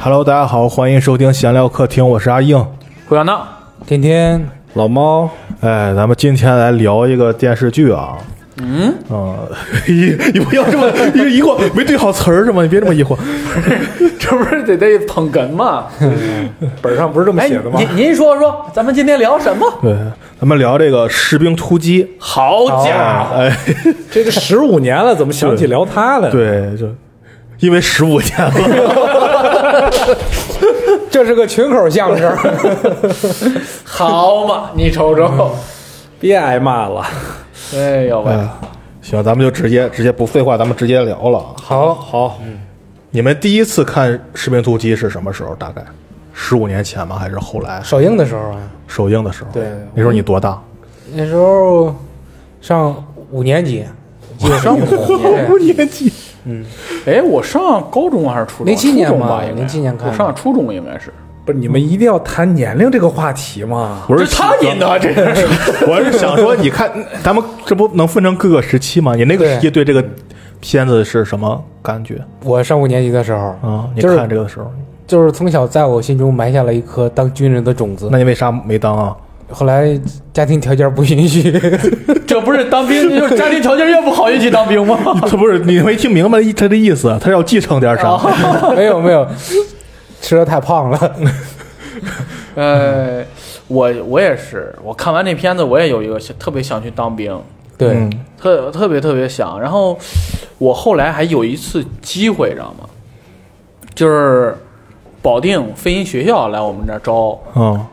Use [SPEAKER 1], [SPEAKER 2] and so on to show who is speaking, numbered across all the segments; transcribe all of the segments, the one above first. [SPEAKER 1] Hello，大家好，欢迎收听闲聊客厅，我是阿硬。
[SPEAKER 2] 胡小闹，
[SPEAKER 3] 天天
[SPEAKER 1] 老猫，哎，咱们今天来聊一个电视剧啊。嗯啊， 你你不要这么疑疑惑，没对好词儿是吗？你别这么疑惑。
[SPEAKER 2] 这不是得得捧哏吗？
[SPEAKER 3] 本上不是这么
[SPEAKER 2] 哎，
[SPEAKER 3] 写的吗？
[SPEAKER 2] 您您说说，咱们今天聊什么？
[SPEAKER 1] 对，咱们聊这个《士兵突击》。
[SPEAKER 2] 好
[SPEAKER 3] 啊
[SPEAKER 2] 家伙，
[SPEAKER 1] 哎，
[SPEAKER 3] 这个十五年了，怎么想起聊他了？，
[SPEAKER 1] 对，就因为十五年了，
[SPEAKER 3] 这是个群口相声，
[SPEAKER 2] 好嘛，你瞅瞅，
[SPEAKER 3] 别挨骂了。嗯
[SPEAKER 2] 哎呦喂，
[SPEAKER 1] 哎行，咱们就直接直接不废话，咱们直接聊了。啊。
[SPEAKER 3] 好，好，
[SPEAKER 1] 你们第一次看《士兵突击》是什么时候？大概十五年前吗？还是后来
[SPEAKER 3] 首映的时候啊，
[SPEAKER 1] 首映的时候？
[SPEAKER 3] 对
[SPEAKER 1] 那时候你多大？
[SPEAKER 3] 那时候上五年级，
[SPEAKER 2] 我上五 年，
[SPEAKER 1] 年级。
[SPEAKER 2] 哎，我上高中还是初中？
[SPEAKER 3] 07年
[SPEAKER 2] 初中
[SPEAKER 3] 嘛
[SPEAKER 2] 吧，应该
[SPEAKER 3] 07年看的
[SPEAKER 2] 我上初中应该是。
[SPEAKER 4] 不是你们一定要谈年龄这个话题吗？
[SPEAKER 1] 我
[SPEAKER 2] 这
[SPEAKER 1] 是
[SPEAKER 2] 他引的，这 是
[SPEAKER 1] 我是想说，你看咱们这不能分成各个时期吗？你那个时期对这个片子是什么感觉
[SPEAKER 3] 我上五年级的时候
[SPEAKER 1] 啊？你
[SPEAKER 3] 就是
[SPEAKER 1] 看这个的时候，
[SPEAKER 3] 就是从小在我心中埋下了一颗当军人的种子。
[SPEAKER 1] 那你为啥没当啊？
[SPEAKER 3] 后来家庭条件不允许，
[SPEAKER 2] 这不是当兵，就是家庭条件越不好越去当兵 吗？
[SPEAKER 1] 他不是你没听明白他的意思，他要继承点啥？
[SPEAKER 3] 没有没有，吃的太胖了。
[SPEAKER 2] 呃，我我也是，我看完那片子，我也有一个想特别想去当兵，
[SPEAKER 3] 对，
[SPEAKER 1] 嗯
[SPEAKER 2] 特特别特别想。然后我后来还有一次机会，知道吗？就是保定飞行学校来我们这儿招
[SPEAKER 1] 嗯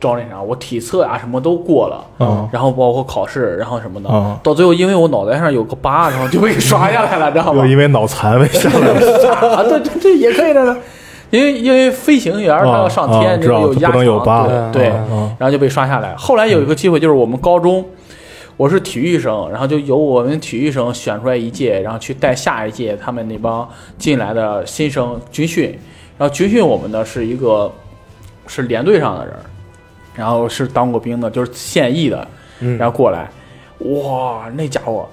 [SPEAKER 2] 招那啥，我体测啊什么都过了，
[SPEAKER 1] 嗯
[SPEAKER 2] 然后包括考试，然后什么的，
[SPEAKER 1] 嗯
[SPEAKER 2] 到最后因为我脑袋上有个疤，然后就被给刷下来了，知道吗
[SPEAKER 1] 又？因为脑残为啥？
[SPEAKER 2] 啊，对，这这也可以的。因为因为飞行员他要上
[SPEAKER 1] 啊啊
[SPEAKER 2] 天，这
[SPEAKER 1] 知道
[SPEAKER 2] 有压
[SPEAKER 1] 不能
[SPEAKER 2] 强，
[SPEAKER 1] 有疤
[SPEAKER 2] 对，对
[SPEAKER 3] 嗯
[SPEAKER 1] 嗯嗯
[SPEAKER 2] 然后就被刷下来。后来有一个机会，就是我们高中，我是体育生，然后就由我们体育生选出来一届，然后去带下一届他们那帮进来的新生军训，然后军训我们呢是一个是连队上的人，然后是当过兵的，就是现役的，然后过来，哇，那家伙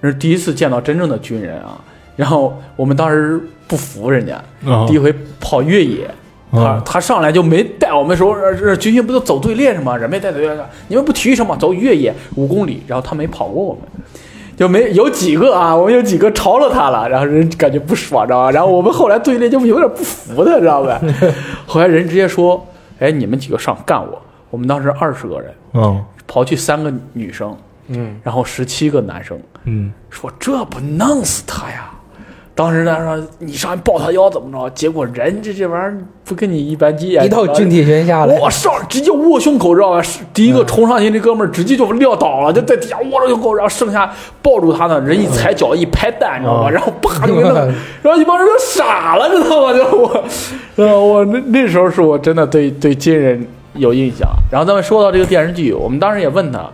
[SPEAKER 2] 那是第一次见到真正的军人啊！然后我们当时不服人家，
[SPEAKER 1] 嗯
[SPEAKER 2] 第一回跑越野，他
[SPEAKER 1] 嗯
[SPEAKER 2] 他上来就没带我们说，呃这军训不就走队列是吗？人没带队列，你们不体育生吗？走越野五公里，然后他没跑过我们。就没有几个啊，我们有几个超了他了，然后人感觉不爽，知道吧？然后我们后来队列就有点不服他，知道呗？后来人直接说：“哎，你们几个上干我！”我们当时二十个人，
[SPEAKER 1] 嗯
[SPEAKER 2] 刨去三个女生，嗯，然后十七个男生，
[SPEAKER 1] 嗯，
[SPEAKER 2] 说这不弄死他呀？当时他说你上去抱他腰怎么着？结果人这这玩意儿不跟你一般见识，
[SPEAKER 3] 一套军体拳下来，
[SPEAKER 2] 我哎上直接握胸口，知道吧？是第
[SPEAKER 3] 嗯
[SPEAKER 2] 一个冲上去那哥们儿直接就撂倒了，就在底下握着胸口，然后剩下抱住他呢，人一踩脚一拍蛋，你知道吧？然后啪就给弄，
[SPEAKER 3] 嗯
[SPEAKER 2] 然后一帮人都傻了，知道吗？就我，呃，我那那时候是我真的对对军人有印象。然后咱们说到这个电视剧，我们当时也问他。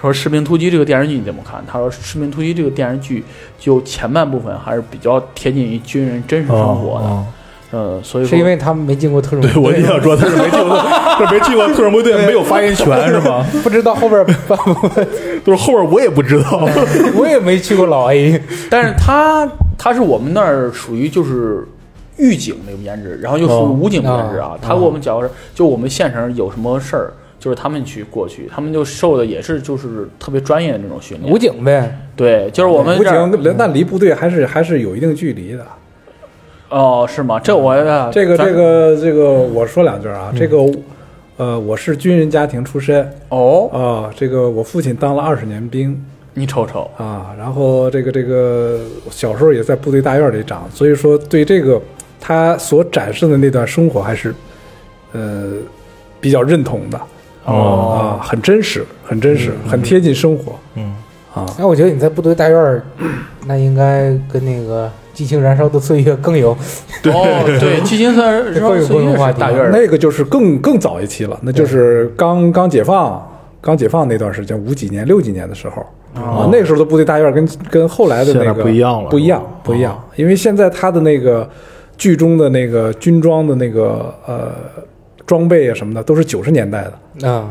[SPEAKER 2] 说《士兵突击》这个电视剧你怎么看？他说，《士兵突击》这个电视剧就前半部分还是比较贴近于军人真实生活的，
[SPEAKER 1] 嗯
[SPEAKER 2] 呃，所以说
[SPEAKER 3] 哦是因为他们没进过特种
[SPEAKER 1] 对
[SPEAKER 3] 部队，
[SPEAKER 1] 我就想说他是没进过，他是没进过特种部队，没有发言权是吗？
[SPEAKER 3] 不知道后边办 不办，
[SPEAKER 1] 就是后边我也不知道。
[SPEAKER 3] 我也没去过老 A。
[SPEAKER 2] 但是它它是我们那儿属于就是预警那个编制，然后又属于武警编制啊。他给我们讲过是，就我们县城有什么事儿，就是他们去过去，他们就受的也是就是特别专业的那种训练。
[SPEAKER 3] 武警呗，
[SPEAKER 2] 对，就是我们
[SPEAKER 4] 武
[SPEAKER 2] 这儿
[SPEAKER 4] 警那离部队还是还是有一定距离的。
[SPEAKER 2] 哦，是吗？这我呃
[SPEAKER 4] 这个
[SPEAKER 2] 咱
[SPEAKER 4] 这个这个，我说两句啊，这个呃，我是军人家庭出身
[SPEAKER 2] 哦，
[SPEAKER 4] 啊，这个我父亲当了二十年兵
[SPEAKER 2] 你瞅瞅，
[SPEAKER 4] 啊，然后这个这个小时候也在部队大院里长，所以说对这个他所展示的那段生活还是呃比较认同的
[SPEAKER 1] 哦
[SPEAKER 4] 啊，很真实，很真实，很贴近生活
[SPEAKER 1] 嗯，
[SPEAKER 4] 啊。
[SPEAKER 3] 那我觉得你在部队大院儿， 那应该跟那个《激情燃烧的岁月》更有
[SPEAKER 2] 哦，对，激情三人
[SPEAKER 3] 这各有各的话题
[SPEAKER 2] 大院儿的
[SPEAKER 4] 那个就是更更早一期了，那就是刚刚解放，刚解放那段时间，五几年、六几年的时候啊，那个时候的部队大院跟跟后来的
[SPEAKER 1] 哦现在
[SPEAKER 4] 那个
[SPEAKER 1] 不一样了
[SPEAKER 4] 不一样
[SPEAKER 1] 是吧，哦
[SPEAKER 4] 不一样，因为现在他的那个剧中的那个军装的那个呃装备啊什么的，都是九十年代的
[SPEAKER 3] 啊，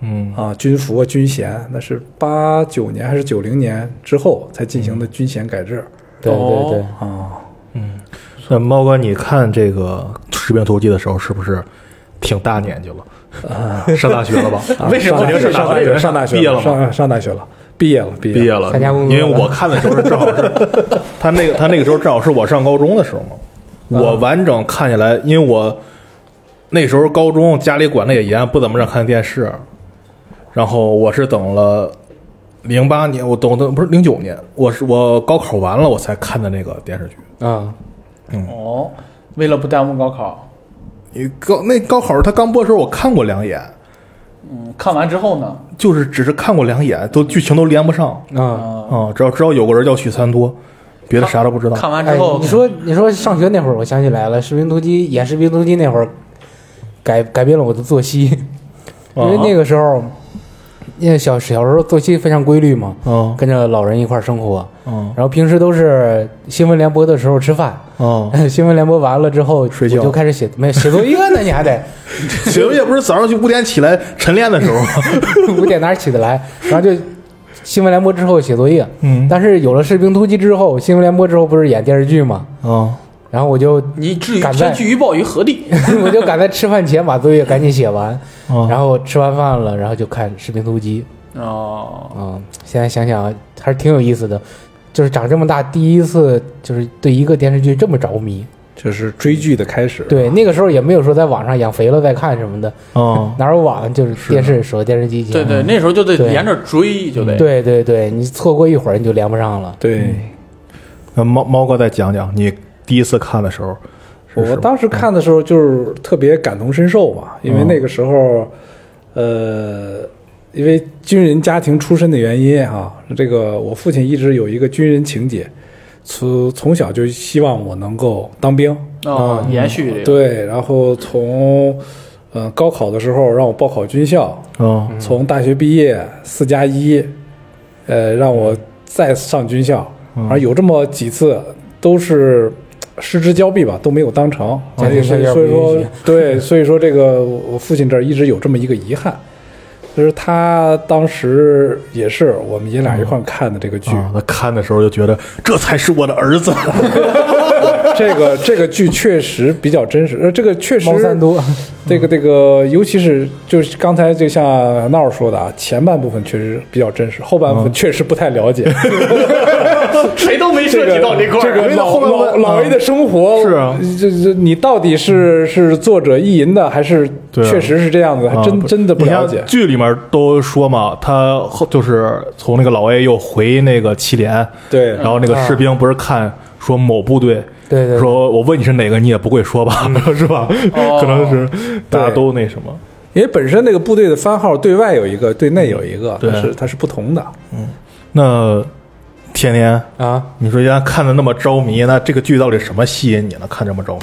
[SPEAKER 1] 嗯
[SPEAKER 4] 啊，军服啊、军衔，那是八九年还是九零年之后才进行的军衔改制
[SPEAKER 2] 哦
[SPEAKER 3] 对对对，
[SPEAKER 4] 啊。
[SPEAKER 1] 嗯，那猫哥，你看这个《士兵突击》的时候，是不是挺大年纪了？上大学了吧？
[SPEAKER 4] 呃啊
[SPEAKER 1] 为什么肯定是
[SPEAKER 4] 上
[SPEAKER 1] 大
[SPEAKER 4] 大
[SPEAKER 1] 学？
[SPEAKER 4] 上大学
[SPEAKER 1] 毕业了吗？
[SPEAKER 4] 上上大学了，毕业了，毕
[SPEAKER 1] 毕业
[SPEAKER 4] 了。
[SPEAKER 1] 了
[SPEAKER 3] 参加工，
[SPEAKER 1] 因
[SPEAKER 3] 作
[SPEAKER 1] 为我看 的时候是正好是他那个他那个时候正好是我上高中的时候嘛。
[SPEAKER 4] 啊
[SPEAKER 1] 我完整看下来，因为我那时候高中家里管的也严，不怎么让看电视。然后我是等了零八年，我等等不是零九年，我是我高考完了我才看的那个电视剧。
[SPEAKER 3] 啊，
[SPEAKER 2] 哦，为了不耽误高考，
[SPEAKER 1] 你高那高考他刚播的时候我看过两眼，
[SPEAKER 2] 嗯，看完之后呢，
[SPEAKER 1] 就是只是看过两眼，都剧情都连不上
[SPEAKER 3] 啊，
[SPEAKER 2] 嗯，
[SPEAKER 1] 啊、只要知道有个人叫许三多，别的啥都不知道。
[SPEAKER 2] 看完啊之
[SPEAKER 3] 哎
[SPEAKER 2] 后，，
[SPEAKER 3] 你说你说上学那会儿，我想起来了，《士兵突击》演《士兵突击》那会儿，改改变了我的作息，
[SPEAKER 2] 啊
[SPEAKER 3] 因为那个时候，因为小小时候作息非常规律嘛，
[SPEAKER 2] 啊
[SPEAKER 1] 嗯
[SPEAKER 3] 跟着老人一块儿生活，
[SPEAKER 1] 嗯
[SPEAKER 3] 然后平时都是新闻联播的时候吃饭，
[SPEAKER 1] 嗯，
[SPEAKER 3] 新闻联播完了之后
[SPEAKER 1] 睡觉
[SPEAKER 3] 我就开始写，没有写作业呢，你还得
[SPEAKER 1] 写作业不是早上去五点起来晨练的时候啊吗？
[SPEAKER 3] 五点哪起得来， 然后就新闻联播之后写作业，
[SPEAKER 1] 嗯
[SPEAKER 3] 但是有了《士兵突击》之后，新闻联播之后不是演电视剧嘛，
[SPEAKER 1] 啊
[SPEAKER 3] 然后我就
[SPEAKER 2] 你至于
[SPEAKER 3] 赶在
[SPEAKER 2] 这句于报于何地？
[SPEAKER 3] 我就赶在吃饭前把作业赶紧写完，
[SPEAKER 1] 啊
[SPEAKER 3] 然后吃完饭了，然后就看《士兵突击》
[SPEAKER 2] 哦，
[SPEAKER 3] 啊、现在想想还是挺有意思的，就是长这么大第一次就是对一个电视剧这么着迷。
[SPEAKER 4] 就是追剧的开始。，
[SPEAKER 1] 哦
[SPEAKER 3] 对，那个时候也没有说在网上养肥了再看什么的，
[SPEAKER 1] 啊！
[SPEAKER 3] 哪有网就是电视、手电视机前。
[SPEAKER 2] 对对，那时候就得
[SPEAKER 3] 嗯对
[SPEAKER 2] 连着追，就得
[SPEAKER 3] 对对对，你错过一会儿你就连不上了。
[SPEAKER 4] 对
[SPEAKER 1] 嗯那猫猫哥再讲讲你第一次看的时候是什
[SPEAKER 4] 我
[SPEAKER 1] 么
[SPEAKER 4] 当时看的时候就是特别感同身受嘛，因为
[SPEAKER 1] 嗯
[SPEAKER 4] 那个时候，呃，因为军人家庭出身的原因啊，这个我父亲一直有一个军人情结，从从小就希望我能够当兵。
[SPEAKER 2] 哦，延续这个，
[SPEAKER 4] 对，然后从呃高考的时候让我报考军校，
[SPEAKER 1] 啊
[SPEAKER 4] 从大学毕业四加一，呃，让我再上军校，
[SPEAKER 1] 嗯
[SPEAKER 4] 而有这么几次都是呃失之交臂吧，都没有当成。
[SPEAKER 3] 家
[SPEAKER 4] 所
[SPEAKER 3] 庭
[SPEAKER 4] 以
[SPEAKER 3] 条件
[SPEAKER 4] 所以
[SPEAKER 3] 不
[SPEAKER 4] 说
[SPEAKER 3] 允许，
[SPEAKER 4] 对，所以说这个我我父亲这儿一直有这么一个遗憾，就是他当时也是我们爷俩一块儿看的这个剧，
[SPEAKER 2] 嗯
[SPEAKER 1] 啊！他看的时候就觉得这才是我的儿子。
[SPEAKER 4] 这个这个剧确实比较真实，呃，这个确实
[SPEAKER 3] 猫三多，
[SPEAKER 4] 这个这个，尤其是就是刚才就像闹儿说的啊，前半部分确实比较真实，后半部分确实不太了解。
[SPEAKER 2] 谁都没
[SPEAKER 4] 这
[SPEAKER 2] 涉及
[SPEAKER 4] 个
[SPEAKER 2] 到这块
[SPEAKER 4] 这
[SPEAKER 2] 儿。
[SPEAKER 4] 个老老老 A 的生活
[SPEAKER 1] 嗯是啊
[SPEAKER 4] 这这你到底是是作者意淫的，还是
[SPEAKER 1] 对啊
[SPEAKER 4] 确实是这样子？还
[SPEAKER 1] 啊
[SPEAKER 4] 真真的不了
[SPEAKER 1] 你
[SPEAKER 4] 解
[SPEAKER 1] 像。剧里面都说嘛，他后就是从那个老 A 又回那个七连，
[SPEAKER 4] 对
[SPEAKER 1] 然后那个士兵不是看说某部队，
[SPEAKER 3] 对对对
[SPEAKER 1] 说我问你是哪个，你也不会说吧，是吧？
[SPEAKER 2] 哦
[SPEAKER 1] 可能是大家都那什么，
[SPEAKER 4] 因为本身那个部队的番号对外有一个，对内有一个，
[SPEAKER 1] 对
[SPEAKER 4] 它是它是不同的。
[SPEAKER 1] 那天天。
[SPEAKER 3] 啊，
[SPEAKER 1] 你说人家看的那么着迷，那这个剧到底什么吸引你呢？看这么着迷，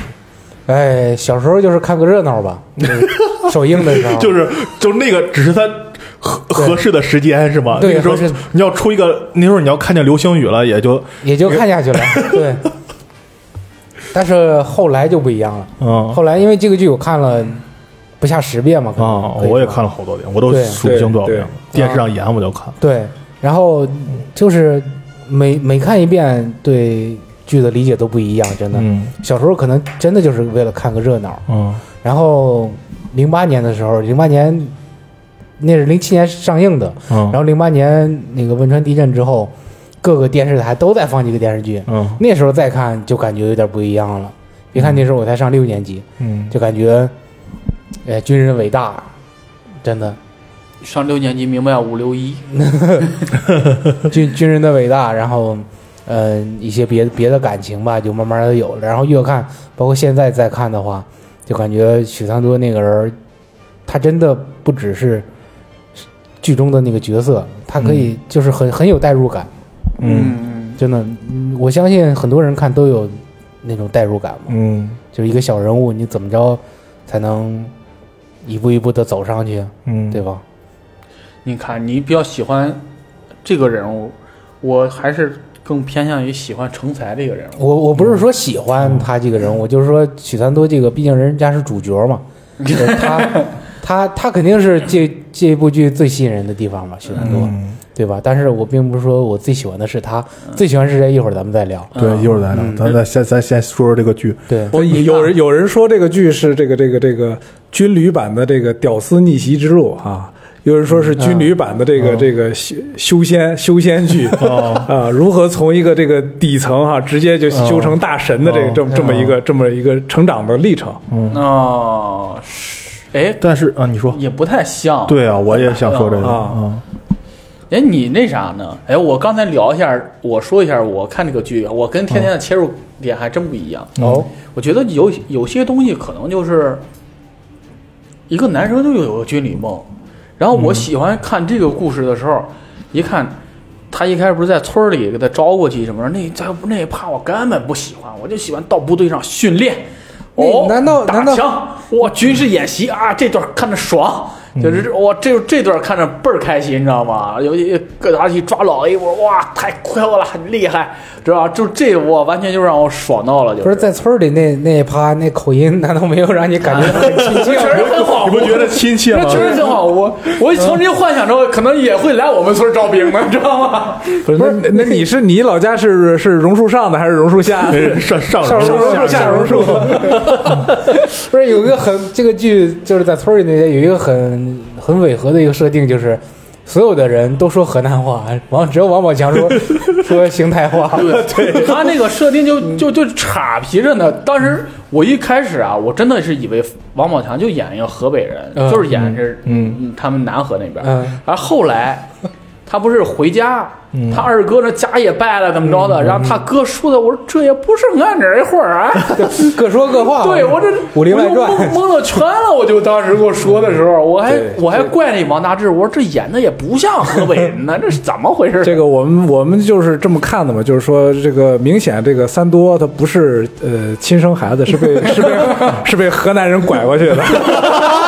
[SPEAKER 3] 哎，小时候就是看个热 闹吧，就是首映的时候
[SPEAKER 1] 就是就那个只是他合合适的时间是吗？
[SPEAKER 3] 对
[SPEAKER 1] 那个时
[SPEAKER 3] 合适
[SPEAKER 1] 候你要出一个，那时候你要看见流星雨了，也就
[SPEAKER 3] 也就看 下去了。对，但是后来就不一样了。
[SPEAKER 1] 嗯
[SPEAKER 3] 后来因为这个剧我看了不下十遍嘛，可能
[SPEAKER 1] 啊，
[SPEAKER 3] 可以
[SPEAKER 1] 我也
[SPEAKER 3] 说
[SPEAKER 1] 看了好多遍，我都
[SPEAKER 3] 对
[SPEAKER 1] 数不清多少遍了
[SPEAKER 4] 对对。
[SPEAKER 1] 电视上演我就看，
[SPEAKER 3] 对，然后就是每每看一遍，对剧的理解都不一样，真的。
[SPEAKER 1] 嗯
[SPEAKER 3] 小时候可能真的就是为了看个热闹，
[SPEAKER 1] 嗯
[SPEAKER 3] 然后零八年的时候，零八年那是零七年上映的，
[SPEAKER 1] 嗯
[SPEAKER 3] 然后零八年那个汶川地震之后，各个电视台都在放这个电视剧，
[SPEAKER 1] 嗯
[SPEAKER 3] 那时候再看就感觉有点不一样了。别看那时候我才上六年级，
[SPEAKER 1] 嗯，
[SPEAKER 3] 就感觉，哎，军人伟大，真的，
[SPEAKER 2] 上六年级明白五六一，
[SPEAKER 3] 军军人的伟大，然后，呃，一些别别的感情吧，就慢慢的有了。然后越看，包括现在再看的话，就感觉许三多那个人儿，他真的不只是剧中的那个角色，他可以就是很、很有代入感，
[SPEAKER 1] 嗯
[SPEAKER 2] 嗯，
[SPEAKER 3] 真的，嗯我相信很多人看都有那种代入感嘛，
[SPEAKER 1] 嗯
[SPEAKER 3] 就是一个小人物，你怎么着才能一步一步的走上去，
[SPEAKER 1] 嗯，
[SPEAKER 3] 对吧？
[SPEAKER 2] 你看你比较喜欢这个人物，我还是更偏向于喜欢成才这个人物。
[SPEAKER 3] 我我不是说喜欢他这个人物，我就是说许三多这个，毕竟人家是主角嘛，就是他他他肯定是这这部剧最吸引人的地方吧，许三多，对吧？但是我并不是说我最喜欢的是他，最喜欢是谁？一会儿咱们再聊。
[SPEAKER 1] 对，一会儿咱聊，咱咱先咱先说说这个剧，
[SPEAKER 3] 对，
[SPEAKER 4] 我有人有人说这个剧是这个这个这个军旅版的这个屌丝逆袭之路啊，有人说是军旅版的这个、这个修修仙修仙剧啊、如何从一个这个底层哈、直接就修成大神的这个、这么这么一个、这么一个成长的历程。
[SPEAKER 2] 哦，是，哎，
[SPEAKER 1] 但是啊，你说
[SPEAKER 2] 也不太像。，
[SPEAKER 1] 对啊，我也想说这个
[SPEAKER 4] 啊
[SPEAKER 1] 啊，
[SPEAKER 2] 哎，你那啥呢？哎，我刚才聊一下，我说一下，我看这个剧，我跟天天的切入点还真不一样。
[SPEAKER 1] 哦，
[SPEAKER 2] 我觉得有有些东西可能就是一个男生就有个军旅梦，然后我
[SPEAKER 3] 嗯
[SPEAKER 2] 喜欢看这个故事的时候，一看他一开始不是在村儿里给他招过去什么，那在那一趴我根本不喜欢，我就喜欢到部队上训练。
[SPEAKER 3] 那
[SPEAKER 2] 哦，
[SPEAKER 3] 难道
[SPEAKER 2] 打
[SPEAKER 3] 难道
[SPEAKER 2] 枪？哇，军事演习啊，这段看着爽，
[SPEAKER 3] 嗯
[SPEAKER 2] 就是我这这段看着倍儿开心，你知道吗？尤其各大去抓老 A，我说哇，太酷了，很厉害，知道吧？就这我完全就让我爽到了，就
[SPEAKER 3] 不是在村儿里那那一趴那口音，难道没有让你感觉 很亲切
[SPEAKER 2] 确
[SPEAKER 3] 吗？
[SPEAKER 2] 实很好，
[SPEAKER 1] 你不觉得亲切吗
[SPEAKER 2] 啊那？确实很好。我我曾经幻想着可能也会来我们村招兵的，你知道 吗？
[SPEAKER 4] 不是，那那你是你老家是是榕树上的还是榕树 下？
[SPEAKER 1] 哎上上
[SPEAKER 4] 上
[SPEAKER 1] 上
[SPEAKER 4] 榕树下榕树。
[SPEAKER 3] 不是有一个很这个剧就是在村儿里那些有一个很很违和的一个设定，就是所有的人都说河南话，王只有王宝强说 说邢台话。
[SPEAKER 2] 对，他那个设定就就就岔皮着呢。当时我一开始啊，我真的是以为王宝强就演一个河北人，
[SPEAKER 3] 嗯
[SPEAKER 2] 就是演是嗯他们南河那边。
[SPEAKER 3] 嗯
[SPEAKER 2] 而后来他不是回家，他二哥那家也败了，怎么着的？然后他哥说的，我说这也不是俺这一伙儿啊。
[SPEAKER 3] 各说各话。
[SPEAKER 2] 对我这
[SPEAKER 3] 啊武林外
[SPEAKER 2] 我就
[SPEAKER 3] 传
[SPEAKER 2] 蒙蒙到圈了，我就当时跟我说的时候，我还
[SPEAKER 4] 对
[SPEAKER 2] 我还怪那王大治，我说这演的也不像河北人呢，这是怎么回 事？
[SPEAKER 4] 这个我们我们就是这么看的嘛，就是说这个明显这个三多他不是呃亲生孩子，是被 是被是被河南人拐过去的。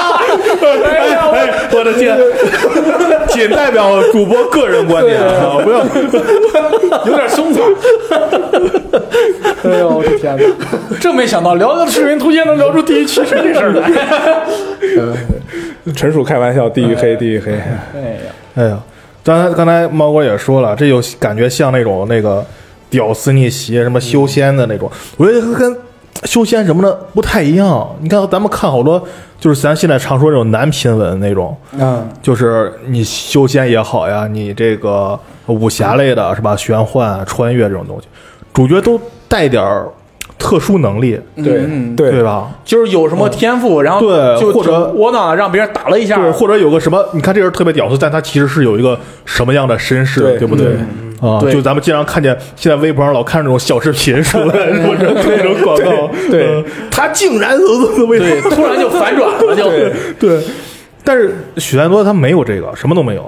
[SPEAKER 2] 哎呀，我
[SPEAKER 1] 哎，我的天！仅代表主播个人观点啊，不要
[SPEAKER 2] 有点凶残。哎呦，我的天哪！ 真没想到聊个视频图鉴能聊出地域歧视这事儿来。
[SPEAKER 4] 纯属开玩笑，地域黑，地域黑。
[SPEAKER 2] 哎呀，
[SPEAKER 1] 哎呀，刚才刚才猫哥也说了，这有感觉像那种那个屌丝逆袭什么修仙的那种，我觉得跟修仙什么的不太一样。你看咱们看好多，就是咱现在常说这种男频文那种，
[SPEAKER 3] 嗯，
[SPEAKER 1] 就是你修仙也好呀，你这个武侠类的是吧，玄幻啊、穿越这种东西，主角都带点儿特殊能力，
[SPEAKER 4] 对
[SPEAKER 2] 嗯
[SPEAKER 4] 对
[SPEAKER 1] 对吧？
[SPEAKER 2] 就是有什么天赋，然后
[SPEAKER 1] 对
[SPEAKER 2] 就
[SPEAKER 1] 或者
[SPEAKER 2] 我呢让别人打了一下，
[SPEAKER 1] 对，或者有个什么，你看这人特别屌丝，但他其实是有一个什么样的身世，
[SPEAKER 4] 对
[SPEAKER 1] 对不对？啊，
[SPEAKER 2] 对
[SPEAKER 1] 就咱们经常看见，现在微博上老看这种小视频出来，或者各种广告，
[SPEAKER 4] 对
[SPEAKER 1] 嗯他竟然怎么怎么
[SPEAKER 2] 对，突然就反转了，就
[SPEAKER 4] 对
[SPEAKER 1] 对，但是许三多他没有这个，什么都没有，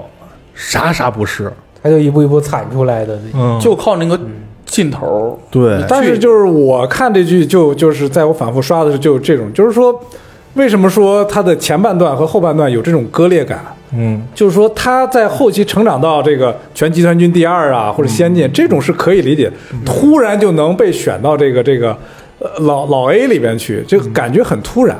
[SPEAKER 1] 啥啥不是，
[SPEAKER 3] 他就一步一步惨出来的。
[SPEAKER 1] 嗯，
[SPEAKER 2] 就靠那个劲头儿。
[SPEAKER 1] 对，
[SPEAKER 4] 但是就是我看这剧就就是在我反复刷的时候就有这种，就是说为什么说它的前半段和后半段有这种割裂感？
[SPEAKER 1] 嗯，
[SPEAKER 4] 就是说他在后期成长到这个全集团军第二啊，或者先进，这种是可以理解。突然就能被选到这个这个呃老老 A 里边去，这个感觉很突然。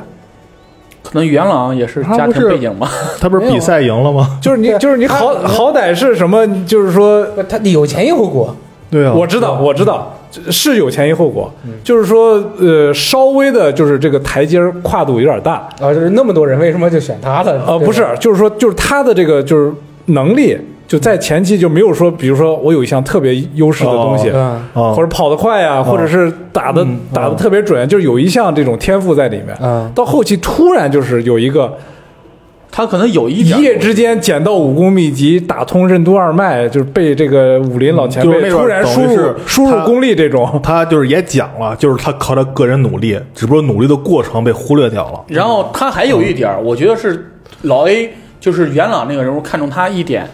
[SPEAKER 2] 可能元朗也是家
[SPEAKER 1] 他不
[SPEAKER 2] 庭
[SPEAKER 1] 是
[SPEAKER 2] 背景吧，
[SPEAKER 1] 他不是比赛赢了吗？
[SPEAKER 4] 就是你
[SPEAKER 3] 对
[SPEAKER 4] 就是你
[SPEAKER 3] 他
[SPEAKER 4] 好好歹是什么？就是说
[SPEAKER 3] 不他有前因后果，
[SPEAKER 1] 对啊，
[SPEAKER 4] 我知道，我知道是有前因后果，就是说呃稍微的就是这个台阶儿跨度有点大。
[SPEAKER 3] 啊，就是那么多人为什么就选他了？对
[SPEAKER 4] 呃，
[SPEAKER 3] 吧
[SPEAKER 4] 不是，就是说，就是他的这个就是能力，就在前期就没有说，比如说我有一项特别优势的东西，
[SPEAKER 3] 哦
[SPEAKER 1] 嗯
[SPEAKER 4] 或者跑得快呀、
[SPEAKER 1] 哦
[SPEAKER 4] 或者是打的、打的特别准，就是有一项这种天赋在里面。
[SPEAKER 3] 嗯
[SPEAKER 4] 到后期突然就是有一个
[SPEAKER 2] 他可能有一
[SPEAKER 4] 一
[SPEAKER 2] 点
[SPEAKER 4] 夜之间捡到武功秘籍，打通任督二脉，就是被这个武林老前
[SPEAKER 1] 嗯就是
[SPEAKER 4] 辈
[SPEAKER 1] 那段
[SPEAKER 4] 突然输
[SPEAKER 1] 等于
[SPEAKER 4] 入
[SPEAKER 1] 是
[SPEAKER 4] 输入
[SPEAKER 1] 他
[SPEAKER 4] 功力这种。
[SPEAKER 1] 他就是也讲了，就是他靠他个人努力，只不过努力的过程被忽略掉了。
[SPEAKER 2] 然后他还有一点
[SPEAKER 4] 嗯
[SPEAKER 2] 儿，我觉得是老 A 就是元朗那个人物看中他一点，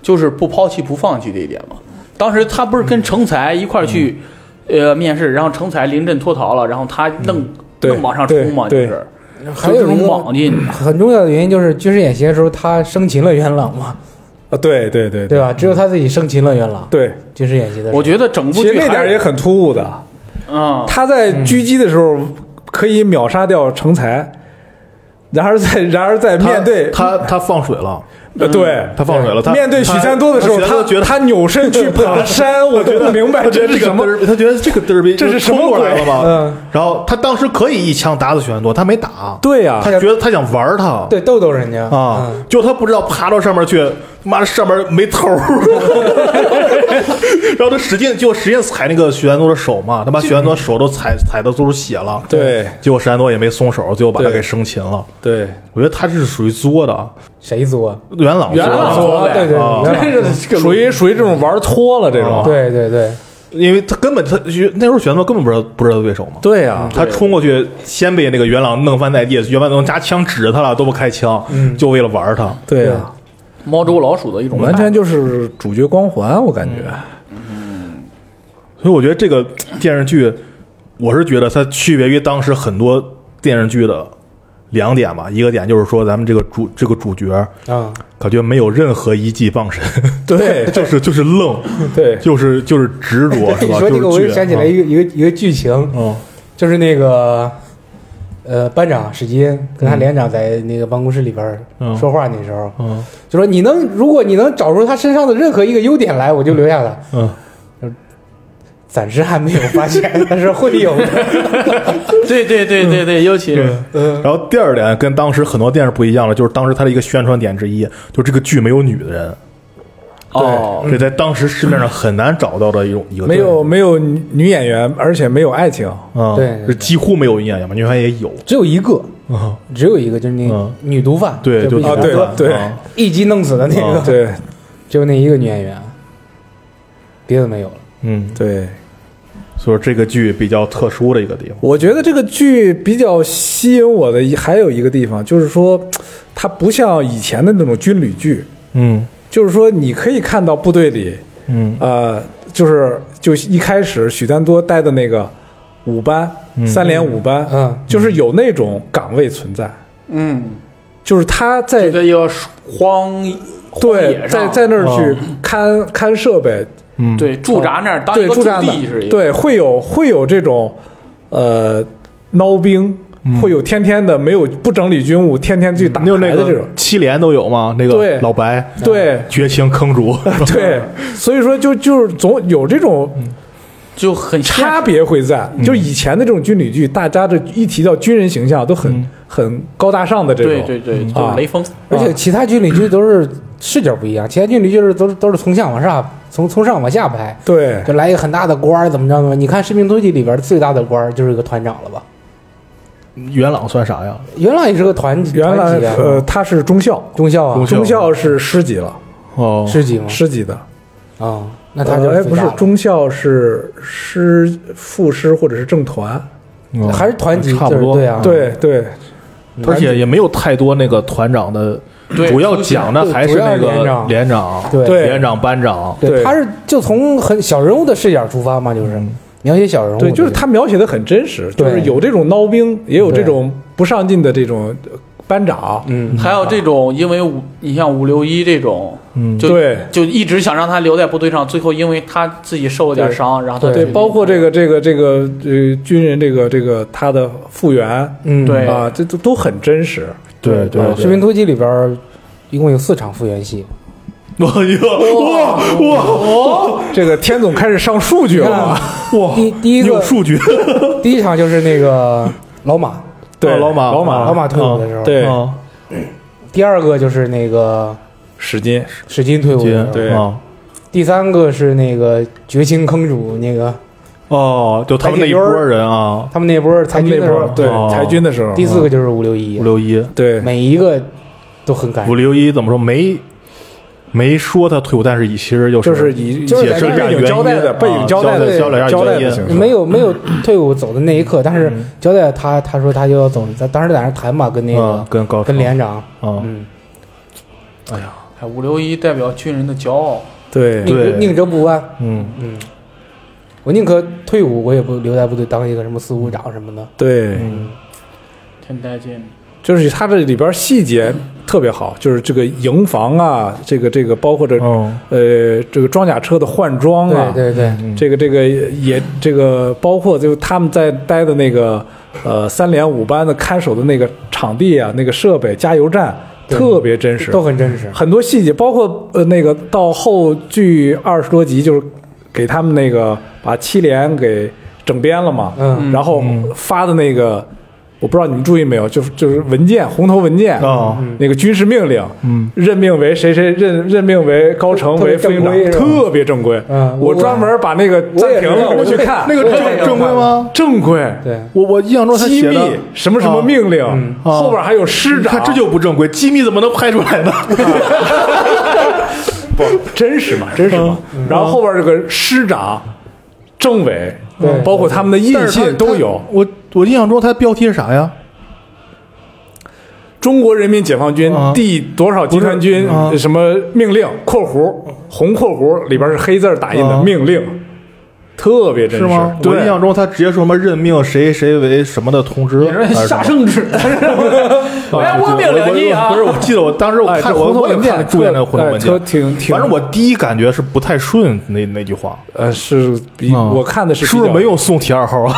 [SPEAKER 2] 就是不抛弃不放弃这一点嘛。当时他不是跟成才一块儿去，
[SPEAKER 4] 嗯
[SPEAKER 2] 呃，面试，然后成才临阵脱逃了，然后他愣
[SPEAKER 4] 嗯对
[SPEAKER 2] 愣往上冲嘛，就
[SPEAKER 4] 对
[SPEAKER 2] 是
[SPEAKER 3] 还
[SPEAKER 2] 就
[SPEAKER 3] 有
[SPEAKER 2] 这
[SPEAKER 3] 一
[SPEAKER 2] 种
[SPEAKER 3] 个
[SPEAKER 2] 莽劲。
[SPEAKER 3] 很重要的原因就是军事演习的时候他生擒了元朗嘛，
[SPEAKER 4] 啊，对对对
[SPEAKER 3] 对吧？只有他自己生擒了元朗。
[SPEAKER 4] 对，
[SPEAKER 3] 军事演习的时候，
[SPEAKER 2] 我觉得整部
[SPEAKER 4] 嗯其实
[SPEAKER 2] 剧
[SPEAKER 4] 那点
[SPEAKER 2] 还
[SPEAKER 4] 儿
[SPEAKER 2] 是
[SPEAKER 4] 也很突兀的。
[SPEAKER 2] 嗯，
[SPEAKER 4] 他在狙击的时候可以秒杀掉成才，然而在然而在
[SPEAKER 1] 他
[SPEAKER 4] 面对
[SPEAKER 1] 他他放水了，
[SPEAKER 4] 呃对
[SPEAKER 1] 他放水了。他
[SPEAKER 4] 面对许三多的时候，
[SPEAKER 1] 他他许三
[SPEAKER 4] 他
[SPEAKER 1] 多觉得
[SPEAKER 4] 他扭身去爬山，我都不明白
[SPEAKER 1] 他觉
[SPEAKER 4] 这
[SPEAKER 1] 得
[SPEAKER 4] 是
[SPEAKER 1] 这
[SPEAKER 4] 什
[SPEAKER 1] 个嘚
[SPEAKER 4] 么。
[SPEAKER 1] 儿，他觉得这个嘚儿逼
[SPEAKER 4] 这是什么
[SPEAKER 1] 冲过来
[SPEAKER 4] 鬼
[SPEAKER 1] 了吗？
[SPEAKER 4] 嗯，
[SPEAKER 1] 然后他当时可以一枪打死许三多，他没打，
[SPEAKER 4] 对呀
[SPEAKER 1] 他觉得他想玩儿他，
[SPEAKER 3] 对，逗逗人家
[SPEAKER 1] 啊
[SPEAKER 3] 嗯，
[SPEAKER 1] 就他不知道爬到上面去，妈的上面没头儿，然后他使劲就使劲踩那个许安多的手嘛，他把许安多手都踩踩的都是血了，
[SPEAKER 4] 对
[SPEAKER 1] 结果许安多也没松手，最后把他
[SPEAKER 4] 对
[SPEAKER 1] 给生擒了。
[SPEAKER 4] 对，
[SPEAKER 1] 我觉得他这是属于作的，
[SPEAKER 3] 谁作？
[SPEAKER 1] 元朗作
[SPEAKER 2] 元朗
[SPEAKER 1] 的，
[SPEAKER 2] 作
[SPEAKER 3] 啊
[SPEAKER 2] 呗
[SPEAKER 3] 对对，
[SPEAKER 1] 啊
[SPEAKER 3] 原来
[SPEAKER 2] 这是这个
[SPEAKER 4] 属于属于这种玩脱了这
[SPEAKER 1] 啊
[SPEAKER 4] 种。
[SPEAKER 3] 对对对，
[SPEAKER 1] 因为他根本他那时候许安多根本不知道不知道他对手嘛。
[SPEAKER 4] 对呀，
[SPEAKER 1] 他冲过去，先被那个元朗弄翻在地，元朗拿枪指着他了，都不开枪，
[SPEAKER 3] 嗯
[SPEAKER 1] 就为了玩儿他。
[SPEAKER 3] 啊
[SPEAKER 1] 啊
[SPEAKER 4] 对啊呀，
[SPEAKER 2] 猫捉老鼠的一种
[SPEAKER 4] 完全就是主角光环，我感觉。
[SPEAKER 1] 所以我觉得这个电视剧，我是觉得它区别于当时很多电视剧的两点吧，一个点就是说咱们这个主这个主角
[SPEAKER 3] 啊，
[SPEAKER 1] 感觉没有任何一技傍身，
[SPEAKER 4] 对
[SPEAKER 1] 就是就是 愣，
[SPEAKER 4] 对
[SPEAKER 1] 就是就是执着，是
[SPEAKER 3] 你
[SPEAKER 1] 吧？
[SPEAKER 3] 说这个，
[SPEAKER 1] 就
[SPEAKER 3] 我
[SPEAKER 1] 是倔
[SPEAKER 3] 又
[SPEAKER 1] 啊
[SPEAKER 3] 想起来一个一个一个剧情，
[SPEAKER 1] 嗯
[SPEAKER 3] 就是那个呃，班长史金跟他连长在那个办公室里边
[SPEAKER 1] 嗯
[SPEAKER 3] 儿说话那时候，
[SPEAKER 1] 嗯
[SPEAKER 3] 就说你能，如果你能找出他身上的任何一个优点来，我就留下他。
[SPEAKER 1] 嗯，
[SPEAKER 3] 暂时还没有发现，但是会有 的。
[SPEAKER 2] 对对对对对，尤其是
[SPEAKER 3] 嗯，
[SPEAKER 1] 然后第二点跟当时很多电视不一样了，就是当时它的一个宣传点之一，就这个剧没有女的人，
[SPEAKER 2] 哦，
[SPEAKER 1] 这在当时市面上很难找到的一种一个
[SPEAKER 4] 没有没有女女演员，而且没有爱情。
[SPEAKER 1] 啊，
[SPEAKER 3] 对对
[SPEAKER 1] 就几乎没有演员嘛，女演员也有
[SPEAKER 3] 只有一个，
[SPEAKER 1] 啊，
[SPEAKER 3] 只有一个，就是那
[SPEAKER 1] 嗯
[SPEAKER 3] 女毒贩，
[SPEAKER 1] 对，就
[SPEAKER 3] 就不
[SPEAKER 4] 啊
[SPEAKER 3] 一
[SPEAKER 4] 对
[SPEAKER 3] 个
[SPEAKER 1] 啊
[SPEAKER 4] 对
[SPEAKER 3] 一击弄死的那
[SPEAKER 1] 啊
[SPEAKER 3] 个，
[SPEAKER 4] 对
[SPEAKER 3] 就那一个女演员，别的没有了。
[SPEAKER 1] 嗯，
[SPEAKER 4] 对，
[SPEAKER 1] 所以这个剧比较特殊的一个地方。
[SPEAKER 4] 我觉得这个剧比较吸引我的一还有一个地方就是说，它不像以前的那种军旅剧，
[SPEAKER 1] 嗯
[SPEAKER 4] 就是说你可以看到部队里，
[SPEAKER 1] 嗯
[SPEAKER 4] 呃，就是就一开始许丹多待的那个五班、三连五班，
[SPEAKER 3] 嗯
[SPEAKER 4] 就是有那种岗位存在，
[SPEAKER 2] 嗯，
[SPEAKER 4] 就是他在
[SPEAKER 2] 这个要荒荒
[SPEAKER 4] 对
[SPEAKER 2] 野
[SPEAKER 4] 在
[SPEAKER 2] 上
[SPEAKER 4] 在那儿去
[SPEAKER 1] 哦
[SPEAKER 4] 看看设备，
[SPEAKER 1] 嗯，
[SPEAKER 2] 对驻扎那儿当一
[SPEAKER 4] 对
[SPEAKER 2] 个
[SPEAKER 4] 驻
[SPEAKER 2] 驻
[SPEAKER 4] 扎
[SPEAKER 2] 地是
[SPEAKER 4] 的，
[SPEAKER 2] 一个
[SPEAKER 4] 对会有会有这种呃孬兵，
[SPEAKER 1] 嗯
[SPEAKER 4] 会有天天的没有不整理军务，天天去打
[SPEAKER 1] 你
[SPEAKER 4] 牌
[SPEAKER 1] 有嗯那
[SPEAKER 4] 的这种
[SPEAKER 1] 个。七连都有吗？那
[SPEAKER 4] 对
[SPEAKER 1] 个老白，啊
[SPEAKER 4] 对
[SPEAKER 1] 绝情坑主，
[SPEAKER 4] 对，
[SPEAKER 1] 嗯
[SPEAKER 4] 所以说就就是总有这种
[SPEAKER 2] 就很
[SPEAKER 4] 差
[SPEAKER 2] 吓
[SPEAKER 4] 别会在，
[SPEAKER 1] 嗯
[SPEAKER 4] 就以前的这种军旅剧，大家这一提到军人形象都
[SPEAKER 1] 嗯
[SPEAKER 4] 很很高大上的这
[SPEAKER 2] 对
[SPEAKER 4] 种，
[SPEAKER 2] 对对，
[SPEAKER 4] 啊
[SPEAKER 2] 就是雷锋，
[SPEAKER 3] 而且其他军旅剧都是视角不一样，其他军旅剧是都是都是从下往上，从从上往下拍，
[SPEAKER 4] 对
[SPEAKER 3] 就来一个很大的官儿，怎么着怎么着。你看《士兵突击》里边最大的官儿就是一个团长了吧？
[SPEAKER 1] 元朗算啥呀？
[SPEAKER 3] 元朗也是个团
[SPEAKER 4] 原来
[SPEAKER 3] 团级啊，
[SPEAKER 4] 呃他是中校，
[SPEAKER 3] 中校啊
[SPEAKER 1] 中，校嗯
[SPEAKER 4] 中校是师级了，
[SPEAKER 1] 哦
[SPEAKER 3] 师
[SPEAKER 2] 嗯
[SPEAKER 3] 级吗？
[SPEAKER 4] 师级的，
[SPEAKER 3] 啊，那他就
[SPEAKER 4] 呃哎不
[SPEAKER 3] 最
[SPEAKER 4] 是
[SPEAKER 3] 大了
[SPEAKER 4] 中校是师副师或者是正团，
[SPEAKER 2] 啊
[SPEAKER 1] 哦
[SPEAKER 3] 还是团级
[SPEAKER 1] 差不多
[SPEAKER 3] 就是对啊
[SPEAKER 4] 对对
[SPEAKER 1] 而且也没有太多那个团长的，
[SPEAKER 2] 对
[SPEAKER 1] 主要讲的还是那
[SPEAKER 3] 主要连
[SPEAKER 1] 个
[SPEAKER 3] 长
[SPEAKER 1] 连长、
[SPEAKER 3] 对
[SPEAKER 4] 对
[SPEAKER 1] 连长、班长，
[SPEAKER 4] 对嗯
[SPEAKER 3] 对，他是就从很小人物的视角出发嘛，就是描写小人物，
[SPEAKER 4] 对，就是他描写的很真实，就
[SPEAKER 3] 对
[SPEAKER 4] 是有这种孬兵，也有这
[SPEAKER 3] 对
[SPEAKER 4] 种不上进的这种呃班长，
[SPEAKER 3] 嗯，
[SPEAKER 2] 还有这种，因为五，你像五六一这种，
[SPEAKER 1] 嗯
[SPEAKER 2] 就
[SPEAKER 4] 对
[SPEAKER 2] 就一直想让他留在部队上，最后因为他自己受了点伤，然后他
[SPEAKER 4] 对，
[SPEAKER 2] 就
[SPEAKER 4] 包括这个这个这个呃军人这个这个他的复员，
[SPEAKER 3] 嗯
[SPEAKER 2] 对
[SPEAKER 4] 啊，这都都很真实。
[SPEAKER 1] 对对
[SPEAKER 3] 《士兵突击》里边儿一共有四场复原戏，
[SPEAKER 1] 我哟哇哇
[SPEAKER 4] 这个天总开始上数据 了，
[SPEAKER 1] 哇！
[SPEAKER 3] 第第一
[SPEAKER 1] 你
[SPEAKER 3] 个
[SPEAKER 1] 有数据，
[SPEAKER 3] 第一场就是那个老马，
[SPEAKER 4] 对，
[SPEAKER 1] 哦老马
[SPEAKER 4] 老马
[SPEAKER 1] 啊
[SPEAKER 3] 老马退伍的时候，
[SPEAKER 4] 对
[SPEAKER 1] 啊
[SPEAKER 3] 第二个就是那个
[SPEAKER 4] 史金，
[SPEAKER 3] 史金退伍的时候，
[SPEAKER 1] 对啊
[SPEAKER 3] 第三个是那个绝情坑主那个
[SPEAKER 1] 哦，就他们那一波人啊，
[SPEAKER 3] 他们那波裁
[SPEAKER 4] 他们
[SPEAKER 3] 军
[SPEAKER 4] 那
[SPEAKER 3] 的时
[SPEAKER 4] 波嗯
[SPEAKER 3] 候，
[SPEAKER 4] 对
[SPEAKER 1] 哦
[SPEAKER 4] 裁军的时候，
[SPEAKER 3] 第四个就是五六一
[SPEAKER 1] 五，六一，
[SPEAKER 4] 对
[SPEAKER 3] 每一个都很感
[SPEAKER 1] 五
[SPEAKER 3] 人，
[SPEAKER 1] 六一怎么说没没说他退伍，但是以其实就
[SPEAKER 4] 就是以
[SPEAKER 3] 就是
[SPEAKER 1] 解释一
[SPEAKER 3] 在
[SPEAKER 1] 下
[SPEAKER 4] 背景
[SPEAKER 1] 原
[SPEAKER 4] 交代
[SPEAKER 1] 因
[SPEAKER 4] 的背
[SPEAKER 1] 啊
[SPEAKER 4] 景交代的
[SPEAKER 1] 交代
[SPEAKER 4] 交代
[SPEAKER 1] 代
[SPEAKER 4] 的
[SPEAKER 1] 一下
[SPEAKER 4] 形
[SPEAKER 1] 原
[SPEAKER 4] 式
[SPEAKER 1] 因。
[SPEAKER 3] 没有没有退伍走的那一
[SPEAKER 4] 嗯
[SPEAKER 3] 刻，但是交代他，他说他就要走，咱当时在那儿谈嘛，跟那
[SPEAKER 1] 啊
[SPEAKER 3] 个，
[SPEAKER 1] 跟
[SPEAKER 4] 嗯
[SPEAKER 1] 高
[SPEAKER 3] 跟连
[SPEAKER 4] 哦
[SPEAKER 3] 长，
[SPEAKER 1] 啊，
[SPEAKER 3] 嗯，
[SPEAKER 2] 哎五六一代表军人的骄傲，
[SPEAKER 4] 对
[SPEAKER 1] 对
[SPEAKER 3] 宁宁折不弯，
[SPEAKER 1] 嗯，
[SPEAKER 3] 嗯，我宁可退伍，我也不留在部队当一个什么司务长什么的，
[SPEAKER 4] 对，
[SPEAKER 1] 嗯
[SPEAKER 2] 挺带劲的。
[SPEAKER 4] 就是他这里边细节特别好，就是这个营房啊，这个这个包括这、
[SPEAKER 1] 哦
[SPEAKER 4] 呃这个装甲车的换装啊，
[SPEAKER 3] 嗯对对对，
[SPEAKER 4] 这个这个也这个包括就是他们在待的那个呃三连五班的看守的那个场地啊，那个设备加油站特别真实，
[SPEAKER 3] 都很真实。
[SPEAKER 4] 很多细节，包括呃那个到后剧二十多集，就是给他们那个把七连给整编了嘛，
[SPEAKER 3] 嗯，
[SPEAKER 4] 然后发的那个。我不知道你们注意没有，就是就是文件，红头文件，
[SPEAKER 1] 哦
[SPEAKER 4] 那个军事命令，
[SPEAKER 1] 嗯，
[SPEAKER 4] 任命为谁谁任任命为高成为副营长
[SPEAKER 3] 特别，正规是吧
[SPEAKER 4] 特别
[SPEAKER 3] 嗯
[SPEAKER 4] 正规。
[SPEAKER 3] 我
[SPEAKER 4] 我专门把那个
[SPEAKER 3] 我也
[SPEAKER 4] 暂
[SPEAKER 3] 是
[SPEAKER 4] 停了，我去看
[SPEAKER 1] 那个
[SPEAKER 3] 对对
[SPEAKER 1] 正正规吗？
[SPEAKER 4] 正规，
[SPEAKER 3] 对
[SPEAKER 1] 我我印象中他
[SPEAKER 4] 机
[SPEAKER 1] 写
[SPEAKER 4] 密
[SPEAKER 1] 的
[SPEAKER 4] 什么什么命啊令，
[SPEAKER 1] 啊
[SPEAKER 4] 后边还有师
[SPEAKER 1] 你
[SPEAKER 4] 长，
[SPEAKER 1] 看这就不正规，机密怎么能拍出来呢？
[SPEAKER 4] 不真实
[SPEAKER 1] 嗯
[SPEAKER 4] 嘛，真实嘛。然后后边这个师长、政委
[SPEAKER 3] 对，
[SPEAKER 4] 包括他们的 印
[SPEAKER 1] 但是他
[SPEAKER 4] 信都有
[SPEAKER 1] 他。我我印象中他标题是啥呀？
[SPEAKER 4] 中国人民解放军
[SPEAKER 1] 啊
[SPEAKER 4] 第多少集团军
[SPEAKER 1] 不是啊嗯
[SPEAKER 4] 什么命令（括弧红括弧里边是黑字儿打印的
[SPEAKER 1] 啊
[SPEAKER 4] 命令），特别真
[SPEAKER 1] 是
[SPEAKER 4] 实
[SPEAKER 1] 吗？。我印
[SPEAKER 4] 对
[SPEAKER 1] 象，中他直接说什么任命谁谁为什么的通知，
[SPEAKER 2] 你说
[SPEAKER 1] 还是什
[SPEAKER 2] 下
[SPEAKER 1] 么
[SPEAKER 2] 圣旨，哎，我命令你啊！
[SPEAKER 1] 不 是，我记得我当时我
[SPEAKER 4] 哎
[SPEAKER 1] 看
[SPEAKER 4] 这
[SPEAKER 1] 我
[SPEAKER 4] 红头
[SPEAKER 1] 我也
[SPEAKER 4] 文件
[SPEAKER 1] 看了注意那个
[SPEAKER 4] 特
[SPEAKER 1] 红头文
[SPEAKER 4] 哎特
[SPEAKER 1] 件，
[SPEAKER 4] 挺挺
[SPEAKER 1] 反正我第一感觉是不太顺那那句话，
[SPEAKER 4] 呃是比
[SPEAKER 1] 嗯
[SPEAKER 4] 我看的是
[SPEAKER 1] 是不
[SPEAKER 4] 比
[SPEAKER 1] 是
[SPEAKER 4] 较
[SPEAKER 1] 没有送铁二号啊？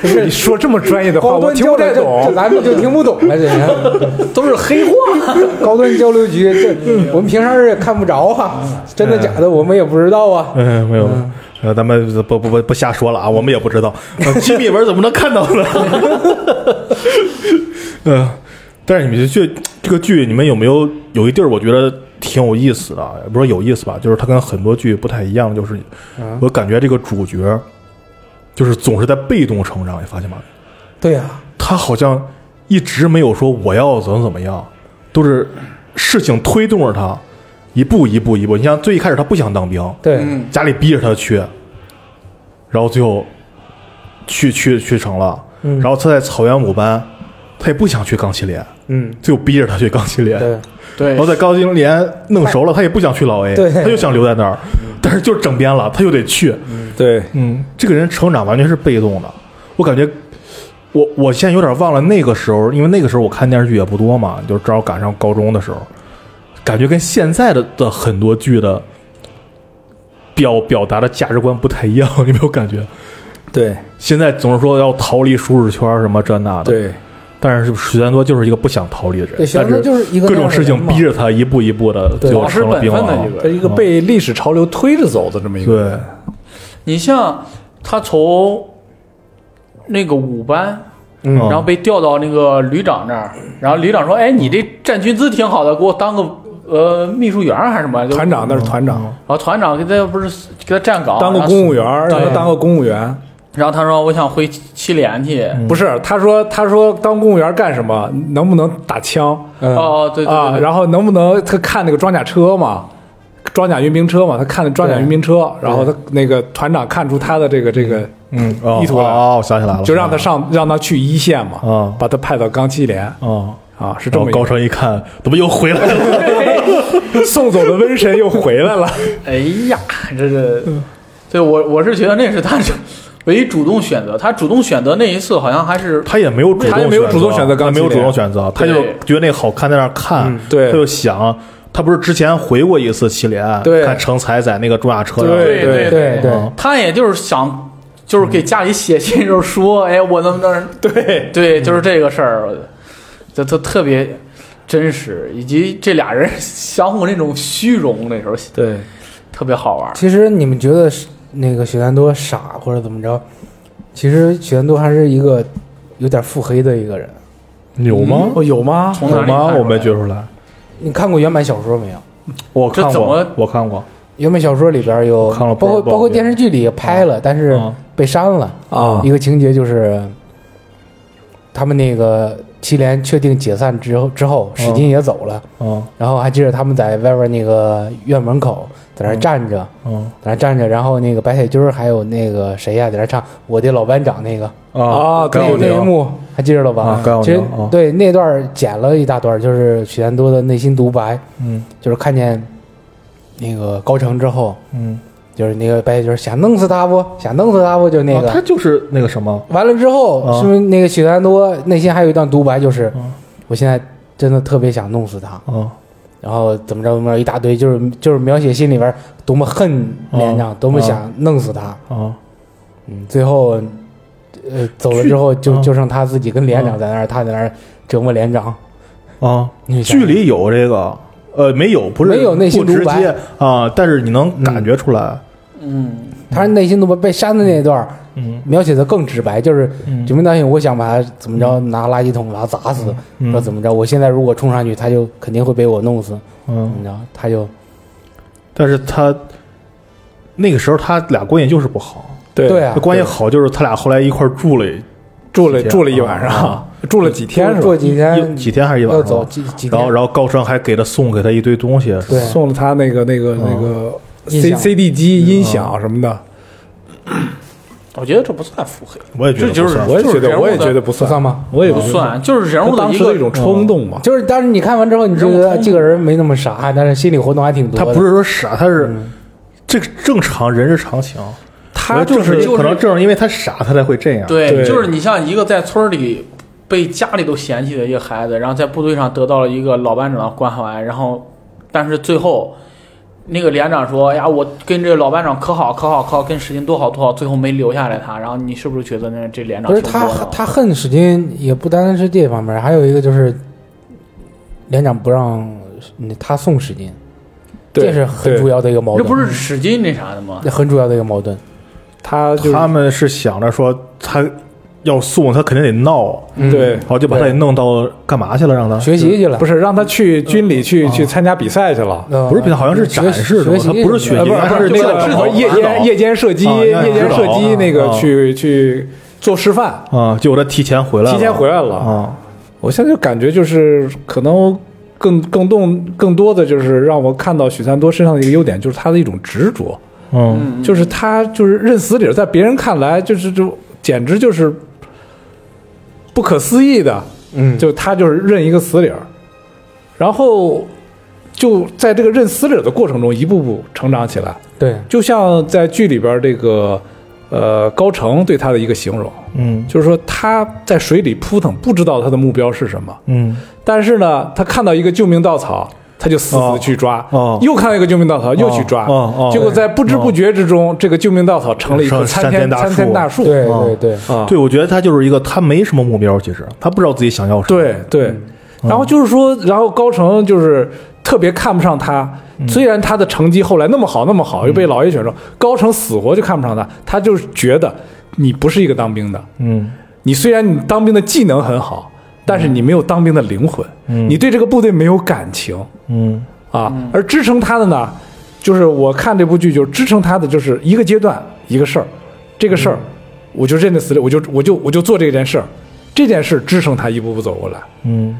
[SPEAKER 4] 是你 说这么专业的话，
[SPEAKER 3] 高
[SPEAKER 4] 我
[SPEAKER 3] 端
[SPEAKER 4] 听
[SPEAKER 3] 交
[SPEAKER 4] 不
[SPEAKER 3] 流
[SPEAKER 4] 太
[SPEAKER 3] 这这
[SPEAKER 4] 懂。
[SPEAKER 3] 咱们就听不懂了，这
[SPEAKER 2] 都是黑话。
[SPEAKER 3] 高端交流局，这我们平常人也看不着啊，真的假的我们也不知道啊。
[SPEAKER 1] 嗯，没有。呃，咱们不不不不瞎说了啊，我们也不知道，呃机密文怎么能看到呢？ 嗯，但是你们这剧这个剧，你们有没有有一地儿我觉得挺有意思的啊？也不是有意思吧，就是它跟很多剧不太一样，就是我感觉这个主角就是总是在被动成长，你发现吗？
[SPEAKER 3] 对啊呀，
[SPEAKER 1] 他好像一直没有说我要怎么怎么样，都是事情推动着他一步一步一步。你像最一开始他不想当兵，
[SPEAKER 3] 对，
[SPEAKER 2] 嗯，
[SPEAKER 1] 家里逼着他去，然后最后去去去成了。
[SPEAKER 3] 嗯
[SPEAKER 1] 然后他在草原舞班，他也不想去钢七连，
[SPEAKER 3] 嗯，
[SPEAKER 1] 最后逼着他去钢七连。
[SPEAKER 3] 对，
[SPEAKER 2] 对
[SPEAKER 1] 然后在钢七连弄熟了，他也不想去老 A，
[SPEAKER 3] 对
[SPEAKER 1] 他就想留在那儿，但是就是整编了，他又得去。
[SPEAKER 4] 对，
[SPEAKER 1] 嗯，这个人成长完全是被动的。我感觉我我现在有点忘了那个时候，因为那个时候我看电视剧也不多嘛，就正好赶上高中的时候，感觉跟现在的的很多剧的表表达的价值观不太一样， 你有没有感觉？
[SPEAKER 4] 对，
[SPEAKER 1] 现在总是说要逃离舒适圈什么这那的，
[SPEAKER 4] 对，
[SPEAKER 1] 但是许三多就是一个不想逃离的人
[SPEAKER 3] 对，许，
[SPEAKER 1] 但
[SPEAKER 3] 三多就是一个
[SPEAKER 1] 各
[SPEAKER 3] 那样
[SPEAKER 1] 种
[SPEAKER 3] 的
[SPEAKER 1] 事情
[SPEAKER 3] 人嘛
[SPEAKER 1] 逼着他一步一步的
[SPEAKER 3] 对
[SPEAKER 1] 就
[SPEAKER 2] 老实
[SPEAKER 1] 成了
[SPEAKER 2] 本
[SPEAKER 1] 兵
[SPEAKER 2] 分的
[SPEAKER 1] 了
[SPEAKER 2] 一。个嗯
[SPEAKER 4] 这
[SPEAKER 2] 人。
[SPEAKER 4] 是一个被历史潮流推着走的这么一个人。
[SPEAKER 1] 对，
[SPEAKER 2] 你像他从那个五班，
[SPEAKER 1] 嗯
[SPEAKER 2] 然后被调到那个旅长那儿，然后旅长说：“哎，你这站军姿挺好的，给我当个呃秘书员还是什么？”就
[SPEAKER 4] 团长那是团
[SPEAKER 1] 嗯
[SPEAKER 4] 长，
[SPEAKER 2] 然后团长给他不是给他站岗，
[SPEAKER 4] 当个
[SPEAKER 2] 然后
[SPEAKER 4] 公务员，
[SPEAKER 1] 啊
[SPEAKER 4] 让他
[SPEAKER 2] 对
[SPEAKER 4] 当个公务员。
[SPEAKER 2] 然后他说：“我想回七连去。
[SPEAKER 4] 不是，他说他说当公务员干什么？能不能打枪
[SPEAKER 3] 嗯，
[SPEAKER 2] 哦，对对
[SPEAKER 4] 啊？
[SPEAKER 2] 对，
[SPEAKER 4] 然后能不能他看那个装甲车嘛？装甲运兵车嘛，他看那装甲运兵车，然后他那个团长看出他的这个这个，
[SPEAKER 1] 嗯，哦
[SPEAKER 4] 意图
[SPEAKER 1] 哦
[SPEAKER 4] 了
[SPEAKER 1] 哦，我想起来了，
[SPEAKER 4] 就让他上让他去一线嘛，
[SPEAKER 1] 啊
[SPEAKER 4] 把他派到钢七连
[SPEAKER 1] 哦。
[SPEAKER 4] 啊，是这
[SPEAKER 1] 然后
[SPEAKER 4] 么一
[SPEAKER 1] 高
[SPEAKER 4] 个
[SPEAKER 1] 成一看，怎么又回来 了？
[SPEAKER 4] 送走的瘟神又回来了，
[SPEAKER 2] 哎呀，这是，
[SPEAKER 4] 嗯
[SPEAKER 2] 对我我是觉得那是他是唯一主动选择，他主动选择那一次好像还是
[SPEAKER 1] 他也没有主动，
[SPEAKER 4] 他也没有主动选择
[SPEAKER 1] 他
[SPEAKER 4] 钢
[SPEAKER 1] 没
[SPEAKER 4] 琴嗯
[SPEAKER 1] 有主动选择，他就觉得那个好看，在那儿看，
[SPEAKER 4] 对
[SPEAKER 1] 他就想，他不是之前回过一次祁连，
[SPEAKER 4] 对
[SPEAKER 1] 看成才在那个装甲车上，
[SPEAKER 4] 对
[SPEAKER 2] 对
[SPEAKER 3] 对对，
[SPEAKER 1] 嗯
[SPEAKER 2] 他也就是想，就是给家里写信的时候说，哎，我能不能
[SPEAKER 4] 对，
[SPEAKER 2] 对，就是这个事儿，这他特别真实，以及这俩人相互那种虚荣，那时候
[SPEAKER 4] 对，
[SPEAKER 2] 特别好玩。
[SPEAKER 3] 其实你们觉得是那个许三多傻或者怎么着？其实许三多还是一个有点腹黑的一个人。
[SPEAKER 1] 有吗？
[SPEAKER 4] 哦，有吗？
[SPEAKER 2] 从哪
[SPEAKER 1] 有
[SPEAKER 2] 里看
[SPEAKER 1] 吗？
[SPEAKER 2] 出来
[SPEAKER 1] 嗯啊我没觉出来，
[SPEAKER 3] 你看过原版小说没有？
[SPEAKER 1] 我看
[SPEAKER 2] 这怎
[SPEAKER 1] 过
[SPEAKER 2] 么，
[SPEAKER 1] 我看过，
[SPEAKER 3] 原本小说里边有，
[SPEAKER 1] 我看了
[SPEAKER 3] 包括
[SPEAKER 1] 不知道
[SPEAKER 3] 包括电视剧里也拍了，但是
[SPEAKER 1] 嗯
[SPEAKER 3] 被删了。
[SPEAKER 4] 啊
[SPEAKER 2] 嗯
[SPEAKER 3] 一个情节就是，他们那个七连确定解散之后，之
[SPEAKER 1] 啊
[SPEAKER 3] 后史进也走了，
[SPEAKER 1] 嗯
[SPEAKER 3] 然后还记得他们在外边那个院门口在那儿站着，
[SPEAKER 1] 嗯
[SPEAKER 3] 在那儿站着，然后那个白铁军儿还有那个谁呀、在那儿唱《我的老班长》那个
[SPEAKER 4] 啊
[SPEAKER 1] 甘
[SPEAKER 4] 对
[SPEAKER 1] 有
[SPEAKER 3] 那那一
[SPEAKER 1] 宁，
[SPEAKER 3] 幕还记着了吧？
[SPEAKER 1] 啊甘有宁
[SPEAKER 3] 其实
[SPEAKER 1] 啊
[SPEAKER 3] 对那段儿剪了一大段儿，就是许三多的内心独白，
[SPEAKER 1] 嗯
[SPEAKER 3] 就是看见那个高成之后，
[SPEAKER 1] 嗯，
[SPEAKER 3] 就是那个白铁军儿想弄死他不？想弄死他不？就那
[SPEAKER 1] 啊
[SPEAKER 3] 个、
[SPEAKER 1] 他就是那个什么，
[SPEAKER 3] 完了之后，
[SPEAKER 1] 啊
[SPEAKER 3] 是不是那个许三多内心还有一段独白，就是、
[SPEAKER 1] 嗯
[SPEAKER 3] 我现在真的特别想弄死他，
[SPEAKER 1] 啊
[SPEAKER 3] 然后怎么着怎么着一大堆，就是就是描写心里边多么恨连长，多么想弄死他。
[SPEAKER 1] 啊
[SPEAKER 3] 嗯，最后，呃，走了之后
[SPEAKER 1] 啊
[SPEAKER 3] 就就剩他自己跟连长在那儿，他在那儿折磨连长。
[SPEAKER 1] 啊！
[SPEAKER 3] 你想
[SPEAKER 1] 剧里有这个，呃，没有，不是
[SPEAKER 3] 没有内心
[SPEAKER 1] 不直
[SPEAKER 3] 独白
[SPEAKER 1] 接啊，但是你能感觉出来，
[SPEAKER 2] 嗯，
[SPEAKER 3] 他内心独白被删的那段儿
[SPEAKER 1] 嗯
[SPEAKER 3] 描写的更直白，就是
[SPEAKER 1] 嗯
[SPEAKER 3] 九命大幸，我想把他怎么着，拿垃圾桶把他砸死，
[SPEAKER 1] 嗯
[SPEAKER 3] 说怎么着，我现在如果冲上去，他就肯定会被我弄死，怎
[SPEAKER 1] 嗯，
[SPEAKER 3] 么着，他就
[SPEAKER 1] 但是他那个时候他俩关系就是不好，
[SPEAKER 4] 对
[SPEAKER 3] 对啊
[SPEAKER 1] 关系好就是他俩后来一块儿住了
[SPEAKER 4] 住了
[SPEAKER 1] 几天
[SPEAKER 4] 住了一晚上
[SPEAKER 1] 啊，
[SPEAKER 4] 住了几天是
[SPEAKER 3] 做
[SPEAKER 4] 吧？
[SPEAKER 3] 几
[SPEAKER 1] 一
[SPEAKER 3] 天
[SPEAKER 1] 几天还是一晚
[SPEAKER 3] 要
[SPEAKER 1] 上，
[SPEAKER 3] 走几几
[SPEAKER 1] 然后
[SPEAKER 3] 天，
[SPEAKER 1] 然后高升还给他送给他一堆东西，
[SPEAKER 3] 对
[SPEAKER 4] 送了他那个那个那
[SPEAKER 1] 哦
[SPEAKER 4] 个
[SPEAKER 3] 音
[SPEAKER 4] C
[SPEAKER 3] 响
[SPEAKER 4] C D
[SPEAKER 1] 嗯
[SPEAKER 4] 机音响什么的，
[SPEAKER 2] 我觉得这不算腹黑，
[SPEAKER 1] 我也觉得
[SPEAKER 2] 这就是
[SPEAKER 1] 不算
[SPEAKER 4] 我也觉
[SPEAKER 2] 就是人
[SPEAKER 4] 得
[SPEAKER 2] 物
[SPEAKER 4] 我也
[SPEAKER 2] 的
[SPEAKER 4] 觉得不
[SPEAKER 3] 不
[SPEAKER 4] 算
[SPEAKER 3] 算？吗？
[SPEAKER 4] 我也
[SPEAKER 2] 不
[SPEAKER 4] 觉得
[SPEAKER 2] 算，就是人
[SPEAKER 4] 他
[SPEAKER 2] 物的
[SPEAKER 4] 当
[SPEAKER 2] 一
[SPEAKER 4] 时的
[SPEAKER 2] 个
[SPEAKER 4] 一种冲动嘛。
[SPEAKER 3] 就是，但是你看完之后，你就觉得这个人没那么傻，哎但是心理活动还挺多
[SPEAKER 1] 他
[SPEAKER 3] 的。
[SPEAKER 1] 不是说傻，他是这个正常人之常情。
[SPEAKER 2] 他就
[SPEAKER 1] 正
[SPEAKER 2] 是就是
[SPEAKER 1] 可能正是因为他傻，他才会这样。
[SPEAKER 2] 对，
[SPEAKER 4] 对
[SPEAKER 2] 就是你像一个在村儿里被家里都嫌弃的一个孩子，然后在部队上得到了一个老班长的关怀，然后但是最后那个连长说：“哎呀，我跟这个老班长可好可好可好，跟史金多好多好。”最后没留下来他，然后你是不是觉得那这连长
[SPEAKER 3] 不是
[SPEAKER 2] 挺啊
[SPEAKER 3] 他
[SPEAKER 2] 窝囊
[SPEAKER 3] 他恨史金也不单单是这方面，还有一个就是连长不让嗯他送史金，
[SPEAKER 4] 对
[SPEAKER 3] 这是很
[SPEAKER 4] 对
[SPEAKER 3] 主要的一个矛
[SPEAKER 2] 这
[SPEAKER 3] 盾，
[SPEAKER 2] 不是史金那啥的吗？
[SPEAKER 3] 很主要的一个矛盾。
[SPEAKER 4] 他就是
[SPEAKER 1] 他们是想着说他要送，他肯定得闹，
[SPEAKER 3] 嗯
[SPEAKER 4] 对
[SPEAKER 1] 然后就把他给弄到干嘛去了？让他
[SPEAKER 3] 学习去了，嗯
[SPEAKER 4] 不
[SPEAKER 3] 啊是
[SPEAKER 4] 是让他去军里去去参加比赛去了。
[SPEAKER 1] 不是比赛好像是展示的吧，
[SPEAKER 3] 学习
[SPEAKER 1] 他不是学
[SPEAKER 4] 呃，
[SPEAKER 1] 习，
[SPEAKER 4] 不
[SPEAKER 1] 他
[SPEAKER 4] 是
[SPEAKER 1] 那个
[SPEAKER 4] 不是夜
[SPEAKER 1] 指导
[SPEAKER 4] 间夜间射击，
[SPEAKER 1] 啊那
[SPEAKER 4] 夜间
[SPEAKER 1] 指导
[SPEAKER 4] 射击那个
[SPEAKER 1] 啊
[SPEAKER 4] 去去做示范，
[SPEAKER 1] 啊，结果他提前回来了，
[SPEAKER 4] 提前回来了。
[SPEAKER 1] 啊，
[SPEAKER 4] 我现在就感觉就是可能更更动更多的就是让我看到许三多身上的一个优点，就是他的一种执着，
[SPEAKER 1] 嗯
[SPEAKER 2] 嗯，
[SPEAKER 4] 就是他就是认死理儿，在别人看来就是就简直就是不可思议的，
[SPEAKER 3] 嗯，
[SPEAKER 4] 就他就是认一个死理儿，然后就在这个认死理儿的过程中一步步成长起来。
[SPEAKER 3] 对
[SPEAKER 4] 就像在剧里边这个呃高成对他的一个形容，
[SPEAKER 1] 嗯
[SPEAKER 4] 就是说他在水里扑腾，不知道他的目标是什么，
[SPEAKER 1] 嗯
[SPEAKER 4] 但是呢，他看到一个救命稻草，他就死
[SPEAKER 1] 哦
[SPEAKER 4] 死去抓，
[SPEAKER 1] 哦
[SPEAKER 4] 又看到一个救命稻草，又去抓，
[SPEAKER 1] 哦哦
[SPEAKER 4] 结果在不知不觉之中，这个救命稻草成了一棵
[SPEAKER 1] 成
[SPEAKER 4] 参
[SPEAKER 1] 参
[SPEAKER 4] 天
[SPEAKER 1] 天大
[SPEAKER 4] 参天
[SPEAKER 1] 树
[SPEAKER 4] 大树，
[SPEAKER 3] 对
[SPEAKER 1] 啊
[SPEAKER 3] 对对，
[SPEAKER 4] 啊，
[SPEAKER 1] 对，我觉得他就是一个他没什么目标，其实他不知道自己想要什么。
[SPEAKER 4] 对对，
[SPEAKER 1] 嗯
[SPEAKER 4] 然后就是说，然后高成就是特别看不上他，
[SPEAKER 1] 嗯
[SPEAKER 4] 虽然他的成绩后来那么好那么好，又被老爷选中，高成死活就看不上他，他就是觉得你不是一个当兵的，
[SPEAKER 1] 嗯
[SPEAKER 4] 你虽然你当兵的技能很好，但是你没有当兵的灵魂，
[SPEAKER 1] 嗯
[SPEAKER 4] 你对这个部队没有感情
[SPEAKER 1] 嗯
[SPEAKER 4] 啊，而支撑他的呢，就是我看这部剧就支撑他的就是一个阶段一个事儿，这个事儿我就认得死理，我就我就我就做这件事儿，这件事支撑他一步步走过来。
[SPEAKER 1] 嗯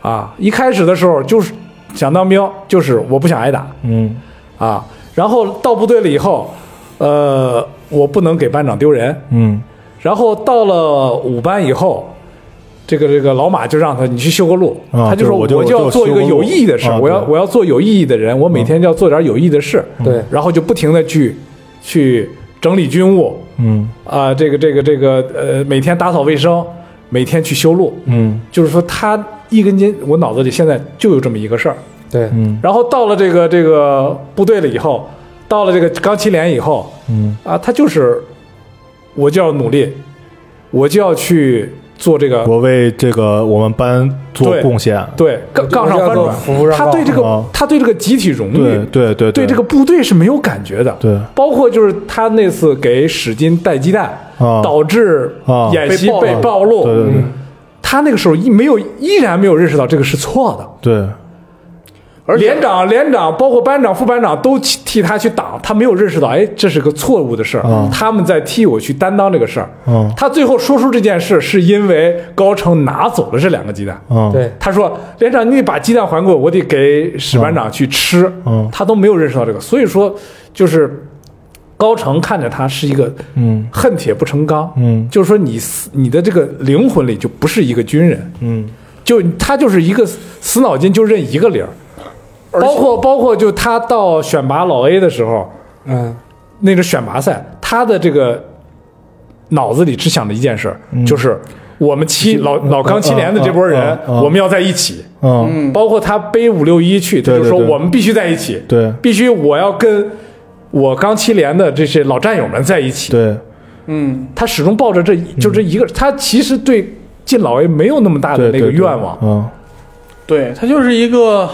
[SPEAKER 4] 啊，一开始的时候就是想当兵，就是我不想挨打
[SPEAKER 1] 嗯
[SPEAKER 4] 啊。然后到部队了以后，呃，我不能给班长丢人。
[SPEAKER 1] 嗯
[SPEAKER 4] 然后到了五班以后，这个这个老马就让他你去修个路，
[SPEAKER 1] 啊
[SPEAKER 4] 他就说
[SPEAKER 1] 对我就
[SPEAKER 4] 要做一个有意义的事，
[SPEAKER 1] 我就修个路啊
[SPEAKER 4] 我要
[SPEAKER 1] 对嗯
[SPEAKER 4] 我要做有意义的人，我每天就要做点有意义的事。
[SPEAKER 3] 对
[SPEAKER 4] 然后就不停的去去整理军务
[SPEAKER 1] 嗯
[SPEAKER 4] 啊、这个这个这个呃，每天打扫卫生，每天去修路。
[SPEAKER 1] 嗯
[SPEAKER 4] 就是说他一根筋，我脑子里现在就有这么一个事儿。
[SPEAKER 3] 对
[SPEAKER 1] 嗯
[SPEAKER 4] 然后到了这个这个部队了以后，到了这个钢七连以后
[SPEAKER 1] 嗯
[SPEAKER 4] 啊，他就是我就要努力，我就要去做这个
[SPEAKER 1] 我为这个我们班做
[SPEAKER 4] 对
[SPEAKER 1] 贡献。
[SPEAKER 4] 对杠杠上翻
[SPEAKER 3] 我就要做服务让
[SPEAKER 4] 转。他对这个
[SPEAKER 1] 道
[SPEAKER 4] 他对这个集体荣誉
[SPEAKER 1] 对，对对
[SPEAKER 4] 对这个部队是没有感觉的。
[SPEAKER 1] 对
[SPEAKER 4] 包括就是他那次给史金带鸡蛋，
[SPEAKER 1] 啊
[SPEAKER 4] 导致
[SPEAKER 1] 啊
[SPEAKER 4] 演习
[SPEAKER 2] 被暴露
[SPEAKER 4] 被暴露，嗯
[SPEAKER 1] 对对对
[SPEAKER 4] 他那个时候一没有依然没有认识到这个是错的。
[SPEAKER 1] 对，
[SPEAKER 4] 而连长、连长，包括班长、副班长都替替他去挡，他没有认识到，哎，这是个错误的事儿，
[SPEAKER 1] 嗯
[SPEAKER 4] 他们在替我去担当这个事儿。
[SPEAKER 1] 嗯
[SPEAKER 4] 他最后说出这件事，是因为高成拿走了这两个鸡蛋。
[SPEAKER 1] 嗯
[SPEAKER 3] 对，
[SPEAKER 4] 他说：“连长，你得把鸡蛋还给我，我得给史班长去吃。
[SPEAKER 1] 嗯
[SPEAKER 4] 他都没有认识到这个，所以说，就是高成看着他是一个
[SPEAKER 1] 嗯
[SPEAKER 4] 恨铁不成钢，
[SPEAKER 1] 嗯
[SPEAKER 4] 就是说你思你的这个灵魂里就不是一个军人，
[SPEAKER 1] 嗯
[SPEAKER 4] 就他就是一个死脑筋就认一个理儿，包括包括就他到选拔老 A 的时候，
[SPEAKER 3] 嗯，
[SPEAKER 4] 那个选拔赛，他的这个脑子里只想着一件事儿，就是
[SPEAKER 5] 我们七老老康七连的这波人
[SPEAKER 1] 嗯，嗯嗯嗯
[SPEAKER 5] 我们要在一起。
[SPEAKER 1] 嗯，
[SPEAKER 5] 包括他背五六一去，他
[SPEAKER 1] 对
[SPEAKER 5] 就说
[SPEAKER 1] 对对
[SPEAKER 5] 我们必须在一起，
[SPEAKER 1] 对
[SPEAKER 5] 必须我要跟我刚七连的这些老战友们在一起。
[SPEAKER 1] 对，
[SPEAKER 2] 嗯，
[SPEAKER 5] 他始终抱着这
[SPEAKER 4] 嗯
[SPEAKER 5] 就这一个，他其实对进老 A 没有那么大的
[SPEAKER 1] 对
[SPEAKER 5] 那个愿望。
[SPEAKER 1] 嗯，
[SPEAKER 2] 对他就是一个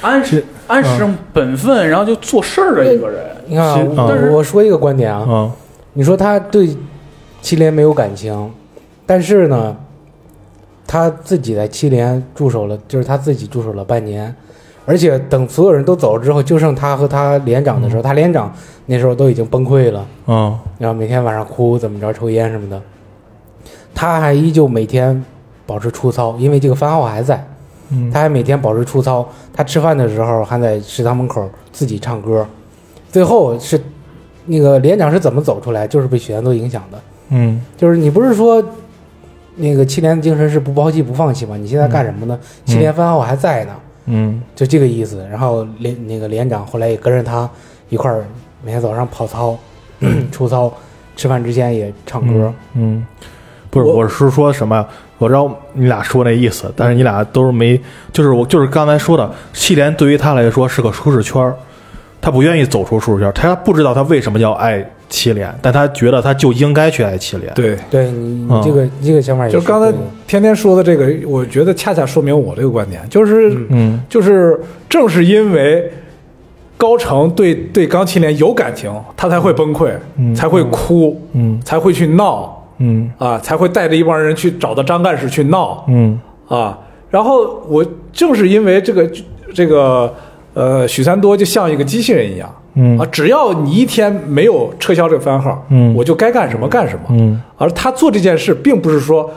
[SPEAKER 2] 安
[SPEAKER 1] 是
[SPEAKER 2] 安生本分，然后就做事儿的一个人。
[SPEAKER 3] 你看啊，
[SPEAKER 1] 是
[SPEAKER 3] 我
[SPEAKER 1] 但是
[SPEAKER 3] 我说一个观点啊，
[SPEAKER 1] 嗯，
[SPEAKER 3] 你说他对七连没有感情，但是呢，他自己在七连驻守了，就是他自己驻守了半年，而且等所有人都走了之后，就剩他和他连长的时候，他连长那时候都已经崩溃了，
[SPEAKER 1] 嗯，
[SPEAKER 3] 然后每天晚上哭，怎么着抽烟什么的，他还依旧每天保持粗糙，因为这个番号还在，
[SPEAKER 1] 嗯，
[SPEAKER 3] 他还每天保持粗糙。他吃饭的时候还在食堂门口自己唱歌。最后是那个连长是怎么走出来？就是被许三多影响的。
[SPEAKER 1] 嗯，
[SPEAKER 3] 就是你不是说那个七连的精神是不抛弃不放弃吗？你现在干什么呢？七连番号还在呢，
[SPEAKER 1] 嗯，
[SPEAKER 3] 就这个意思。然后连那个连长后来也跟着他一块儿每天早上跑操、
[SPEAKER 4] 嗯
[SPEAKER 3] 出操，吃饭之前也唱歌。
[SPEAKER 1] 嗯，不是，
[SPEAKER 4] 我
[SPEAKER 1] 我是说什么呀？我知道你俩说那意思，但是你俩都是没，就是我就是刚才说的，七连对于他来说是个舒适圈儿，他不愿意走出舒适圈儿，他不知道他为什么要爱七连，但他觉得他就应该去爱七连。
[SPEAKER 4] 对，
[SPEAKER 3] 对你，
[SPEAKER 1] 嗯
[SPEAKER 3] 你这个、你这个想法也
[SPEAKER 4] 就是刚才
[SPEAKER 3] 对的
[SPEAKER 4] 天天说的这个，我觉得恰恰说明我这个观点，就是、
[SPEAKER 1] 嗯
[SPEAKER 4] 就是正是因为高成对对钢琴连有感情，他才会崩溃，
[SPEAKER 1] 嗯
[SPEAKER 4] 才会哭，
[SPEAKER 1] 嗯
[SPEAKER 4] 才会去闹
[SPEAKER 1] 嗯
[SPEAKER 4] 啊，才会带着一帮人去找到张干事去闹，
[SPEAKER 1] 嗯
[SPEAKER 4] 啊，然后我正是因为这个这个呃，许三多就像一个机器人一样，
[SPEAKER 1] 嗯
[SPEAKER 4] 啊，只要你一天没有撤销这个番号，
[SPEAKER 1] 嗯
[SPEAKER 4] 我就该干什么干什么，
[SPEAKER 1] 嗯，
[SPEAKER 4] 而他做这件事并不是说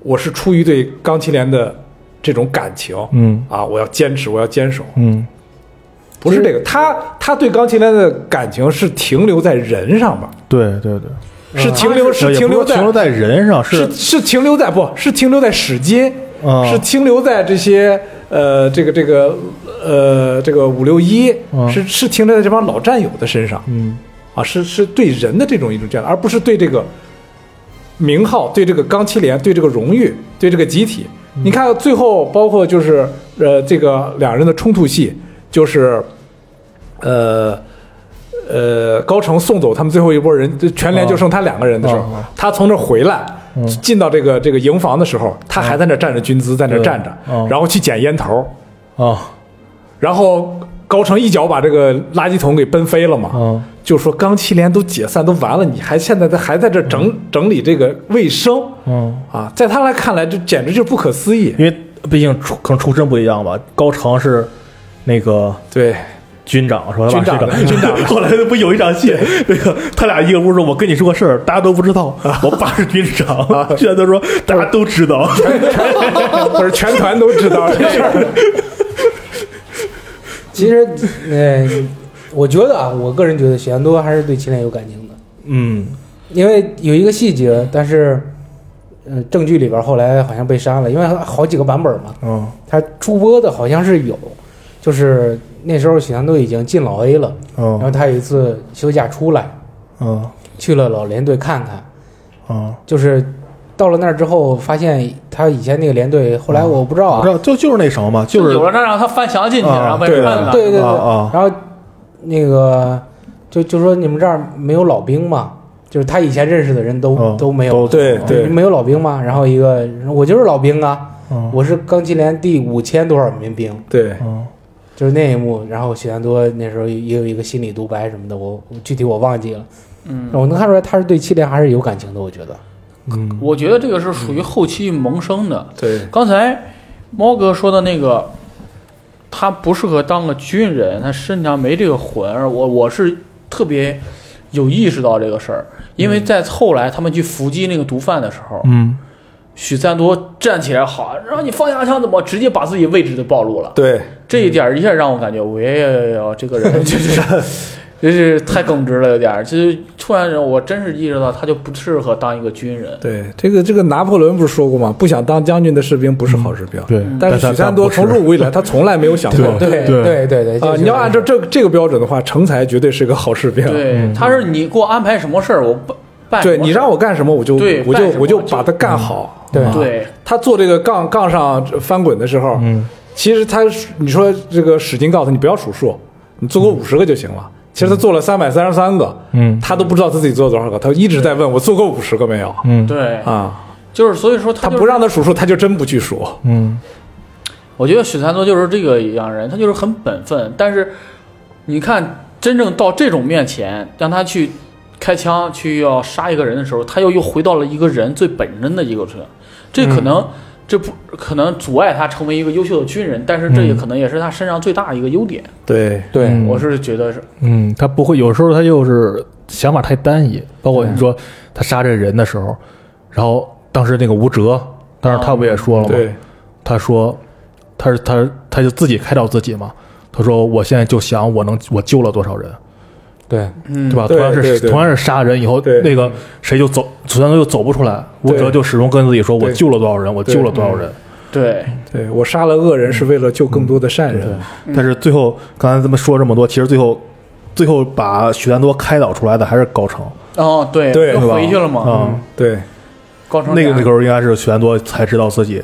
[SPEAKER 4] 我是出于对钢七连的这种感情，
[SPEAKER 1] 嗯
[SPEAKER 4] 啊，我要坚持，我要坚守，
[SPEAKER 1] 嗯
[SPEAKER 4] 不是这个，他他对钢七连的感情是停留在人上吧，
[SPEAKER 1] 对对对，
[SPEAKER 4] 是停留
[SPEAKER 1] 嗯啊也
[SPEAKER 4] 是
[SPEAKER 1] 不
[SPEAKER 4] 停
[SPEAKER 1] 说
[SPEAKER 4] 留在
[SPEAKER 1] 停留在人上，是
[SPEAKER 4] 是是停留在不是停留在史金，
[SPEAKER 1] 啊
[SPEAKER 4] 是停留在这些呃这个这个呃这个五六一，
[SPEAKER 1] 嗯
[SPEAKER 4] 是是停留在这帮老战友的身上
[SPEAKER 1] 嗯
[SPEAKER 4] 啊，是是对人的这种一种这样，而不是对这个名号、对这个钢七连、对这个荣誉、对这个集体。
[SPEAKER 1] 嗯
[SPEAKER 4] 你看最后包括就是呃这个两人的冲突戏，就是呃。呃，高成送走他们最后一波人，就全连就剩他两个人的时候，
[SPEAKER 1] 啊啊啊
[SPEAKER 4] 他从这儿回来，
[SPEAKER 1] 嗯
[SPEAKER 4] 进到这个这个营房的时候，他还在那儿站着军姿，在那儿站着，
[SPEAKER 1] 对啊
[SPEAKER 4] 然后去捡烟头，
[SPEAKER 1] 啊
[SPEAKER 4] 然后高成一脚把这个垃圾桶给奔飞了嘛，
[SPEAKER 1] 啊
[SPEAKER 4] 就说刚七连都解散都完了，你还现在在还在这整、整理这个卫生
[SPEAKER 1] 嗯，
[SPEAKER 4] 啊，在他来看来，这简直就是不可思议。
[SPEAKER 1] 因为毕竟出可能出身不一样吧，高成是那个
[SPEAKER 4] 对，
[SPEAKER 1] 军长是吧？
[SPEAKER 4] 军长
[SPEAKER 1] 这个军长。 后来不有一场戏，那个他俩一个屋说：“我跟你说个事儿，大家都不知 道，我爸是军长。”居然都说大家都知道，
[SPEAKER 4] 不是全团都知道这事儿，
[SPEAKER 3] 其实，呃， 我觉得啊，我个人觉得许安多还是对秦岭有感情的，
[SPEAKER 1] 嗯
[SPEAKER 3] 因为有一个细
[SPEAKER 4] 嗯
[SPEAKER 3] 节，但是，呃，证据里边后来好像被删了，因为好几个版本嘛，
[SPEAKER 1] 嗯
[SPEAKER 3] 他出播的好像是有，就是那时候许安多已经进老 A 了，
[SPEAKER 4] 哦
[SPEAKER 3] 然后
[SPEAKER 1] 嗯
[SPEAKER 3] 他有一次休假出来
[SPEAKER 1] 嗯
[SPEAKER 3] 去了老连队看看，
[SPEAKER 1] 嗯，
[SPEAKER 3] 就是到了那儿之后，发现他以前那个连队，后来我不知道
[SPEAKER 1] 我
[SPEAKER 3] 啊
[SPEAKER 1] 知，道，就就是那什么嘛，就是
[SPEAKER 2] 有了那让他翻墙进去，
[SPEAKER 1] 啊
[SPEAKER 2] 然后被
[SPEAKER 4] 对
[SPEAKER 2] 摁
[SPEAKER 4] 的
[SPEAKER 2] 了。
[SPEAKER 3] 对对对，
[SPEAKER 1] 啊啊
[SPEAKER 3] 然后那个就就说你们这儿没有老兵吗？就是他以前认识的人都、
[SPEAKER 1] 嗯
[SPEAKER 3] 都没有，
[SPEAKER 1] 都
[SPEAKER 4] 对对
[SPEAKER 3] 没有老兵吗？然后一个我就是老兵啊，
[SPEAKER 1] 嗯
[SPEAKER 3] 我是钢七连第五千多少民兵，
[SPEAKER 4] 对，
[SPEAKER 1] 嗯
[SPEAKER 3] 就是那一幕。然后许三多那时候也有一个心理独白什么的，我我具体我忘记了。
[SPEAKER 2] 嗯，
[SPEAKER 3] 我能看出来他是对七连还是有感情的，我觉得。
[SPEAKER 1] 嗯
[SPEAKER 2] 我觉得这个是属于后期萌生的。
[SPEAKER 4] 对，
[SPEAKER 2] 刚才猫哥说的那个，他不适合当个军人，他身上没这个魂儿。我我是特别有意识到这个事儿，因为在后来他们去伏击那个毒贩的时候，
[SPEAKER 1] 嗯
[SPEAKER 2] 许三多站起来喊：“让你放下枪，怎么直接把自己位置就暴露了？”
[SPEAKER 4] 对，
[SPEAKER 2] 这一点儿一下让我感觉，喂呦呦，这个人就是。 就是太耿直了，有点儿。就是突然，我真是意识到他就不适合当一个军人。
[SPEAKER 4] 对，这个这个拿破仑不是说过吗？不想当将军的士兵不是好士兵。
[SPEAKER 1] 嗯对，
[SPEAKER 4] 但是
[SPEAKER 1] 他
[SPEAKER 4] 许三多从入伍以来，他从来没有想过
[SPEAKER 1] 对
[SPEAKER 3] 对
[SPEAKER 1] 对
[SPEAKER 3] 对对
[SPEAKER 4] 啊、
[SPEAKER 3] 对，
[SPEAKER 4] 你要按照这个这个标准的话，成才绝对是个好士兵。
[SPEAKER 2] 对，他是你给我安排什么事儿，我办办什么
[SPEAKER 4] 嗯对
[SPEAKER 2] 事儿
[SPEAKER 4] 你让我干什么，我就
[SPEAKER 2] 对
[SPEAKER 4] 我
[SPEAKER 2] 干
[SPEAKER 4] 就
[SPEAKER 2] 什么
[SPEAKER 4] 我就
[SPEAKER 2] 就嗯
[SPEAKER 4] 把它干好。
[SPEAKER 3] 对
[SPEAKER 2] 对
[SPEAKER 4] 他做这个杠杠上翻滚的时候，
[SPEAKER 1] 嗯，
[SPEAKER 4] 其实他你说这个史金告诉你不要数数，你做过五十个就行了。其实他做了三百三十三个，
[SPEAKER 1] 嗯
[SPEAKER 4] 他都不知道他自己做了多少个，他一直在问我做过五十个没有
[SPEAKER 1] 嗯
[SPEAKER 2] 对，
[SPEAKER 4] 啊？
[SPEAKER 2] 就是所以说他
[SPEAKER 4] 他
[SPEAKER 2] 就是
[SPEAKER 4] 不让他数数，他就真不去数。
[SPEAKER 1] 嗯
[SPEAKER 2] 我觉得许三多就是这个一样人，他就是很本分，但是你看，真正到这种面前，让他去开枪去要杀一个人的时候，他又又回到了一个人最本真的一个人，
[SPEAKER 4] 嗯
[SPEAKER 2] 这可能、这不可能阻碍他成为一个优秀的军人，但是这也可能也是他身上最大的一个优点。
[SPEAKER 4] 对，
[SPEAKER 3] 对，
[SPEAKER 1] 嗯
[SPEAKER 2] 我是觉得是，
[SPEAKER 1] 嗯，他不会，有时候他就是想法太单一，包括你说他杀这人的时候，然后当时那个吴哲，当时他不也说了吗？
[SPEAKER 4] 对，
[SPEAKER 1] 他说他是他他就自己开导自己嘛。他说：“我现在就想，我能我救了多少人，
[SPEAKER 3] 对，
[SPEAKER 2] 嗯，
[SPEAKER 1] 对吧？
[SPEAKER 4] 对
[SPEAKER 1] 同样
[SPEAKER 4] 对
[SPEAKER 1] 是
[SPEAKER 4] 对
[SPEAKER 1] 同样是杀人以后，
[SPEAKER 4] 对嗯
[SPEAKER 1] 那个谁就走，楚三多就走不出来。吴
[SPEAKER 4] 对
[SPEAKER 1] 哲就始终跟自己说：我
[SPEAKER 4] 对嗯
[SPEAKER 1] 救了多少人，我救了多少人。
[SPEAKER 2] 对，
[SPEAKER 4] 对我杀了恶人是为了救更多的善人。
[SPEAKER 1] 但是最后，刚才咱们说这么多，其实最后最后把许三多开导出来的还是高成。
[SPEAKER 2] 哦，对，
[SPEAKER 4] 对
[SPEAKER 2] 又
[SPEAKER 4] 对
[SPEAKER 1] 吧
[SPEAKER 2] 回去了嘛，
[SPEAKER 1] 嗯
[SPEAKER 4] 对，
[SPEAKER 2] 高成
[SPEAKER 1] 那个
[SPEAKER 2] 俩
[SPEAKER 1] 那时候应该是许三多才知道自己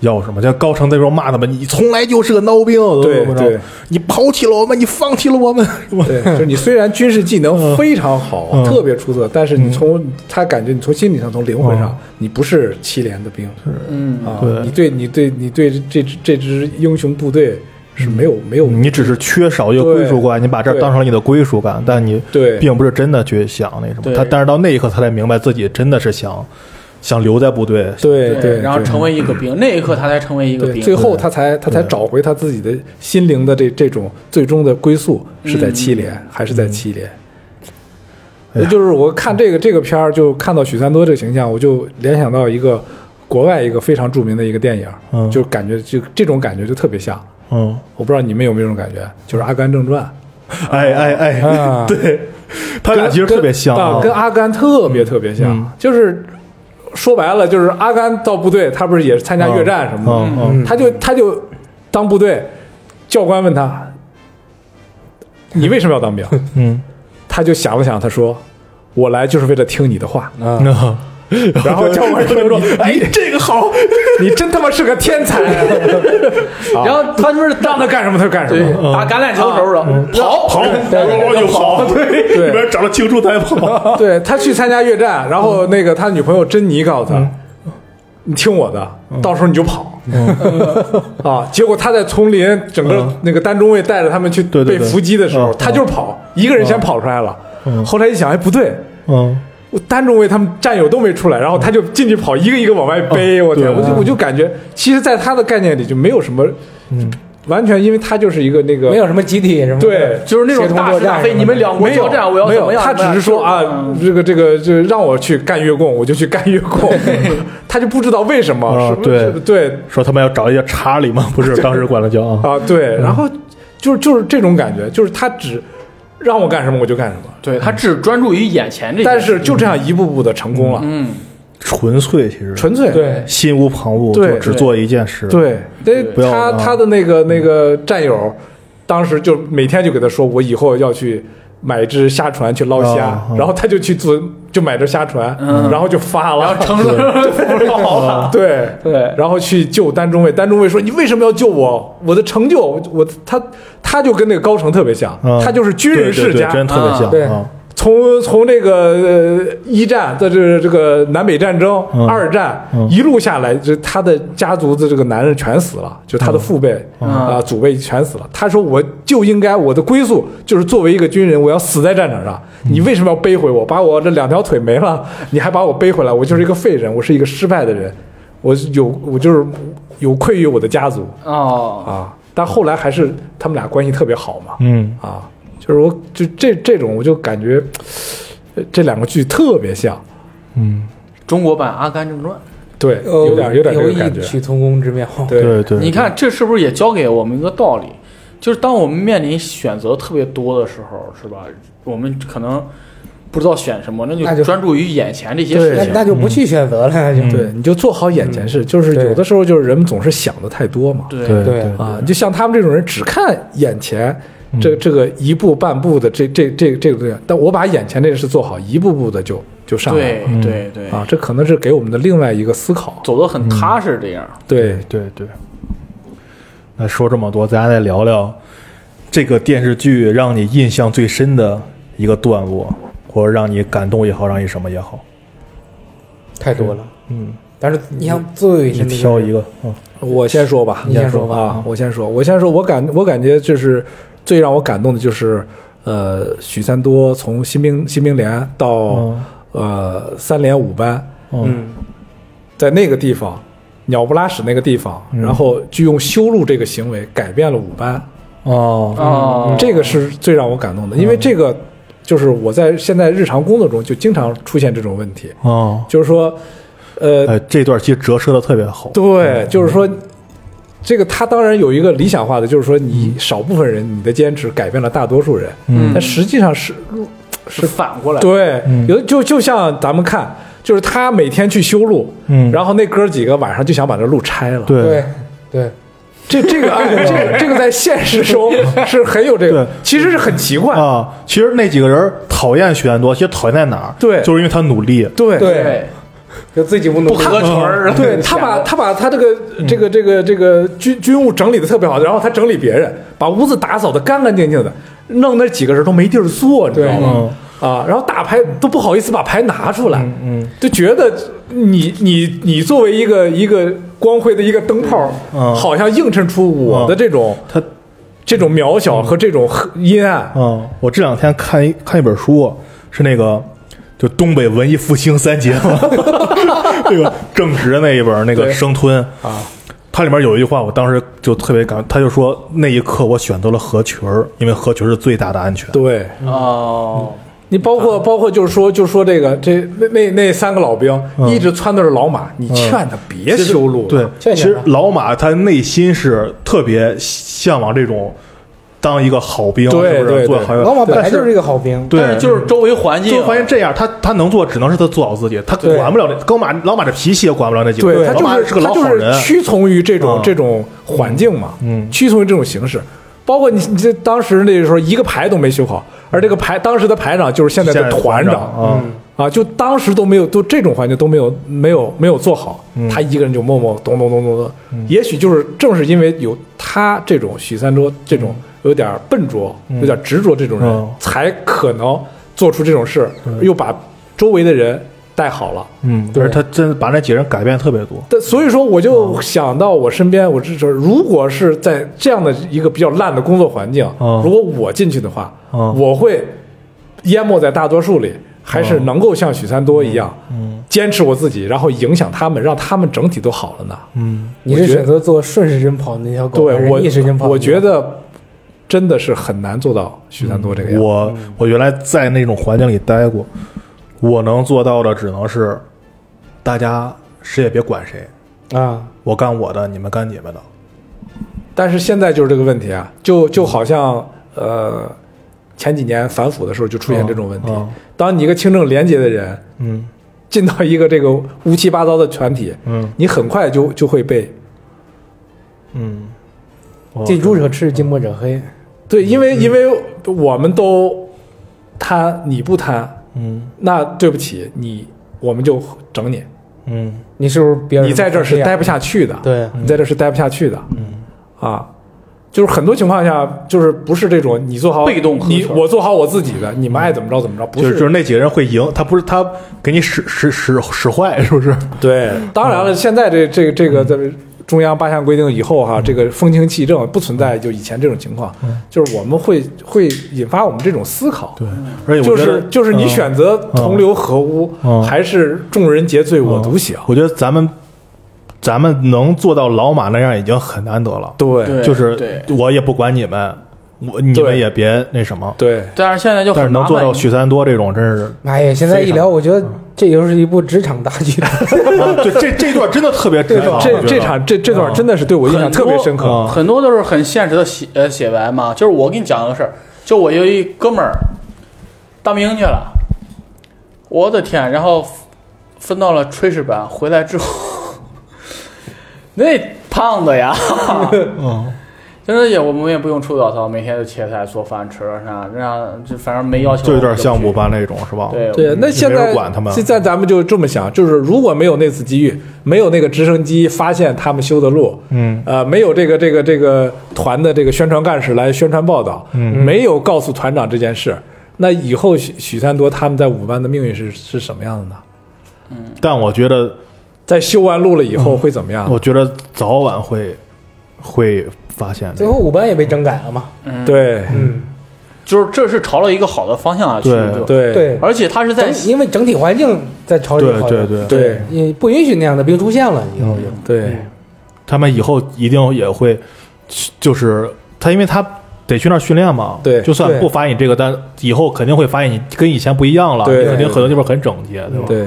[SPEAKER 1] 要什么。像高成那时候骂他们：“你从来就是个孬兵，
[SPEAKER 4] 对
[SPEAKER 1] 怎么着
[SPEAKER 4] 对
[SPEAKER 1] 你抛弃了我们，你放弃了我们，是吧？”
[SPEAKER 4] 对，就是你虽然军事技能非常好，
[SPEAKER 1] 嗯
[SPEAKER 4] 特别出色，但是你从他感觉你从心理上、从灵魂上，
[SPEAKER 1] 嗯
[SPEAKER 4] 你不是七连的兵
[SPEAKER 2] 嗯，
[SPEAKER 4] 啊
[SPEAKER 1] 对，
[SPEAKER 4] 你对你对你对这支这支英雄部队是没有没有
[SPEAKER 1] 你只是缺少一个归属感，你把这儿当成了你的归属感，但你
[SPEAKER 4] 对
[SPEAKER 1] 并不是真的去想那什么。
[SPEAKER 2] 对
[SPEAKER 1] 他但是到那一刻，他才明白自己真的是想想留在部队。
[SPEAKER 4] 对对，
[SPEAKER 2] 然后成为一个 兵，那一刻他才成为一个
[SPEAKER 4] 对，
[SPEAKER 2] 兵，
[SPEAKER 4] 最后他才他才找回他自己的心灵的这这种最终的归宿是在
[SPEAKER 1] 嗯
[SPEAKER 4] 七连、还是在七连？
[SPEAKER 1] 哎呀
[SPEAKER 4] 就是我看这个这个片儿，就看到许三多这个形象，我就联想到一个国外一个非常著名的一个电影，
[SPEAKER 1] 嗯
[SPEAKER 4] 就感觉就这种感觉就特别像。
[SPEAKER 1] 嗯，
[SPEAKER 4] 我不知道你们有没有这种感觉，就是《阿甘正传》，
[SPEAKER 1] 哎哎哎
[SPEAKER 3] 啊，
[SPEAKER 1] 对他俩其实
[SPEAKER 4] 跟
[SPEAKER 1] 特别像
[SPEAKER 4] 啊，跟阿甘特别特别像，
[SPEAKER 1] 嗯
[SPEAKER 4] 就是说白了，就是阿甘到部队，他不是也是参加越战什么的吗，
[SPEAKER 1] 嗯嗯，
[SPEAKER 4] 他就他就当部队，教官问他：“你为什么要当兵
[SPEAKER 1] 嗯？”
[SPEAKER 4] 他就想了想，他说：“我来就是为了听你的话。
[SPEAKER 3] 啊，
[SPEAKER 1] 那
[SPEAKER 4] 然后教官说：“哎，
[SPEAKER 1] 这个好，
[SPEAKER 4] 你真他妈是个天才！”
[SPEAKER 2] 然后他就是
[SPEAKER 4] 让 他干什么他就干什
[SPEAKER 2] 对
[SPEAKER 4] 么。
[SPEAKER 2] 打橄榄球的时候
[SPEAKER 4] 嗯
[SPEAKER 2] 跑
[SPEAKER 1] 跑，我就跑，对，
[SPEAKER 4] 对
[SPEAKER 1] 里边长了青出才跑，
[SPEAKER 4] 对他去参加越
[SPEAKER 1] 嗯
[SPEAKER 4] 战，然后那个他女朋友珍妮告诉他：“你听我的，
[SPEAKER 1] 嗯
[SPEAKER 4] 到时候你就跑。” 啊！结果他在丛林，整个
[SPEAKER 1] 嗯
[SPEAKER 4] 那个单中尉带着他们去
[SPEAKER 1] 对对
[SPEAKER 4] 被
[SPEAKER 1] 对
[SPEAKER 4] 伏击的时候，
[SPEAKER 1] 嗯
[SPEAKER 4] 他就是跑，一个人先跑出来了。
[SPEAKER 1] 嗯
[SPEAKER 4] 后来一想，哎，不对，
[SPEAKER 1] 嗯，
[SPEAKER 4] 我单中卫他们战友都没出来，然后他就进去跑，一个一个往外背。我天，
[SPEAKER 1] 哦对嗯
[SPEAKER 4] 我就我就感觉，其实，在他的概念里就没有什么，
[SPEAKER 1] 嗯
[SPEAKER 4] 完全因为他就是一个那个
[SPEAKER 3] 没有什么集体什么的，
[SPEAKER 4] 对
[SPEAKER 2] 就是那种大是大非，你们两国
[SPEAKER 4] 没有
[SPEAKER 2] 交战，我要
[SPEAKER 4] 没
[SPEAKER 2] 怎
[SPEAKER 4] 有
[SPEAKER 2] 么样？
[SPEAKER 4] 他
[SPEAKER 2] 怎么
[SPEAKER 4] 只
[SPEAKER 2] 样
[SPEAKER 4] 是说啊
[SPEAKER 2] 嗯，
[SPEAKER 4] 这个这个，就是让我去干月供，我就去干月供， 他就不知道为什么，
[SPEAKER 1] 啊
[SPEAKER 4] 是不
[SPEAKER 1] 对
[SPEAKER 4] 是对
[SPEAKER 1] 说他们要找一个查理吗？不是，当时管他叫啊，
[SPEAKER 4] 啊对，然后就是就是这种感觉，就是他只让我干什么我就干什么，
[SPEAKER 2] 对他只专注于眼前这些，
[SPEAKER 4] 但是就这样一步步的成功了，
[SPEAKER 2] 嗯，
[SPEAKER 1] 纯粹其实
[SPEAKER 4] 纯粹
[SPEAKER 3] 对
[SPEAKER 1] 心无旁骛，
[SPEAKER 4] 对
[SPEAKER 1] 就只做一件事，
[SPEAKER 4] 对，那
[SPEAKER 1] 不要
[SPEAKER 4] 他
[SPEAKER 1] 啊
[SPEAKER 4] 他的那个那个战友，当时就每天就给他说，我以后要去买一只虾船去捞虾
[SPEAKER 1] 啊啊，
[SPEAKER 4] 然后他就去做，就买只虾船，然后就发了，
[SPEAKER 2] 嗯 成了 不老了，
[SPEAKER 4] 对
[SPEAKER 2] 对
[SPEAKER 4] 然后去救单中尉，单中尉说：“你为什么要救我？我的成就，我他他就跟那个高成特别像，
[SPEAKER 1] 嗯，
[SPEAKER 4] 他就是军人世
[SPEAKER 1] 对对
[SPEAKER 4] 家
[SPEAKER 1] 对，真特别像，
[SPEAKER 3] 啊对
[SPEAKER 1] 啊
[SPEAKER 4] 从从这个呃一战在这这个南北战争、
[SPEAKER 1] 嗯
[SPEAKER 4] 二战、
[SPEAKER 1] 嗯
[SPEAKER 4] 一路下来，就他的家族的这个男人全死了，就
[SPEAKER 1] 嗯
[SPEAKER 4] 他的父辈啊、祖辈全死了。他说我就应该我的归宿就是作为一个军人，我要死在战场上。
[SPEAKER 1] 嗯
[SPEAKER 4] 你为什么要背回我？把我这两条腿没了，你还把我背回来？我就是一个废人，我是一个失败的人，我有我就是有愧于我的家族
[SPEAKER 2] 哦，
[SPEAKER 4] 啊。但后来还是他们俩关系特别好嘛，
[SPEAKER 1] 嗯，
[SPEAKER 4] 啊，就是我就这这种，我就感觉呃这两个剧特别像，
[SPEAKER 2] 中国版《阿甘正传
[SPEAKER 4] 对，
[SPEAKER 3] 呃
[SPEAKER 4] 有点有点这个
[SPEAKER 3] 异
[SPEAKER 4] 感觉，
[SPEAKER 3] 曲同工之妙，
[SPEAKER 4] 对
[SPEAKER 1] 对》，对，
[SPEAKER 2] 你看这是不是也教给我们一个道理？就是当我们面临选择特别多的时候，是吧？我们可能不知道选什么，那
[SPEAKER 3] 那
[SPEAKER 2] 就
[SPEAKER 3] 就
[SPEAKER 2] 专注于眼前这些
[SPEAKER 4] 对
[SPEAKER 2] 事
[SPEAKER 3] 那
[SPEAKER 2] 情。
[SPEAKER 3] 那就不去选择了，那就
[SPEAKER 4] 对，你就做好眼前事，就是
[SPEAKER 3] 对
[SPEAKER 4] 有的时候就是人们总是想的太多嘛，
[SPEAKER 2] 对
[SPEAKER 1] 对
[SPEAKER 3] 对
[SPEAKER 1] 对
[SPEAKER 4] 啊，你就像他们这种人只看眼前，这这个一步半步的这这这这个东西，但我把眼前这事做好，一步步的就就上来
[SPEAKER 2] 对
[SPEAKER 4] 了
[SPEAKER 2] 对对，
[SPEAKER 4] 啊，这可能是给我们的另外一个思考。
[SPEAKER 2] 走得很踏实，这样
[SPEAKER 4] 对，
[SPEAKER 1] 对对。那说这么多，咱再聊聊这个电视剧让你印象最深的一个段落，或者让你感动也好，让你什么也好，
[SPEAKER 3] 太多了。
[SPEAKER 1] 嗯，
[SPEAKER 3] 但是你像最
[SPEAKER 1] 你
[SPEAKER 3] 深的
[SPEAKER 1] 挑一
[SPEAKER 3] 个，
[SPEAKER 1] 个，嗯，
[SPEAKER 4] 我先说吧，
[SPEAKER 3] 你先说吧嗯
[SPEAKER 4] 啊，我先说，我先说，我感我感觉就是最让我感动的就是，呃，许三多从新兵新兵连到、
[SPEAKER 1] 嗯
[SPEAKER 4] 呃三连五班，
[SPEAKER 3] 嗯，
[SPEAKER 4] 在那个地方鸟不拉屎那个地方，
[SPEAKER 3] 嗯
[SPEAKER 4] 然后就用修路这个行为改变了五班，
[SPEAKER 1] 哦，
[SPEAKER 2] 啊
[SPEAKER 4] 这个是最让我感动的，
[SPEAKER 3] 嗯
[SPEAKER 4] 因为这个就是我在现在日常工作中就经常出现这种问题，
[SPEAKER 1] 哦，
[SPEAKER 4] 就是说，呃，
[SPEAKER 1] 哎，这段其实折射的特别好，哎
[SPEAKER 4] 对，就是说，
[SPEAKER 1] 嗯
[SPEAKER 4] 这个他当然有一个理想化的，就是说你少部分人你的坚持改变了大多数人，
[SPEAKER 2] 嗯
[SPEAKER 4] 但实际上是
[SPEAKER 1] 嗯
[SPEAKER 2] 是反过来的，
[SPEAKER 4] 对，有的就就像咱们看，就是他每天去修路，
[SPEAKER 1] 嗯
[SPEAKER 4] 然后那哥几个晚上就想把这路拆了，
[SPEAKER 1] 对
[SPEAKER 3] 对对，
[SPEAKER 4] 这这个哎，这个这个在现实 中是很有这个
[SPEAKER 1] 对，
[SPEAKER 4] 其实是很奇怪，
[SPEAKER 1] 啊，其实那几个人讨厌许愿多，其实讨厌在哪儿？
[SPEAKER 4] 对
[SPEAKER 1] 就是因为他努力，
[SPEAKER 4] 对
[SPEAKER 3] 对
[SPEAKER 2] 对，
[SPEAKER 3] 就自己不努
[SPEAKER 2] 不
[SPEAKER 3] 力，
[SPEAKER 2] 合群儿，
[SPEAKER 4] 对他把他把他这个
[SPEAKER 1] 嗯
[SPEAKER 4] 这个这个这个军军务整理的特别好，然后他整理别人，把屋子打扫的干干净净的，弄那几个人都没地儿坐，你知道吗？啊，然后打牌都不好意思把牌拿出来，嗯，就觉得你你你作为一个一个光辉的一个灯泡，
[SPEAKER 1] 嗯
[SPEAKER 4] 好像映衬出我的这种
[SPEAKER 1] 他
[SPEAKER 4] 这种渺小和这种阴暗。
[SPEAKER 1] 嗯，我这两天看一看一本书，是那个就东北文艺复兴三杰嘛， 那个正直那一本那个生吞啊，它里面有一句话，我当时就特别感，他就说那一刻我选择了合群儿，因为合群是最大的安全。
[SPEAKER 4] 对
[SPEAKER 1] 嗯
[SPEAKER 2] 哦，
[SPEAKER 4] 你包括包括就是说就说这个这那那那三个老兵一直撺掇着老马，你劝他别
[SPEAKER 1] 嗯其实
[SPEAKER 4] 修路了，
[SPEAKER 1] 对，
[SPEAKER 3] 劝
[SPEAKER 1] 其
[SPEAKER 3] 劝
[SPEAKER 1] 实
[SPEAKER 3] 他
[SPEAKER 1] 老马他内心是特别向往这种当一个好兵，
[SPEAKER 4] 对
[SPEAKER 1] 是不
[SPEAKER 4] 对
[SPEAKER 1] 是？做
[SPEAKER 4] 对
[SPEAKER 1] 好兵，
[SPEAKER 3] 老马本
[SPEAKER 1] 但
[SPEAKER 3] 来就是一个好兵，
[SPEAKER 1] 对，
[SPEAKER 2] 但是就是周围环境，
[SPEAKER 1] 就发现这样，他他能做，只能是他做好自己，他
[SPEAKER 3] 对
[SPEAKER 1] 管不了那高马老马的脾气也管不了那几个
[SPEAKER 4] 对
[SPEAKER 1] 人。
[SPEAKER 4] 他就
[SPEAKER 1] 老马
[SPEAKER 4] 是
[SPEAKER 1] 个老好人
[SPEAKER 4] 他就是，屈从于这种、
[SPEAKER 1] 嗯
[SPEAKER 4] 这种环境嘛，
[SPEAKER 1] 嗯
[SPEAKER 4] 屈从于这种形式。包括你你这当时那时候一个排都没修好，而这个排当时的排长就是现在
[SPEAKER 1] 现
[SPEAKER 4] 的
[SPEAKER 1] 在
[SPEAKER 4] 团
[SPEAKER 1] 长啊，
[SPEAKER 4] 啊，就当时都没有，都这种环境都没有没有没有做好，
[SPEAKER 1] 嗯
[SPEAKER 4] 他一个人就默默咚咚咚咚咚。也许就是正是因为有他这种许三多这种有点笨拙、有点执着这种人，
[SPEAKER 1] 嗯
[SPEAKER 4] 才可能做出这种事，又把周围的人带好了。
[SPEAKER 1] 嗯，
[SPEAKER 3] 对
[SPEAKER 1] 而他真把那几个人改变特别多。
[SPEAKER 4] 但所以说，我就
[SPEAKER 1] 嗯
[SPEAKER 4] 想到我身边，我这时候如果是在这样的一个比较烂的工作环境，
[SPEAKER 1] 嗯
[SPEAKER 4] 如果我进去的话，
[SPEAKER 1] 嗯
[SPEAKER 4] 我会淹没在大多数里，还
[SPEAKER 1] 嗯
[SPEAKER 4] 是能够像许三多一样，坚持我自己，然后影响他们，让他们整体都好了呢？
[SPEAKER 1] 嗯，
[SPEAKER 3] 你
[SPEAKER 4] 我
[SPEAKER 3] 是
[SPEAKER 4] 觉得
[SPEAKER 3] 选择做顺时针跑的那条狗，还
[SPEAKER 4] 对
[SPEAKER 3] 是
[SPEAKER 4] 我
[SPEAKER 3] 逆时针跑，的那条狗？
[SPEAKER 4] 我觉得真的是很难做到许三多这个样
[SPEAKER 1] 嗯
[SPEAKER 4] 子。
[SPEAKER 1] 我我原来在那种环境里待过，我能做到的只能是，大家谁也别管谁，
[SPEAKER 3] 啊，
[SPEAKER 1] 我干我的，你们干你们的。
[SPEAKER 4] 但是现在就是这个问题啊，就就好像呃，前几年反腐的时候就出现这种问题。
[SPEAKER 1] 嗯嗯
[SPEAKER 4] 当你一个清正廉洁的人，
[SPEAKER 1] 嗯
[SPEAKER 4] 进到一个这个乌七八糟的团体，
[SPEAKER 1] 嗯
[SPEAKER 4] 你很快就就会被
[SPEAKER 1] 嗯，
[SPEAKER 3] 近朱者赤，近墨者黑。
[SPEAKER 4] 对，因
[SPEAKER 1] 嗯
[SPEAKER 4] 为因为我们都贪，你不贪，
[SPEAKER 1] 嗯
[SPEAKER 4] 那对不起你，我们就整你，
[SPEAKER 1] 嗯
[SPEAKER 3] 你是不是别人？
[SPEAKER 4] 你在这儿是待不下去的，
[SPEAKER 3] 对，
[SPEAKER 4] 你在这儿是待不下去的，
[SPEAKER 1] 嗯
[SPEAKER 4] 啊。就是很多情况下，就是不是这种你做好
[SPEAKER 2] 被动合
[SPEAKER 4] 你
[SPEAKER 2] 作
[SPEAKER 4] 我做好我自己的，你们爱怎么着怎么着，不
[SPEAKER 1] 就是就是那几个人会赢，他不是他给你使使使使坏，是不是？
[SPEAKER 4] 对，当然了，现在这这这个在
[SPEAKER 1] 嗯
[SPEAKER 4] 中央八项规定以后哈，这个风清气正不存在就以前这种情况，就是我们会会引发我们这种思考。
[SPEAKER 1] 嗯对，而且哎我
[SPEAKER 4] 就
[SPEAKER 1] 觉得
[SPEAKER 4] 是就是你
[SPEAKER 1] 嗯
[SPEAKER 4] 选择同流合污，
[SPEAKER 1] 嗯
[SPEAKER 4] 还是众人皆醉我独醒？
[SPEAKER 1] 我觉得咱们咱们能做到老马那样已经很难得了。
[SPEAKER 4] 对
[SPEAKER 2] 对
[SPEAKER 1] 就是
[SPEAKER 2] 对
[SPEAKER 1] 我也不管你们，我你们
[SPEAKER 4] 对
[SPEAKER 1] 也别那什么。
[SPEAKER 4] 对
[SPEAKER 2] 但是现在就
[SPEAKER 1] 但是
[SPEAKER 2] 很
[SPEAKER 1] 能
[SPEAKER 2] 麻
[SPEAKER 1] 做
[SPEAKER 2] 烦
[SPEAKER 1] 到许三多这种，真是
[SPEAKER 3] 哎呀，现在一聊，我觉
[SPEAKER 4] 嗯
[SPEAKER 3] 得这又是一部职场大剧。
[SPEAKER 1] 对这这段真的特别
[SPEAKER 4] 这
[SPEAKER 1] 真诚。我
[SPEAKER 4] 这
[SPEAKER 1] 觉得
[SPEAKER 4] 这场这这段真的是对我印象特别深刻。
[SPEAKER 1] 嗯
[SPEAKER 2] 很多都是很现实的写呃写白嘛。就是我跟你讲个事儿，就我有一哥们儿当兵去了，我的天！然后分到了炊事班， 回来之后，那胖子呀， 真的也我们也不用出早操，每天就切菜做饭吃啊啥，这样就反正没要求，
[SPEAKER 1] 就有点像我
[SPEAKER 2] 吧。
[SPEAKER 1] 班那种是吧？
[SPEAKER 2] 对
[SPEAKER 4] 对，那现
[SPEAKER 1] 没
[SPEAKER 4] 在
[SPEAKER 1] 人管他们啊
[SPEAKER 4] 现在咱们就这么想，就是如果没有那次机遇，没有那个直升机发现他们修的路，
[SPEAKER 1] 嗯，
[SPEAKER 4] 呃，没有这个这个这个团的这个宣传干事来宣传报道，
[SPEAKER 1] 嗯
[SPEAKER 4] 没有告诉团长这件事，那以后许许三多他们在五班的命运是是什么样的呢？
[SPEAKER 1] 但我觉得，
[SPEAKER 4] 在修完路了以后会怎么样？
[SPEAKER 1] 嗯我觉得早晚会会发现
[SPEAKER 3] 最
[SPEAKER 1] 的。
[SPEAKER 3] 后五班也被整改了嘛。
[SPEAKER 4] 对
[SPEAKER 3] 嗯，
[SPEAKER 2] 就是这是朝了一个好的方向啊去
[SPEAKER 1] 对
[SPEAKER 2] 就，
[SPEAKER 4] 对
[SPEAKER 3] 对，
[SPEAKER 2] 而且他是在
[SPEAKER 3] 整因为整体环境在朝里
[SPEAKER 1] 对
[SPEAKER 3] 好
[SPEAKER 1] 对，对，
[SPEAKER 4] 对
[SPEAKER 3] 也不允许那样的病出现了，以
[SPEAKER 1] 嗯
[SPEAKER 3] 后就
[SPEAKER 4] 对
[SPEAKER 1] 他们以后一定也会，就是他，因为他得去那儿训练嘛。
[SPEAKER 4] 对
[SPEAKER 1] 就算
[SPEAKER 3] 对
[SPEAKER 1] 不发现你这个，但以后肯定会发现你跟以前不一样了，你
[SPEAKER 4] 对
[SPEAKER 1] 肯定很多地方很整洁， 对吧？
[SPEAKER 4] 对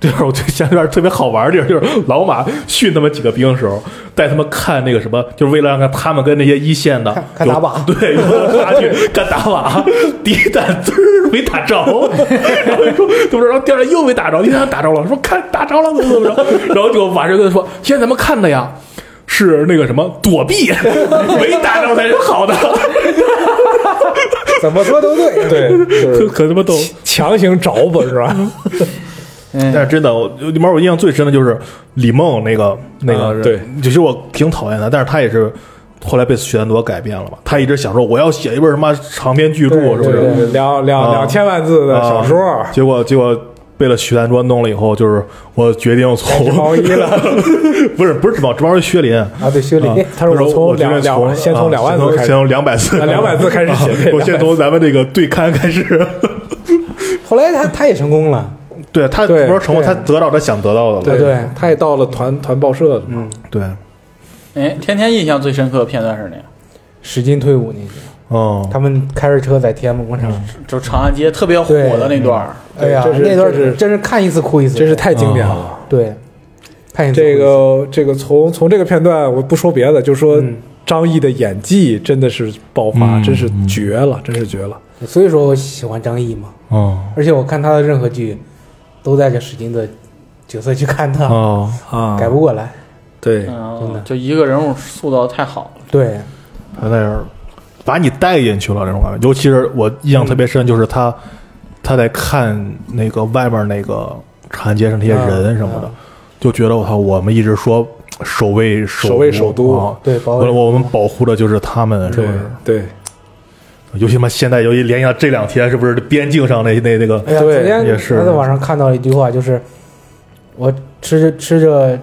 [SPEAKER 1] 这是我最想有点特别好玩的地儿，就是老马训他们几个兵的时候，带他们看那个什么，就是为了让他们跟那些一线的
[SPEAKER 3] 看看打靶
[SPEAKER 1] 有对，有差距，干打靶，第一弹滋儿没打着， 然后说怎么着，然后第二弹又没打着，第三弹打着了，说看打着了怎么怎么着，然后就晚上跟他说，现在咱们看的呀。是那个什么躲避， 没打着才是好的，
[SPEAKER 3] 怎么说都对。
[SPEAKER 4] 对，就是
[SPEAKER 1] 可他妈逗。
[SPEAKER 4] 强行找吧 是吧？
[SPEAKER 1] 但是真的，我里面我印象最深的就是李梦那个那个人、
[SPEAKER 4] 嗯啊对，
[SPEAKER 1] 其实我挺讨厌的，但是他也是后来被许三多改变了嘛。他一直想说我要写一本什么长篇巨著，
[SPEAKER 3] 对
[SPEAKER 1] 是不是？
[SPEAKER 3] 对
[SPEAKER 4] 就是两两
[SPEAKER 1] 啊
[SPEAKER 4] 两千万字的小说，
[SPEAKER 1] 啊结果结果被了许三多弄了以后，就是我决定从
[SPEAKER 4] 织毛衣了，
[SPEAKER 1] 不是不是纸毛，纸毛是薛林。
[SPEAKER 3] 啊，对，修理、
[SPEAKER 1] 啊
[SPEAKER 4] 哎他说我
[SPEAKER 1] 我
[SPEAKER 4] 从
[SPEAKER 1] 决定
[SPEAKER 4] 两两
[SPEAKER 1] 从
[SPEAKER 4] 先从
[SPEAKER 1] 啊
[SPEAKER 4] 两万字
[SPEAKER 1] 先从
[SPEAKER 4] 开始
[SPEAKER 1] 先从两百字
[SPEAKER 4] 啊200字开始写
[SPEAKER 1] 啊
[SPEAKER 4] 这
[SPEAKER 1] 我
[SPEAKER 4] 200
[SPEAKER 1] 先从咱们这个对刊开始。
[SPEAKER 3] 后来他他也成功了，
[SPEAKER 1] 对他不
[SPEAKER 4] 对
[SPEAKER 1] 是成功，
[SPEAKER 3] 对
[SPEAKER 1] 他得到他想得到的了。
[SPEAKER 4] 啊对
[SPEAKER 3] 对嗯
[SPEAKER 4] 他也到了团团报社了嘛，
[SPEAKER 1] 对，
[SPEAKER 2] 哎，天天印象最深刻的片段是哪个？
[SPEAKER 3] 史进退伍那集，
[SPEAKER 1] 嗯，
[SPEAKER 3] 他们开着车在天安门广场，
[SPEAKER 2] 就长安街特别火的那段儿，
[SPEAKER 3] 哎呀，
[SPEAKER 4] 这是
[SPEAKER 3] 那段
[SPEAKER 4] 这是
[SPEAKER 3] 真是看一次哭一次，
[SPEAKER 4] 真是太经典了。
[SPEAKER 1] 啊
[SPEAKER 3] 对，看一次哭一
[SPEAKER 4] 这
[SPEAKER 3] 次
[SPEAKER 4] 个这个从从这个片段，我不说别的，就说
[SPEAKER 3] 嗯
[SPEAKER 4] 张译的演技真的是爆发，
[SPEAKER 1] 嗯
[SPEAKER 4] 真是绝了，真是绝了。
[SPEAKER 3] 所以说我喜欢张译嘛，
[SPEAKER 1] 哦
[SPEAKER 3] 而且我看他的任何剧，都带着史进的角色去看他，
[SPEAKER 1] 哦，
[SPEAKER 4] 啊
[SPEAKER 3] 改不过来。
[SPEAKER 4] 对
[SPEAKER 3] 真的
[SPEAKER 2] 嗯，就一个人物塑造得太好了。
[SPEAKER 3] 对，
[SPEAKER 1] 他在这儿把你带进去了这种感觉。尤其是我印象特别深，就是他、他在看那个外面那个长安街上那些
[SPEAKER 4] 啊
[SPEAKER 3] 啊
[SPEAKER 1] 人什么的，就觉得我操，我们一直说守卫守
[SPEAKER 4] 守卫首都哦
[SPEAKER 1] 啊，
[SPEAKER 3] 对保
[SPEAKER 1] 我
[SPEAKER 3] 卫
[SPEAKER 1] 我我们保护的就是他们，是
[SPEAKER 4] 对
[SPEAKER 1] 不是？
[SPEAKER 4] 对
[SPEAKER 1] 尤其他妈现在，尤其联想这两天，是不是边境上那那那个
[SPEAKER 3] 哎呀，昨
[SPEAKER 4] 对
[SPEAKER 3] 天
[SPEAKER 1] 也是
[SPEAKER 3] 我在网上看到一句话，就是我吃着吃着，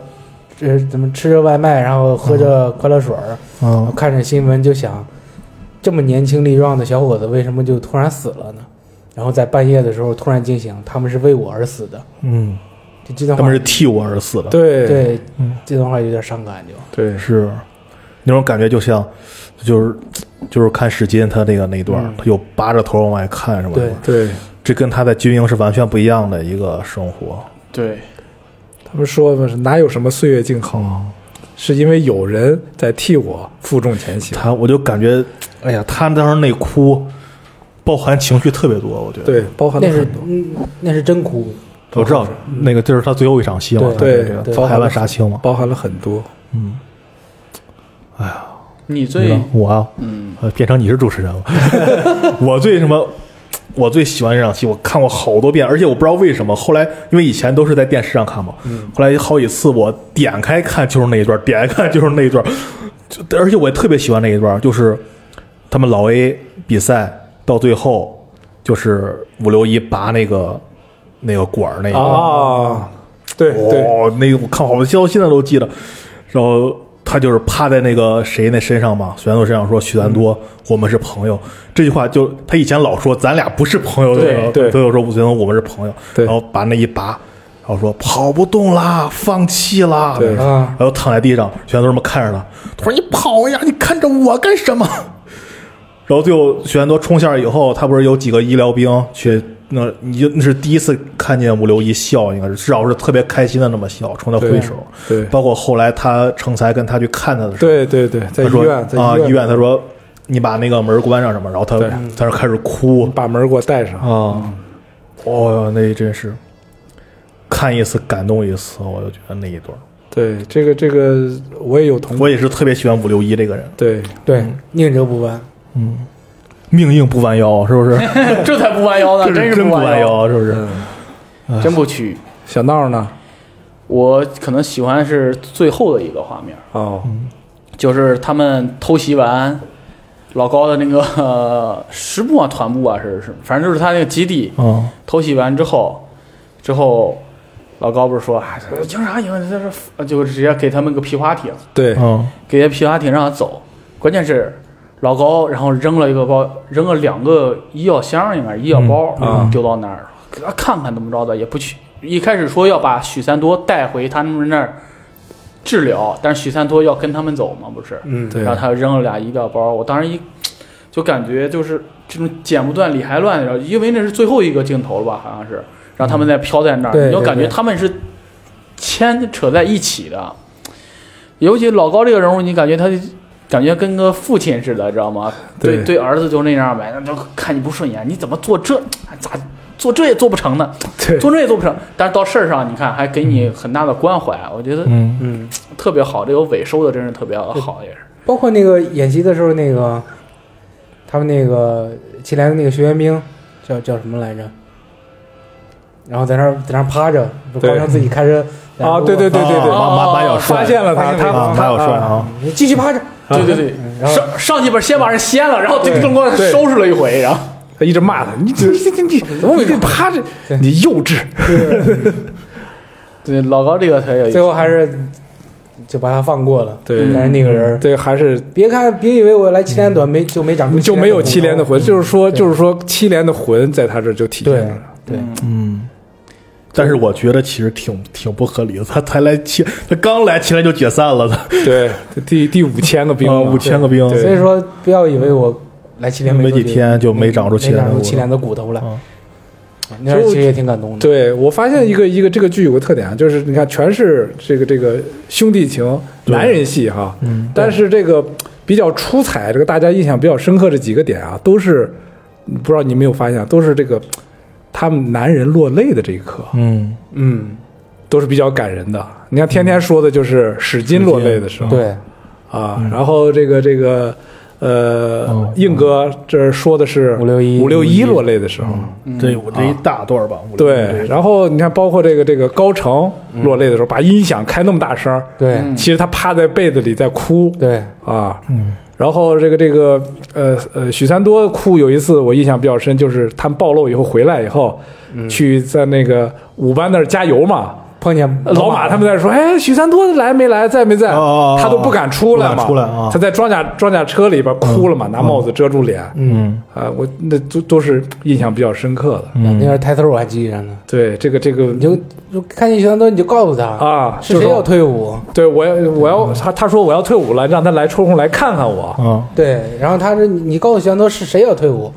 [SPEAKER 3] 这怎么吃着外卖，然后喝着可乐水儿，我
[SPEAKER 1] 嗯
[SPEAKER 3] 看着新闻就想，这么年轻力壮的小伙子为什么就突然死了呢？然后在半夜的时候突然惊醒，他们是为我而死的。
[SPEAKER 1] 嗯，
[SPEAKER 3] 就这段
[SPEAKER 1] 他
[SPEAKER 3] 话
[SPEAKER 1] 们，是替我而死的，
[SPEAKER 4] 对
[SPEAKER 3] 对
[SPEAKER 1] 嗯
[SPEAKER 3] 这段话有点伤感，就
[SPEAKER 4] 对
[SPEAKER 1] 是那种感觉，就像就是就是看史金他那个那一段，他又扒着头往外看什么的
[SPEAKER 3] 对，
[SPEAKER 4] 嗯对，
[SPEAKER 1] 这跟他在军营是完全不一样的一个生活。
[SPEAKER 2] 对，
[SPEAKER 4] 他们说嘛是哪有什么岁月静好，
[SPEAKER 1] 哦
[SPEAKER 4] 是因为有人在替我负重前行。
[SPEAKER 1] 他我就感觉，哎呀，他当时那哭，包含情绪特别多。我觉得，
[SPEAKER 4] 对，包含了
[SPEAKER 3] 那是
[SPEAKER 4] 很多。
[SPEAKER 3] 嗯，那是真哭。
[SPEAKER 1] 我知道那个就是他最后一场戏嘛，
[SPEAKER 3] 对
[SPEAKER 1] 他这
[SPEAKER 3] 对
[SPEAKER 1] 个台湾杀青嘛。
[SPEAKER 4] 包含了很多，
[SPEAKER 1] 嗯，
[SPEAKER 2] 你最
[SPEAKER 1] 你呢我啊
[SPEAKER 2] 嗯，
[SPEAKER 1] 呃变成你是主持人了。 我最什么？我最喜欢这场戏，我看过好多遍，而且我不知道为什么。后来因为以前都是在电视上看嘛，后来好几次我点开看就是那一段，点开看就是那一段，就而且我也特别喜欢那一段，就是他们老 A 比赛到最后，就是五六一拔那个那个管儿那一段，
[SPEAKER 3] 哦
[SPEAKER 4] 啊，对对
[SPEAKER 1] 哦，那个我看好多消息现在都记得。然后他就是趴在那个谁那身上嘛，许三多身上说：“许三多，
[SPEAKER 4] 嗯
[SPEAKER 1] 我们是朋友。”这句话就他以前老说咱俩不是朋友，
[SPEAKER 4] 对
[SPEAKER 1] 吧
[SPEAKER 4] 对
[SPEAKER 1] 所以我说许三多我们是朋友。
[SPEAKER 4] 对
[SPEAKER 1] 然后把那一拔，然后说跑不动啦，放弃啦，
[SPEAKER 4] 对
[SPEAKER 3] 啊
[SPEAKER 1] 然后躺在地上，许三多这么看着他，他说：“你跑呀，你看着我干什么？”然后最后许三多冲线以后，他不是有几个医疗兵去那，你就那是第一次看见五六一笑，应该是至少是特别开心的那么笑，冲他挥手。
[SPEAKER 4] 对
[SPEAKER 1] 包括后来他成才跟他去看他的时候，
[SPEAKER 4] 对对对，
[SPEAKER 1] 他
[SPEAKER 4] 在医
[SPEAKER 1] 说
[SPEAKER 4] 院，在
[SPEAKER 1] 啊医院，他说你把那个门关上什么，然后他
[SPEAKER 4] 对
[SPEAKER 1] 他就开始哭
[SPEAKER 4] 把门给我带上。
[SPEAKER 1] 啊，哦，那真是看一次感动一次，我就觉得那一段，
[SPEAKER 4] 对，这个这个我也有同
[SPEAKER 1] 我也是特别喜欢五六一这个人，
[SPEAKER 4] 对，
[SPEAKER 3] 对，嗯宁折不弯。
[SPEAKER 1] 命硬不弯腰，是不是？
[SPEAKER 2] 这才不弯腰呢，
[SPEAKER 1] 这
[SPEAKER 2] 真
[SPEAKER 1] 是
[SPEAKER 2] 是
[SPEAKER 1] 真不
[SPEAKER 2] 弯
[SPEAKER 1] 弯，腰，是嗯不是？
[SPEAKER 2] 真不屈。
[SPEAKER 4] 小闹呢？
[SPEAKER 2] 我可能喜欢是最后的一个画面，
[SPEAKER 4] 哦，
[SPEAKER 2] 就是他们偷袭完老高的那个 呃师部啊、团部啊，是是，反正就是他那个基地
[SPEAKER 1] 嗯，
[SPEAKER 2] 偷袭完之后，之后老高不是说，哎，赢啥赢？这是就直接给他们个皮划艇，
[SPEAKER 4] 对，
[SPEAKER 1] 嗯，
[SPEAKER 2] 给人皮划艇让他走。关键是老高，然后扔了一个包，扔了两个医药箱，应该是医药包，
[SPEAKER 4] 嗯啊
[SPEAKER 2] 丢到那儿，给他看看怎么着的，也不去。一开始说要把许三多带回他们那儿治疗，但是许三多要跟他们走嘛，不是？
[SPEAKER 3] 嗯，
[SPEAKER 4] 对
[SPEAKER 2] 然后他又扔了俩医疗包，我当时一就感觉就是这种剪不断理还乱，然后因为那是最后一个镜头了吧，好像是让他们在飘在那儿，
[SPEAKER 3] 对
[SPEAKER 2] 你就
[SPEAKER 3] 对
[SPEAKER 2] 感觉
[SPEAKER 3] 对
[SPEAKER 2] 他们是牵扯在一起的。尤其老高这个人物，你感觉他感觉跟个父亲似的，知道吗？对
[SPEAKER 4] 对
[SPEAKER 2] 儿子就那样呗，那就看你不顺眼，你怎么做这哎咋做这也做不成呢？
[SPEAKER 4] 对
[SPEAKER 2] 做这也做不成，但是到事儿上，你看还给你很大的关怀，我觉得
[SPEAKER 1] 嗯，
[SPEAKER 3] 嗯，
[SPEAKER 2] 特别好，这个尾收的真是特别好，也是。
[SPEAKER 3] 包括那个演习的时候，那个他们那个七连的那个学员兵叫叫什么来着？然后在那儿在那儿趴着，不是
[SPEAKER 4] 对
[SPEAKER 3] 刚成自己开车
[SPEAKER 4] 啊对对对对对
[SPEAKER 1] 啊马马马小帅
[SPEAKER 2] 发
[SPEAKER 4] 发现了他，
[SPEAKER 3] 发现
[SPEAKER 4] 他
[SPEAKER 1] 啊，马小帅啊，
[SPEAKER 3] 你继续趴着，
[SPEAKER 2] 对对对，
[SPEAKER 3] 然后
[SPEAKER 2] 上上去边先把人掀了，然后对
[SPEAKER 4] 对
[SPEAKER 2] 正光
[SPEAKER 4] 对
[SPEAKER 2] 收拾了一回，然后
[SPEAKER 4] 他一直骂他，你这这这你怎么你趴着？你幼稚。
[SPEAKER 2] 对老高这个才有意思
[SPEAKER 3] 最后还是就把他放过了。
[SPEAKER 4] 对
[SPEAKER 3] 但是那个人，
[SPEAKER 4] 对，还是
[SPEAKER 3] 别看别以为我来七连短没就没长出
[SPEAKER 4] 就没有七
[SPEAKER 3] 七
[SPEAKER 4] 连的魂，就是说，
[SPEAKER 3] 对
[SPEAKER 4] 就是说，七连的魂在他这儿就体现
[SPEAKER 3] 对
[SPEAKER 4] 了。
[SPEAKER 3] 对，
[SPEAKER 1] 嗯。但是我觉得其实挺挺不合理的，他才来七，他刚来七来就解散了，他
[SPEAKER 4] 对，第第五千个兵
[SPEAKER 1] 啊
[SPEAKER 4] 嘛，
[SPEAKER 1] 五千个兵，
[SPEAKER 4] 嗯对
[SPEAKER 3] 所以说不要以为我来七连
[SPEAKER 1] 没
[SPEAKER 3] 多
[SPEAKER 1] 几天就没长出七
[SPEAKER 3] 没
[SPEAKER 1] 连
[SPEAKER 3] 长
[SPEAKER 1] 的
[SPEAKER 3] 出
[SPEAKER 1] 骨
[SPEAKER 3] 七连的骨头来
[SPEAKER 1] 嗯。
[SPEAKER 3] 那段其实也挺感动的。
[SPEAKER 4] 对我发现一个一个这个剧有个特点啊，就是你看全是这个这个兄弟情、
[SPEAKER 1] 对
[SPEAKER 4] 男人戏哈，
[SPEAKER 1] 嗯，
[SPEAKER 4] 但是这个比较出彩，这个大家印象比较深刻的几个点啊，都是不知道你有没有发现啊，都是这个他们男人落泪的这一刻，
[SPEAKER 1] 嗯，
[SPEAKER 3] 嗯，
[SPEAKER 4] 都是比较感人的。你看天天说的就是史金落泪的时候，
[SPEAKER 3] 对，
[SPEAKER 4] 啊，然后这个这个呃
[SPEAKER 1] 哦，
[SPEAKER 4] 硬哥这说的是
[SPEAKER 3] 五六一
[SPEAKER 4] 五六一落泪的时候，
[SPEAKER 1] 这我这一大段吧，我
[SPEAKER 4] 对，然后你看，包括这个这个高成
[SPEAKER 1] 嗯
[SPEAKER 4] 落泪的时候，把音响开那么大声，
[SPEAKER 3] 对，
[SPEAKER 2] 嗯
[SPEAKER 4] 其实他趴在被子里在哭
[SPEAKER 3] 对，
[SPEAKER 4] 啊。
[SPEAKER 1] 嗯
[SPEAKER 4] 然后这个这个呃呃，许三多哭有一次我印象比较深，就是他们暴露以后回来以后，
[SPEAKER 1] 嗯
[SPEAKER 4] 去在那个五班那儿加油嘛。
[SPEAKER 3] 碰见
[SPEAKER 4] 老马他们在说：“哎，许三多来没来，在没在？”
[SPEAKER 1] 哦哦哦
[SPEAKER 4] 他都不敢出来
[SPEAKER 1] 不
[SPEAKER 4] 嘛，
[SPEAKER 1] 敢出来啊
[SPEAKER 4] 他在装甲装甲车里边哭了嘛，拿帽子遮住脸。
[SPEAKER 1] 嗯
[SPEAKER 4] 啊，我那都都是印象比较深刻的。
[SPEAKER 3] 那边抬头我还记着呢。
[SPEAKER 4] 对，这个这个
[SPEAKER 3] 你就就看见学堂多，你就告诉他
[SPEAKER 4] 啊，
[SPEAKER 3] 是
[SPEAKER 4] 就
[SPEAKER 3] 谁
[SPEAKER 4] 说
[SPEAKER 3] 要退伍。
[SPEAKER 4] 对我要我要他他说我要退伍了，让他来抽空来看看我。
[SPEAKER 1] 啊，
[SPEAKER 3] 对，然后他说你你告诉学堂多是谁要退伍，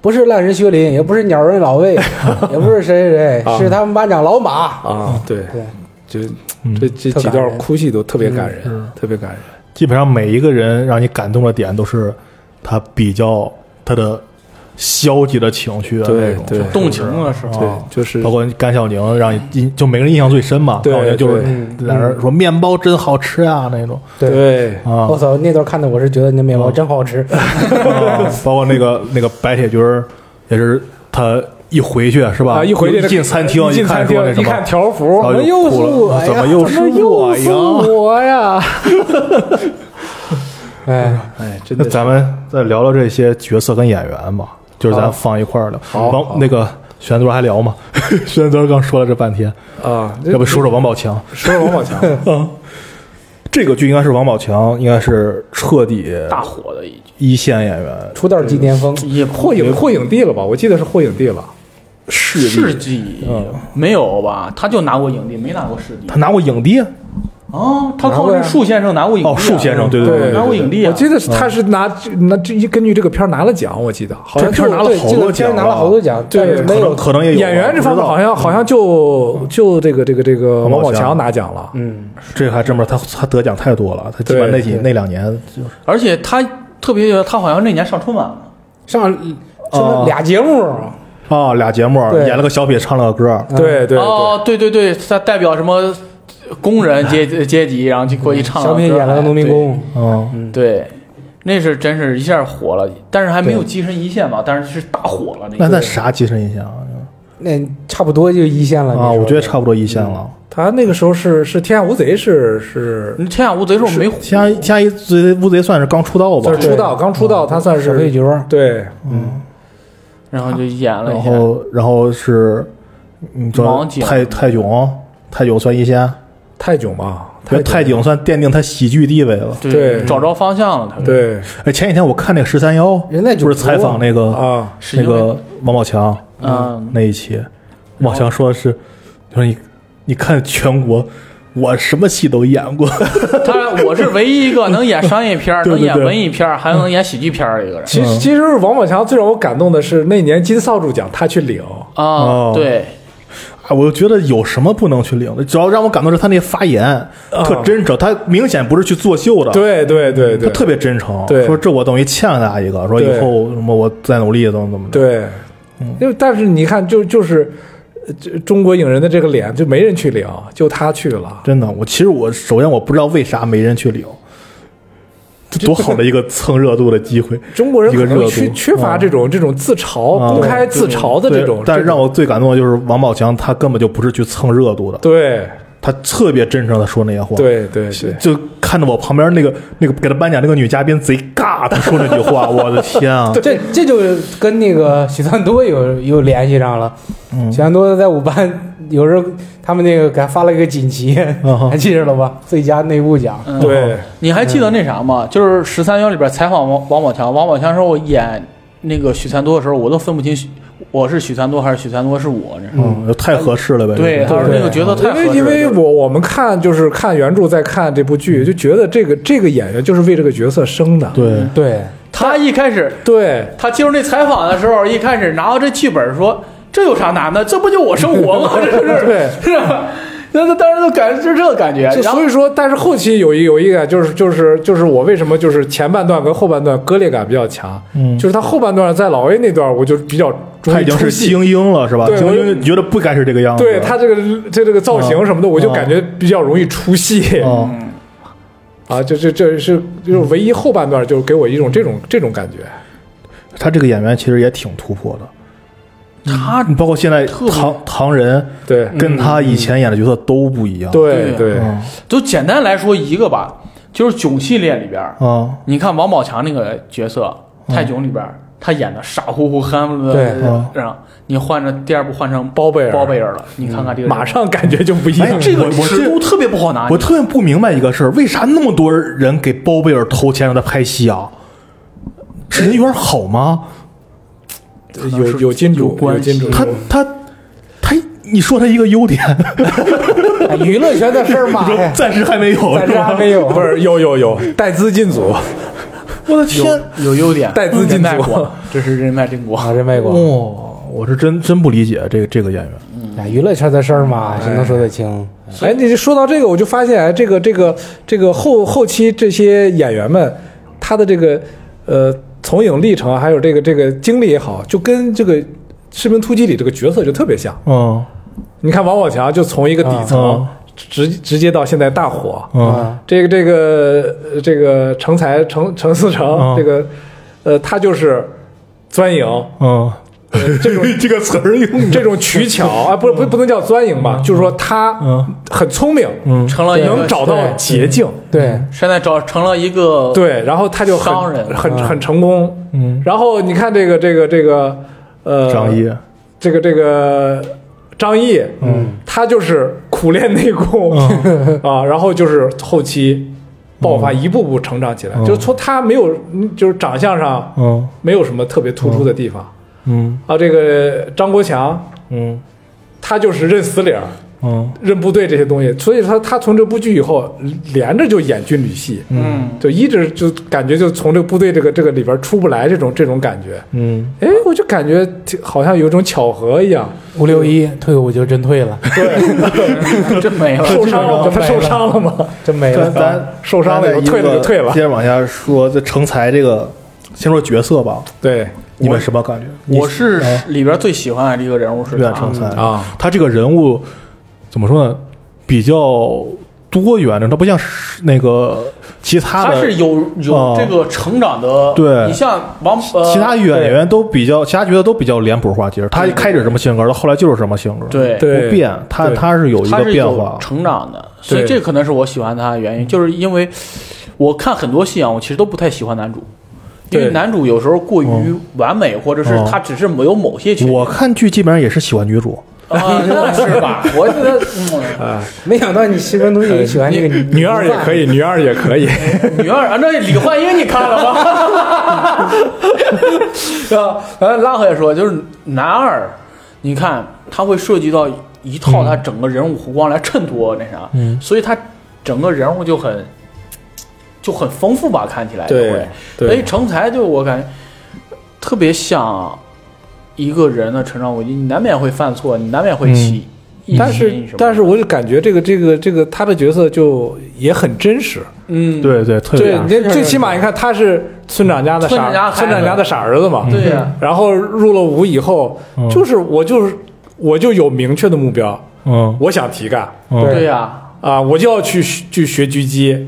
[SPEAKER 3] 不是烂人薛林，也不是鸟人 老魏，也不是谁谁谁，
[SPEAKER 4] 啊
[SPEAKER 3] 是他们班长老马。
[SPEAKER 4] 啊，对，
[SPEAKER 3] 对，
[SPEAKER 4] 就
[SPEAKER 1] 嗯
[SPEAKER 4] 这这
[SPEAKER 3] 特
[SPEAKER 4] 几
[SPEAKER 3] 感
[SPEAKER 4] 段
[SPEAKER 3] 人
[SPEAKER 4] 哭戏都特别感
[SPEAKER 1] 嗯
[SPEAKER 4] 人，特别感人。
[SPEAKER 1] 基本上每一个人让你感动的点都是他比较他的消极的情绪啊，
[SPEAKER 4] 对
[SPEAKER 1] 那种
[SPEAKER 4] 对
[SPEAKER 1] 就是
[SPEAKER 2] 动情了是吧
[SPEAKER 1] 啊
[SPEAKER 4] 对，就是
[SPEAKER 1] 包括甘小宁让你印，就每个人印象最深嘛，
[SPEAKER 4] 对
[SPEAKER 1] 感觉就是
[SPEAKER 4] 对
[SPEAKER 3] 嗯
[SPEAKER 1] 在那儿说面包真好吃啊那种
[SPEAKER 3] 对，
[SPEAKER 4] 对
[SPEAKER 1] 啊
[SPEAKER 3] 我，操，那段看的我是觉得你的面包真好吃。
[SPEAKER 1] 啊包括那个那个白铁军儿也是他一回去是吧？
[SPEAKER 4] 啊，一回去
[SPEAKER 1] 一进餐厅
[SPEAKER 4] 一进餐
[SPEAKER 1] 说那
[SPEAKER 4] 厅
[SPEAKER 1] 什
[SPEAKER 4] 一看
[SPEAKER 1] 么。
[SPEAKER 4] 条幅
[SPEAKER 1] 然后
[SPEAKER 3] 怎么
[SPEAKER 1] 就
[SPEAKER 3] 又
[SPEAKER 1] 哭了
[SPEAKER 3] 是我
[SPEAKER 1] 怎么又啊是我
[SPEAKER 3] 呀
[SPEAKER 4] 啊是我 呀！
[SPEAKER 3] 哎，
[SPEAKER 4] 哎，真
[SPEAKER 1] 那
[SPEAKER 4] 的
[SPEAKER 1] 咱们再聊聊这些角色跟演员吧，就是咱
[SPEAKER 4] 好
[SPEAKER 1] 放一块儿聊。
[SPEAKER 4] 好好
[SPEAKER 1] 王那个玄德还聊吗？ 玄德刚说了这半天，
[SPEAKER 4] 啊，
[SPEAKER 1] 要不说说王宝强？
[SPEAKER 4] 说说王宝 强
[SPEAKER 1] 这个剧应该是王宝强，应该是彻底
[SPEAKER 2] 大火的一集，
[SPEAKER 1] 一线演员，
[SPEAKER 3] 出道即巅峰，
[SPEAKER 2] 也
[SPEAKER 4] 获影获影帝了吧？我记得是获影帝了。
[SPEAKER 1] 势
[SPEAKER 2] 世纪
[SPEAKER 1] 嗯
[SPEAKER 2] 没有吧？他就拿过影帝，没拿过世纪
[SPEAKER 1] 他。拿过影帝，啊
[SPEAKER 2] 哦，他
[SPEAKER 3] 拿
[SPEAKER 2] 靠
[SPEAKER 3] 过呀
[SPEAKER 2] 着树先生拿过影帝啊。
[SPEAKER 1] 哦，树先生，对
[SPEAKER 4] 对
[SPEAKER 1] 对
[SPEAKER 2] 拿过影帝啊。
[SPEAKER 4] 我记得是他是拿拿这一根据这个片儿拿了奖，我记得好像
[SPEAKER 1] 这片儿拿了
[SPEAKER 3] 对
[SPEAKER 1] 好
[SPEAKER 3] 这个
[SPEAKER 1] 多
[SPEAKER 3] 片儿
[SPEAKER 1] 奖
[SPEAKER 3] 拿了
[SPEAKER 1] 了
[SPEAKER 3] 好多奖，
[SPEAKER 4] 对
[SPEAKER 3] 但是
[SPEAKER 1] 可
[SPEAKER 3] 没
[SPEAKER 1] 能
[SPEAKER 3] 有，
[SPEAKER 1] 可能也有啊
[SPEAKER 4] 演员这方面好像好像就就这个这个这个
[SPEAKER 1] 王宝
[SPEAKER 4] 嗯王宝强
[SPEAKER 1] 强
[SPEAKER 4] 拿奖了，
[SPEAKER 3] 嗯，
[SPEAKER 1] 这还真不是他他得奖太多了，他基本
[SPEAKER 4] 对
[SPEAKER 1] 那几那两年就是
[SPEAKER 2] 而且他特别，他好像那年上春晚了。
[SPEAKER 3] 上什
[SPEAKER 1] 啊
[SPEAKER 3] 么俩节目，
[SPEAKER 1] 啊俩节目
[SPEAKER 3] 对
[SPEAKER 1] 演了个小品，唱了个歌，
[SPEAKER 4] 对对对
[SPEAKER 2] 哦，对对对，他代表什么？工人阶阶级，然后就过去唱哎
[SPEAKER 3] 小品演了个农民工，
[SPEAKER 1] 嗯，
[SPEAKER 2] 对，对，那是真是一下火了，但是还没有跻身一线嘛，但是是大火了。
[SPEAKER 1] 那
[SPEAKER 2] 个
[SPEAKER 1] 那啥跻身一线啊？
[SPEAKER 3] 那差不多就一线了
[SPEAKER 1] 啊，我觉得
[SPEAKER 3] 差。
[SPEAKER 1] 差不多一线了。
[SPEAKER 4] 他那个时候是是天下无贼是是
[SPEAKER 2] 你天下无贼时候没火，
[SPEAKER 1] 天涯天涯一贼乌贼算是刚出道吧
[SPEAKER 4] 算，是出道刚出道，他算
[SPEAKER 3] 嗯小配
[SPEAKER 4] 是
[SPEAKER 3] 角儿，
[SPEAKER 4] 对
[SPEAKER 2] 然后就演了一
[SPEAKER 1] 然
[SPEAKER 2] 下。
[SPEAKER 1] 后然后是，嗯，叫
[SPEAKER 2] 王景啊
[SPEAKER 1] 泰泰囧，泰囧算一线，
[SPEAKER 4] 泰囧嘛，
[SPEAKER 1] 泰泰囧算奠定他喜剧地位了。
[SPEAKER 2] 对，
[SPEAKER 4] 对
[SPEAKER 2] 找着方向了，他
[SPEAKER 4] 对
[SPEAKER 1] 哎，前几天我看那个十三幺，
[SPEAKER 3] 人家就
[SPEAKER 1] 不是采访那个
[SPEAKER 4] 啊，
[SPEAKER 2] 是
[SPEAKER 1] 那
[SPEAKER 2] 因为
[SPEAKER 1] 个王宝强
[SPEAKER 2] 嗯，
[SPEAKER 1] 那一期，王宝强说的是，他说你你看全国，我什么戏都演过，
[SPEAKER 2] 他我是唯一一个能演商业片儿、
[SPEAKER 1] 对
[SPEAKER 2] 能
[SPEAKER 1] 对
[SPEAKER 2] 演
[SPEAKER 1] 对
[SPEAKER 2] 文艺片儿，还能演喜剧片儿的 一个人
[SPEAKER 4] 其实其实王宝强最让我感动的是那年金扫帚奖他去领，
[SPEAKER 2] 啊。对，
[SPEAKER 1] 啊，我觉得有什么不能去领的？只要让我感动的是他那发言特真诚，他明显不是去作秀的，
[SPEAKER 4] 嗯对对对
[SPEAKER 1] 他
[SPEAKER 4] 对，
[SPEAKER 1] 特别真诚，
[SPEAKER 4] 对
[SPEAKER 1] 说这我等于欠了大家一个，说以
[SPEAKER 4] 对
[SPEAKER 1] 后什么我再努力怎么怎么着，
[SPEAKER 4] 对，
[SPEAKER 1] 嗯
[SPEAKER 4] 因为但是你看就就是。呃这中国影人的这个脸就没人去领，就他去了。
[SPEAKER 1] 真的，我其实我首先我不知道为啥没人去领，这多好的一个蹭热度的机 会，
[SPEAKER 4] 中国人
[SPEAKER 1] 一个
[SPEAKER 4] 可能
[SPEAKER 1] 热
[SPEAKER 4] 缺
[SPEAKER 1] 度嗯
[SPEAKER 4] 缺乏这种这种自嘲、
[SPEAKER 1] 啊
[SPEAKER 4] 公开自嘲的
[SPEAKER 1] 对
[SPEAKER 4] 这种。
[SPEAKER 1] 但
[SPEAKER 4] 这
[SPEAKER 1] 是
[SPEAKER 4] 种
[SPEAKER 1] 让我最感动的就是王宝强，他根本就不是去蹭热度的，
[SPEAKER 4] 对
[SPEAKER 1] 他特别真诚的说那些话，，
[SPEAKER 4] 对对对，
[SPEAKER 1] 就看着我旁边那个那个给他颁奖那个女嘉宾贼尬，他说那句 话，我的天啊！
[SPEAKER 3] 这这就跟那个许三多有有联系上了。
[SPEAKER 4] 嗯
[SPEAKER 3] 许三多在五班，有时候他们那个给他发了一个锦旗，
[SPEAKER 1] 嗯
[SPEAKER 3] 还记着了吧？最佳内部奖，
[SPEAKER 2] 嗯，
[SPEAKER 4] 对，
[SPEAKER 2] 你还记得那啥吗？就是《十三幺》里边采访王王宝强，王宝强说我演那个许三多的时候，我都分不清许我是许三多还是许三多是我。那是
[SPEAKER 1] 嗯，太合适了呗，
[SPEAKER 2] 对，
[SPEAKER 1] 这
[SPEAKER 2] 他
[SPEAKER 1] 个
[SPEAKER 2] 说那个角色太
[SPEAKER 4] 因
[SPEAKER 2] 合适了
[SPEAKER 4] 为因为我我们看就是看原著，在看这部
[SPEAKER 2] 嗯
[SPEAKER 4] 剧，就觉得这个这个演员就是为这个角色生的。
[SPEAKER 1] 对，
[SPEAKER 3] 对，
[SPEAKER 2] 他一开始
[SPEAKER 4] 对
[SPEAKER 2] 他接受那采访的时候，一开始拿到这剧本说：“这有啥难的？这不就我生活吗？这是
[SPEAKER 4] 对
[SPEAKER 2] 是吧？” 那那当时就感就是这个感觉，
[SPEAKER 4] 就
[SPEAKER 2] 哎然后
[SPEAKER 4] 所以说，但是后期有一有一个就是就是就是我为什么就是前半段跟后半段割裂感比较强，
[SPEAKER 1] 嗯
[SPEAKER 4] 就是他后半段在老 A 那段我就比较容
[SPEAKER 1] 他
[SPEAKER 4] 易
[SPEAKER 1] 已经
[SPEAKER 4] 出
[SPEAKER 1] 是
[SPEAKER 4] 戏，
[SPEAKER 1] 精英了，是吧？
[SPEAKER 4] 对
[SPEAKER 1] 精
[SPEAKER 4] 我就
[SPEAKER 1] 英你觉得不该是这个样子，
[SPEAKER 4] 对他这个这这个造型什么的，
[SPEAKER 1] 嗯
[SPEAKER 4] 我就感觉比较容易出戏
[SPEAKER 1] 哦，
[SPEAKER 4] 啊，这这这是就是唯一后半段就是给我一种这种这种感觉，
[SPEAKER 1] 他这个演员其实也挺突破的，
[SPEAKER 2] 他
[SPEAKER 1] 你包括现在
[SPEAKER 2] 特别
[SPEAKER 1] 唐唐人
[SPEAKER 4] 对
[SPEAKER 1] 跟他以前演的角色都不一样，
[SPEAKER 4] 对
[SPEAKER 2] 哦对啊
[SPEAKER 4] 对
[SPEAKER 1] 嗯
[SPEAKER 2] 就简单来说一个吧，就是囧系列里边，
[SPEAKER 1] 啊，
[SPEAKER 2] 你看王宝强那个角色，泰囧里边他演的傻乎乎、憨不
[SPEAKER 3] 对
[SPEAKER 1] 嗯
[SPEAKER 2] 的，让你换成第二部换成
[SPEAKER 4] 包贝尔
[SPEAKER 2] 包贝尔了，你看看这个人
[SPEAKER 4] 马上感觉就不一
[SPEAKER 1] 哎
[SPEAKER 4] 样。
[SPEAKER 2] 这个
[SPEAKER 1] 我我
[SPEAKER 2] 尺
[SPEAKER 1] 是
[SPEAKER 2] 度特别不好拿
[SPEAKER 1] 我。特别不明白一个事儿，为啥那么多人给包贝尔投钱让他拍戏啊？是人缘好吗？
[SPEAKER 4] 有有金主，有金主，
[SPEAKER 1] 他他他，你说他一个优点，
[SPEAKER 3] 哎娱乐圈的事儿 嘛，哎
[SPEAKER 1] 暂时还没有，
[SPEAKER 3] 暂
[SPEAKER 1] 是
[SPEAKER 3] 时
[SPEAKER 1] 吧
[SPEAKER 3] 还没有。
[SPEAKER 4] 不是有有有带资进组，
[SPEAKER 1] 我的天！
[SPEAKER 2] 有有优点，
[SPEAKER 4] 带资进组
[SPEAKER 2] 人脉广，这是人脉真广。
[SPEAKER 3] 啊，真没
[SPEAKER 4] 嗯
[SPEAKER 3] 过。
[SPEAKER 1] 哦，我是真真不理解这个这个演员。
[SPEAKER 3] 哎，娱乐圈的事儿嘛，谁能说得清？
[SPEAKER 4] 哎，你说到这个，我就发现，哎，这个这个这个后后期这些演员们，他的这个呃从影历程啊，还有这个这个经历也好，就跟这个《士兵突击》里这个角色就特别像。
[SPEAKER 1] 嗯
[SPEAKER 4] 你看王宝强就从一个底层
[SPEAKER 1] 嗯
[SPEAKER 4] 直直接到现在大火，
[SPEAKER 1] 嗯
[SPEAKER 3] 啊，
[SPEAKER 4] 这个这个呃这个成才成成思成
[SPEAKER 1] 嗯
[SPEAKER 4] 这个呃他就是钻营，哦
[SPEAKER 1] 嗯，
[SPEAKER 4] 这种
[SPEAKER 1] 这个词儿用
[SPEAKER 4] 这种取巧啊，不不不能叫钻营吧，就是说他
[SPEAKER 1] 嗯
[SPEAKER 4] 很聪明，
[SPEAKER 2] 成了一个
[SPEAKER 4] 能找到
[SPEAKER 2] 对
[SPEAKER 4] 捷径，嗯
[SPEAKER 3] 对，
[SPEAKER 2] 现在找成了一个
[SPEAKER 4] 对，然后他就很
[SPEAKER 2] 商人
[SPEAKER 4] 很
[SPEAKER 3] 嗯
[SPEAKER 4] 很成功，
[SPEAKER 1] 嗯，
[SPEAKER 4] 然后你看这个这个这个呃
[SPEAKER 1] 张译，
[SPEAKER 4] 这个这个张译，嗯，他就是苦练内功
[SPEAKER 1] 嗯
[SPEAKER 4] 啊，然后就是后期爆发，一步步成长起来，
[SPEAKER 1] 嗯
[SPEAKER 4] 就是从他没有嗯就是长相上
[SPEAKER 1] 嗯
[SPEAKER 4] 没有什么特别突出的地方
[SPEAKER 1] 嗯
[SPEAKER 4] 啊，这个张国强
[SPEAKER 1] 嗯
[SPEAKER 4] 他就是认死理儿。
[SPEAKER 1] 嗯
[SPEAKER 4] 认部队这些东西，所以他他从这部剧以后连着就演军旅戏，
[SPEAKER 2] 嗯，
[SPEAKER 4] 就一直就感觉就从这个部队这个这个里边出不来这种这种感觉。
[SPEAKER 1] 嗯，
[SPEAKER 4] 哎，我就感觉挺好像有一种巧合一样，
[SPEAKER 3] 五六一退伍就真退了，
[SPEAKER 2] 真没了。
[SPEAKER 4] 受伤 了吗？
[SPEAKER 3] 基
[SPEAKER 4] 他
[SPEAKER 3] 本上
[SPEAKER 4] 受伤了吗？
[SPEAKER 3] 真没
[SPEAKER 1] 咱
[SPEAKER 3] 了。
[SPEAKER 1] 咱
[SPEAKER 4] 受伤了以后退了就退了
[SPEAKER 1] 接。着往下说，这成才这个，先说角色吧，
[SPEAKER 4] 对
[SPEAKER 1] 你哦们什么感觉？
[SPEAKER 2] 我是里边最喜欢的一个人物是嗯
[SPEAKER 1] 岳远
[SPEAKER 2] 他
[SPEAKER 1] 成，才
[SPEAKER 4] 啊，
[SPEAKER 1] 他这个人物怎么说呢？比较多元的，它不像是那个其他
[SPEAKER 2] 他
[SPEAKER 1] 的，
[SPEAKER 2] 是有有
[SPEAKER 1] 哦
[SPEAKER 2] 这个成长的。
[SPEAKER 1] 对
[SPEAKER 2] 你像王呃，
[SPEAKER 1] 其他演员都比较，其他角色都比较脸谱化。其实他一开始什么性格，到后来就是什么性格，
[SPEAKER 2] 对
[SPEAKER 1] 不变。他
[SPEAKER 4] 对
[SPEAKER 1] 他是有一
[SPEAKER 2] 他
[SPEAKER 1] 个
[SPEAKER 2] 是
[SPEAKER 1] 变
[SPEAKER 2] 有
[SPEAKER 1] 化，嗯
[SPEAKER 2] 成长的，所以
[SPEAKER 4] 对
[SPEAKER 2] 这可能是我喜欢他的原因，就是因为我看很多戏啊，我其实都不太喜欢男主，因为
[SPEAKER 4] 对
[SPEAKER 2] 男主有时候过于完美，或者是
[SPEAKER 1] 嗯
[SPEAKER 2] 他只是没有某些缺
[SPEAKER 1] 哦我看剧基本上也是喜欢女主，
[SPEAKER 2] 啊，那是吧？我觉得嗯
[SPEAKER 1] 哎
[SPEAKER 3] 没想到你西门东也喜欢这个女
[SPEAKER 4] 啊哎女二也可 以，女二也可以。
[SPEAKER 2] 嗯女二啊，那李焕英你看了吗？ 是吧？然后拉回来说，就是男二，你看他会涉及到一套他整个人物弧光来衬托那啥，
[SPEAKER 1] 嗯
[SPEAKER 2] 所以他整个人物就很就很丰富吧，看起来
[SPEAKER 4] 对
[SPEAKER 2] 就会
[SPEAKER 4] 对
[SPEAKER 2] 所以成才就我感觉特别像一个人的成长轨迹，你难免会犯错，你难免会起。一
[SPEAKER 4] 嗯但
[SPEAKER 2] 起
[SPEAKER 4] 是
[SPEAKER 2] 什么，
[SPEAKER 4] 但是我就感觉这个这个这个他的角色就也很真实。
[SPEAKER 2] 嗯，
[SPEAKER 1] 对对，特别
[SPEAKER 4] 对，你看最起码你看他是村长家的
[SPEAKER 2] 村长家
[SPEAKER 4] 傻
[SPEAKER 2] 孩子
[SPEAKER 4] 村长家的傻儿子嘛。嗯
[SPEAKER 2] 对呀、
[SPEAKER 4] 然后入了伍以后
[SPEAKER 1] 嗯，
[SPEAKER 4] 就是我就是我就有明确的目标，
[SPEAKER 1] 嗯
[SPEAKER 4] 我想提干
[SPEAKER 1] 嗯
[SPEAKER 2] 对呀、
[SPEAKER 4] 啊，我就要去去学狙击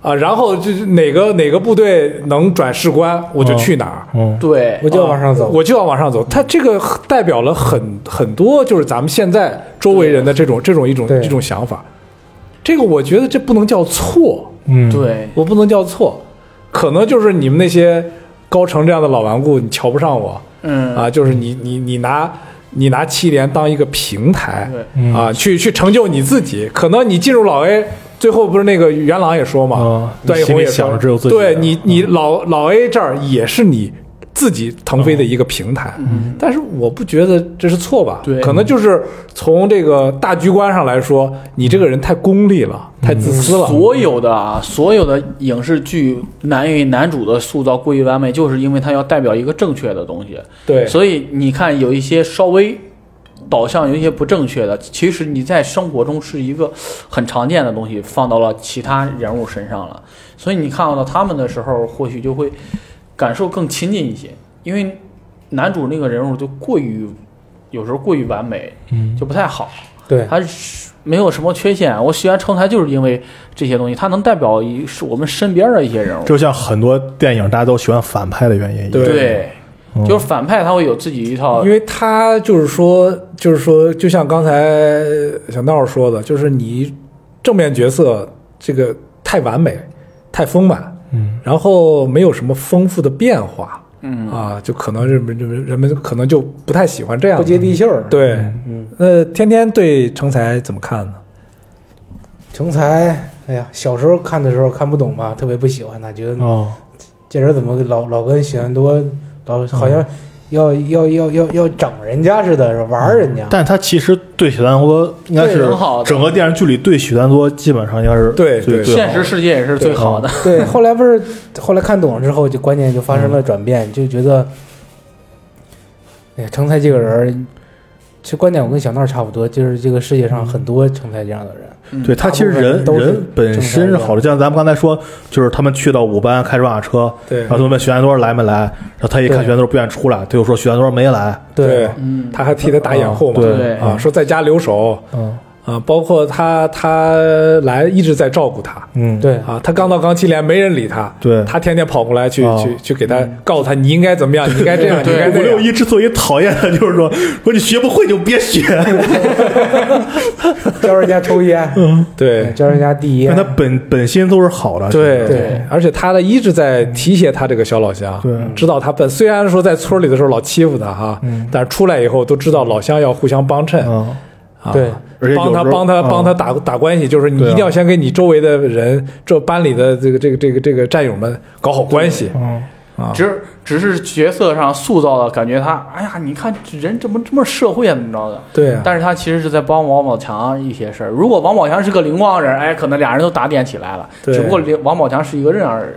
[SPEAKER 4] 啊，然后就是哪个哪个部队能转士官，我就
[SPEAKER 1] 嗯
[SPEAKER 4] 去哪儿。
[SPEAKER 1] 嗯，
[SPEAKER 2] 对，
[SPEAKER 3] 我就要往上走。
[SPEAKER 4] 我就要往上走。它这个代表了很很多，就是咱们现在周围人的这种这种一种
[SPEAKER 3] 对
[SPEAKER 4] 这种想法。这个我觉得这不能叫错，
[SPEAKER 1] 嗯，
[SPEAKER 2] 对，
[SPEAKER 4] 我不能叫错，可能就是你们那些高成这样的老顽固，你瞧不上我
[SPEAKER 2] 嗯
[SPEAKER 4] 啊，就是你你你拿你拿七连当一个平台
[SPEAKER 2] 对
[SPEAKER 1] 嗯
[SPEAKER 4] 啊，去去成就你自己。可能你进入老 A，最后不是那个元朗也说嘛，
[SPEAKER 1] 嗯
[SPEAKER 4] 段奕宏也
[SPEAKER 1] 你心里想
[SPEAKER 4] 说
[SPEAKER 1] 着只有自己
[SPEAKER 4] 对
[SPEAKER 1] 的嗯
[SPEAKER 4] 你你老老 A 这儿也是你自己腾飞的一个平台，
[SPEAKER 1] 嗯
[SPEAKER 4] 但是我不觉得这是错吧？
[SPEAKER 2] 对
[SPEAKER 4] 可能就是从这个大局观上来说，你这个人太功利了，太自私了。
[SPEAKER 2] 所有的啊，所有的影视剧男与男主的塑造过于完美，就是因为他要代表一个正确的东西。
[SPEAKER 4] 对
[SPEAKER 2] 所以你看，有一些稍微导向有一些不正确的，其实你在生活中是一个很常见的东西，放到了其他人物身上了。所以你看到他们的时候，或许就会感受更亲近一些，因为男主那个人物就过于有时候过于完美，
[SPEAKER 1] 嗯
[SPEAKER 2] 就不太好。
[SPEAKER 3] 对，
[SPEAKER 2] 他是没有什么缺陷。我喜欢成才就是因为这些东西，他能代表一是我们身边的一些人物。
[SPEAKER 1] 就像很多电影大家都喜欢反派的原因一样，
[SPEAKER 4] 对
[SPEAKER 2] 对，
[SPEAKER 1] 嗯
[SPEAKER 2] 就是反派他会有自己一套
[SPEAKER 4] 因，为他就是说，就是说，就像刚才小闹说的，就是你正面角色这个太完美、太丰满，
[SPEAKER 1] 嗯，
[SPEAKER 4] 然后没有什么丰富的变化
[SPEAKER 2] 嗯，
[SPEAKER 4] 啊，就可能人们人们人们可能就不太喜欢这样
[SPEAKER 3] 不
[SPEAKER 4] 的。
[SPEAKER 3] 接地气儿。，
[SPEAKER 4] 对，
[SPEAKER 3] 嗯，
[SPEAKER 4] 那天天对成才怎么看呢？
[SPEAKER 3] 成才，哎呀，小时候看的时候看不懂嘛，特别不喜欢他，觉得
[SPEAKER 1] 哦，
[SPEAKER 3] 这人怎么老老跟许愿多老好像要、要要要要整人家似的，是玩儿人家。
[SPEAKER 1] 嗯但他其实对许三多应该
[SPEAKER 2] 对
[SPEAKER 1] 是
[SPEAKER 2] 很好的
[SPEAKER 1] 整个电视剧里对许三多基本上应该是
[SPEAKER 4] 对
[SPEAKER 1] 最
[SPEAKER 4] 对
[SPEAKER 1] 最
[SPEAKER 2] 现
[SPEAKER 1] 好
[SPEAKER 2] 实
[SPEAKER 1] 的
[SPEAKER 2] 世界也是最好的。
[SPEAKER 3] 对，后来不是后来看懂了之后，就观念就发生了转变，就觉得，哎呀，成才这个人儿，其实观点我跟小闹差不多，就是这个世界上很多成才这样的人，
[SPEAKER 1] 对他其实人
[SPEAKER 3] 大部分人都是
[SPEAKER 1] 人本身是好的，就像咱们刚才说，就是他们去到五班开着瓦车，
[SPEAKER 4] 对
[SPEAKER 1] 然后他们问许安多来没来，然后他一看
[SPEAKER 3] 对
[SPEAKER 1] 许安多不愿意出来，他就说许安多没来，
[SPEAKER 4] 对
[SPEAKER 2] 嗯，
[SPEAKER 4] 他还替他打掩护嘛？
[SPEAKER 1] 啊
[SPEAKER 2] 对
[SPEAKER 4] 啊，说在家留守
[SPEAKER 1] 嗯
[SPEAKER 4] 啊，包括他他来一直在照顾他。
[SPEAKER 1] 嗯，
[SPEAKER 3] 对，
[SPEAKER 4] 啊，他刚到钢七连，没人理他，
[SPEAKER 1] 对
[SPEAKER 4] 他天天跑过来去
[SPEAKER 1] 哦
[SPEAKER 4] 去去给他告诉他，你应该怎么样，你应该这样，你
[SPEAKER 2] 对
[SPEAKER 4] 应该
[SPEAKER 1] 五
[SPEAKER 4] 那
[SPEAKER 1] 六
[SPEAKER 4] 样。
[SPEAKER 1] 一之所以讨厌他，就是说说你学不会就别学，
[SPEAKER 3] 教人家抽烟，哎
[SPEAKER 4] 对
[SPEAKER 3] 教人家递
[SPEAKER 1] 但
[SPEAKER 3] 烟
[SPEAKER 1] 他，本本心哎都是好的，
[SPEAKER 4] 对
[SPEAKER 3] 对
[SPEAKER 4] 而且他呢一直在提携他这个小老乡，
[SPEAKER 1] 对
[SPEAKER 4] 知道他本虽然说在村里的时候老欺负他哈，
[SPEAKER 1] 嗯
[SPEAKER 4] 但是出来以后都知道老乡要互相帮衬，
[SPEAKER 1] 嗯，
[SPEAKER 4] 啊，
[SPEAKER 3] 对
[SPEAKER 1] 而且有
[SPEAKER 4] 帮他
[SPEAKER 1] 时候
[SPEAKER 4] 帮他
[SPEAKER 1] 嗯
[SPEAKER 4] 帮他打打关系，就是你一
[SPEAKER 1] 对啊
[SPEAKER 4] 定要先跟你周围的人，这班里的这个这个这个这个战友们搞好关系，
[SPEAKER 1] 嗯，
[SPEAKER 4] 啊
[SPEAKER 2] 只只是角色上塑造的感觉他，哎呀，你看人怎么这么社会啊，怎么着的？
[SPEAKER 4] 对啊，
[SPEAKER 2] 但是他其实是在帮王宝强一些事儿。如果王宝强是个灵光人，哎，可能俩人都打点起来了。
[SPEAKER 4] 对
[SPEAKER 2] 只不过灵王宝强是一个这样儿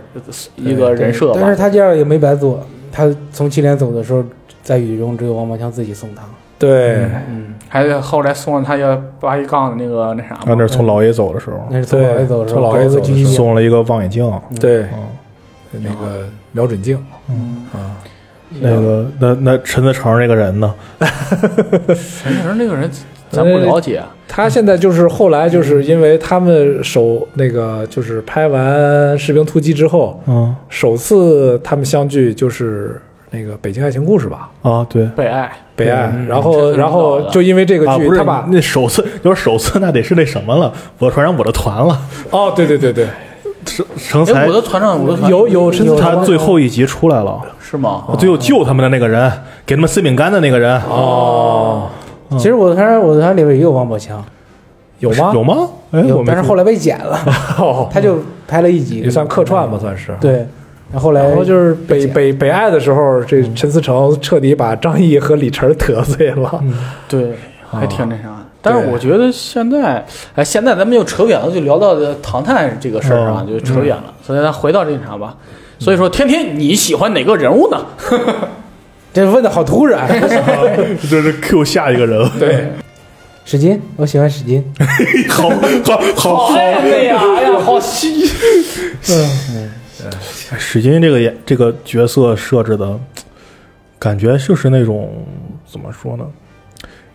[SPEAKER 2] 一个人设吧。
[SPEAKER 3] 但是他这样也没白做，他从七连走的时候，在雨中只有王宝强自己送他，
[SPEAKER 4] 哦对，
[SPEAKER 3] 嗯，
[SPEAKER 2] 还有后来送了他要八一杠的那个那啥嘛
[SPEAKER 1] 啊，那是从老爷走的时候，
[SPEAKER 3] 那是从老爷走的时候，
[SPEAKER 4] 从老爷
[SPEAKER 3] 搞一
[SPEAKER 4] 走
[SPEAKER 3] 个
[SPEAKER 4] 的
[SPEAKER 3] 狙击
[SPEAKER 1] 送了一个望远镜，
[SPEAKER 4] 对，
[SPEAKER 1] 嗯，
[SPEAKER 4] 那个瞄准镜，
[SPEAKER 2] 嗯
[SPEAKER 1] 那个那那陈思诚这个人呢，
[SPEAKER 2] 陈晨那个人咱不了解。啊
[SPEAKER 4] 他现在就是后来就是因为他们首那个就是拍完《士兵突击》之后，
[SPEAKER 1] 嗯
[SPEAKER 4] 首次他们相聚就是那个《北京爱情故事》吧，
[SPEAKER 1] 啊，对。
[SPEAKER 2] 被爱，
[SPEAKER 4] 北爱。然
[SPEAKER 2] 这个
[SPEAKER 4] 后
[SPEAKER 2] 知道
[SPEAKER 4] 然后
[SPEAKER 2] 了
[SPEAKER 4] 就因为这个
[SPEAKER 1] 啊，
[SPEAKER 4] 剧，
[SPEAKER 1] 不是
[SPEAKER 4] 他把
[SPEAKER 1] 那首次就是首次，那得是那什么了？我传上我的团了，
[SPEAKER 4] 哦，对对对对，
[SPEAKER 1] 成成
[SPEAKER 2] 哎，
[SPEAKER 1] 才
[SPEAKER 2] 我的团长，我的团
[SPEAKER 4] 有有陈子
[SPEAKER 1] 他
[SPEAKER 4] 诚
[SPEAKER 1] 最后一集出来了，
[SPEAKER 2] 是吗？
[SPEAKER 1] 最后救他们的那个人，给他们塞饼干的那个人，
[SPEAKER 4] 嗯
[SPEAKER 3] 其实我的团我的团里面也有王宝强，
[SPEAKER 4] 有吗？ 哦
[SPEAKER 1] 有吗？哎，
[SPEAKER 3] 有
[SPEAKER 1] 我没
[SPEAKER 3] 但是后来被剪了，他就拍了一集，
[SPEAKER 4] 也算客串吧，算是。
[SPEAKER 3] 对，然后后来
[SPEAKER 4] 然后就是
[SPEAKER 3] 被
[SPEAKER 4] 北
[SPEAKER 3] 剪
[SPEAKER 4] 北北爱的时候，这陈思诚彻底把张译和李晨得罪了。
[SPEAKER 2] 对，哦还挺那啥的。但是我觉得现在，哎，现在咱们又扯远了，就聊到这唐探这个事儿啊，就扯远了。所以咱回到这个啥吧。所以说，天天你喜欢哪个人物呢？
[SPEAKER 3] 这问的好突然。
[SPEAKER 1] 这是 Q 下一个人了，
[SPEAKER 2] 对，
[SPEAKER 3] 史金，我喜欢史 金，
[SPEAKER 1] 好好好
[SPEAKER 2] 好
[SPEAKER 1] 好。
[SPEAKER 2] 爱的呀，哎呀，好稀。
[SPEAKER 3] 嗯
[SPEAKER 1] 哎史金这个演这个角色设置的，感觉就是那种怎么说呢？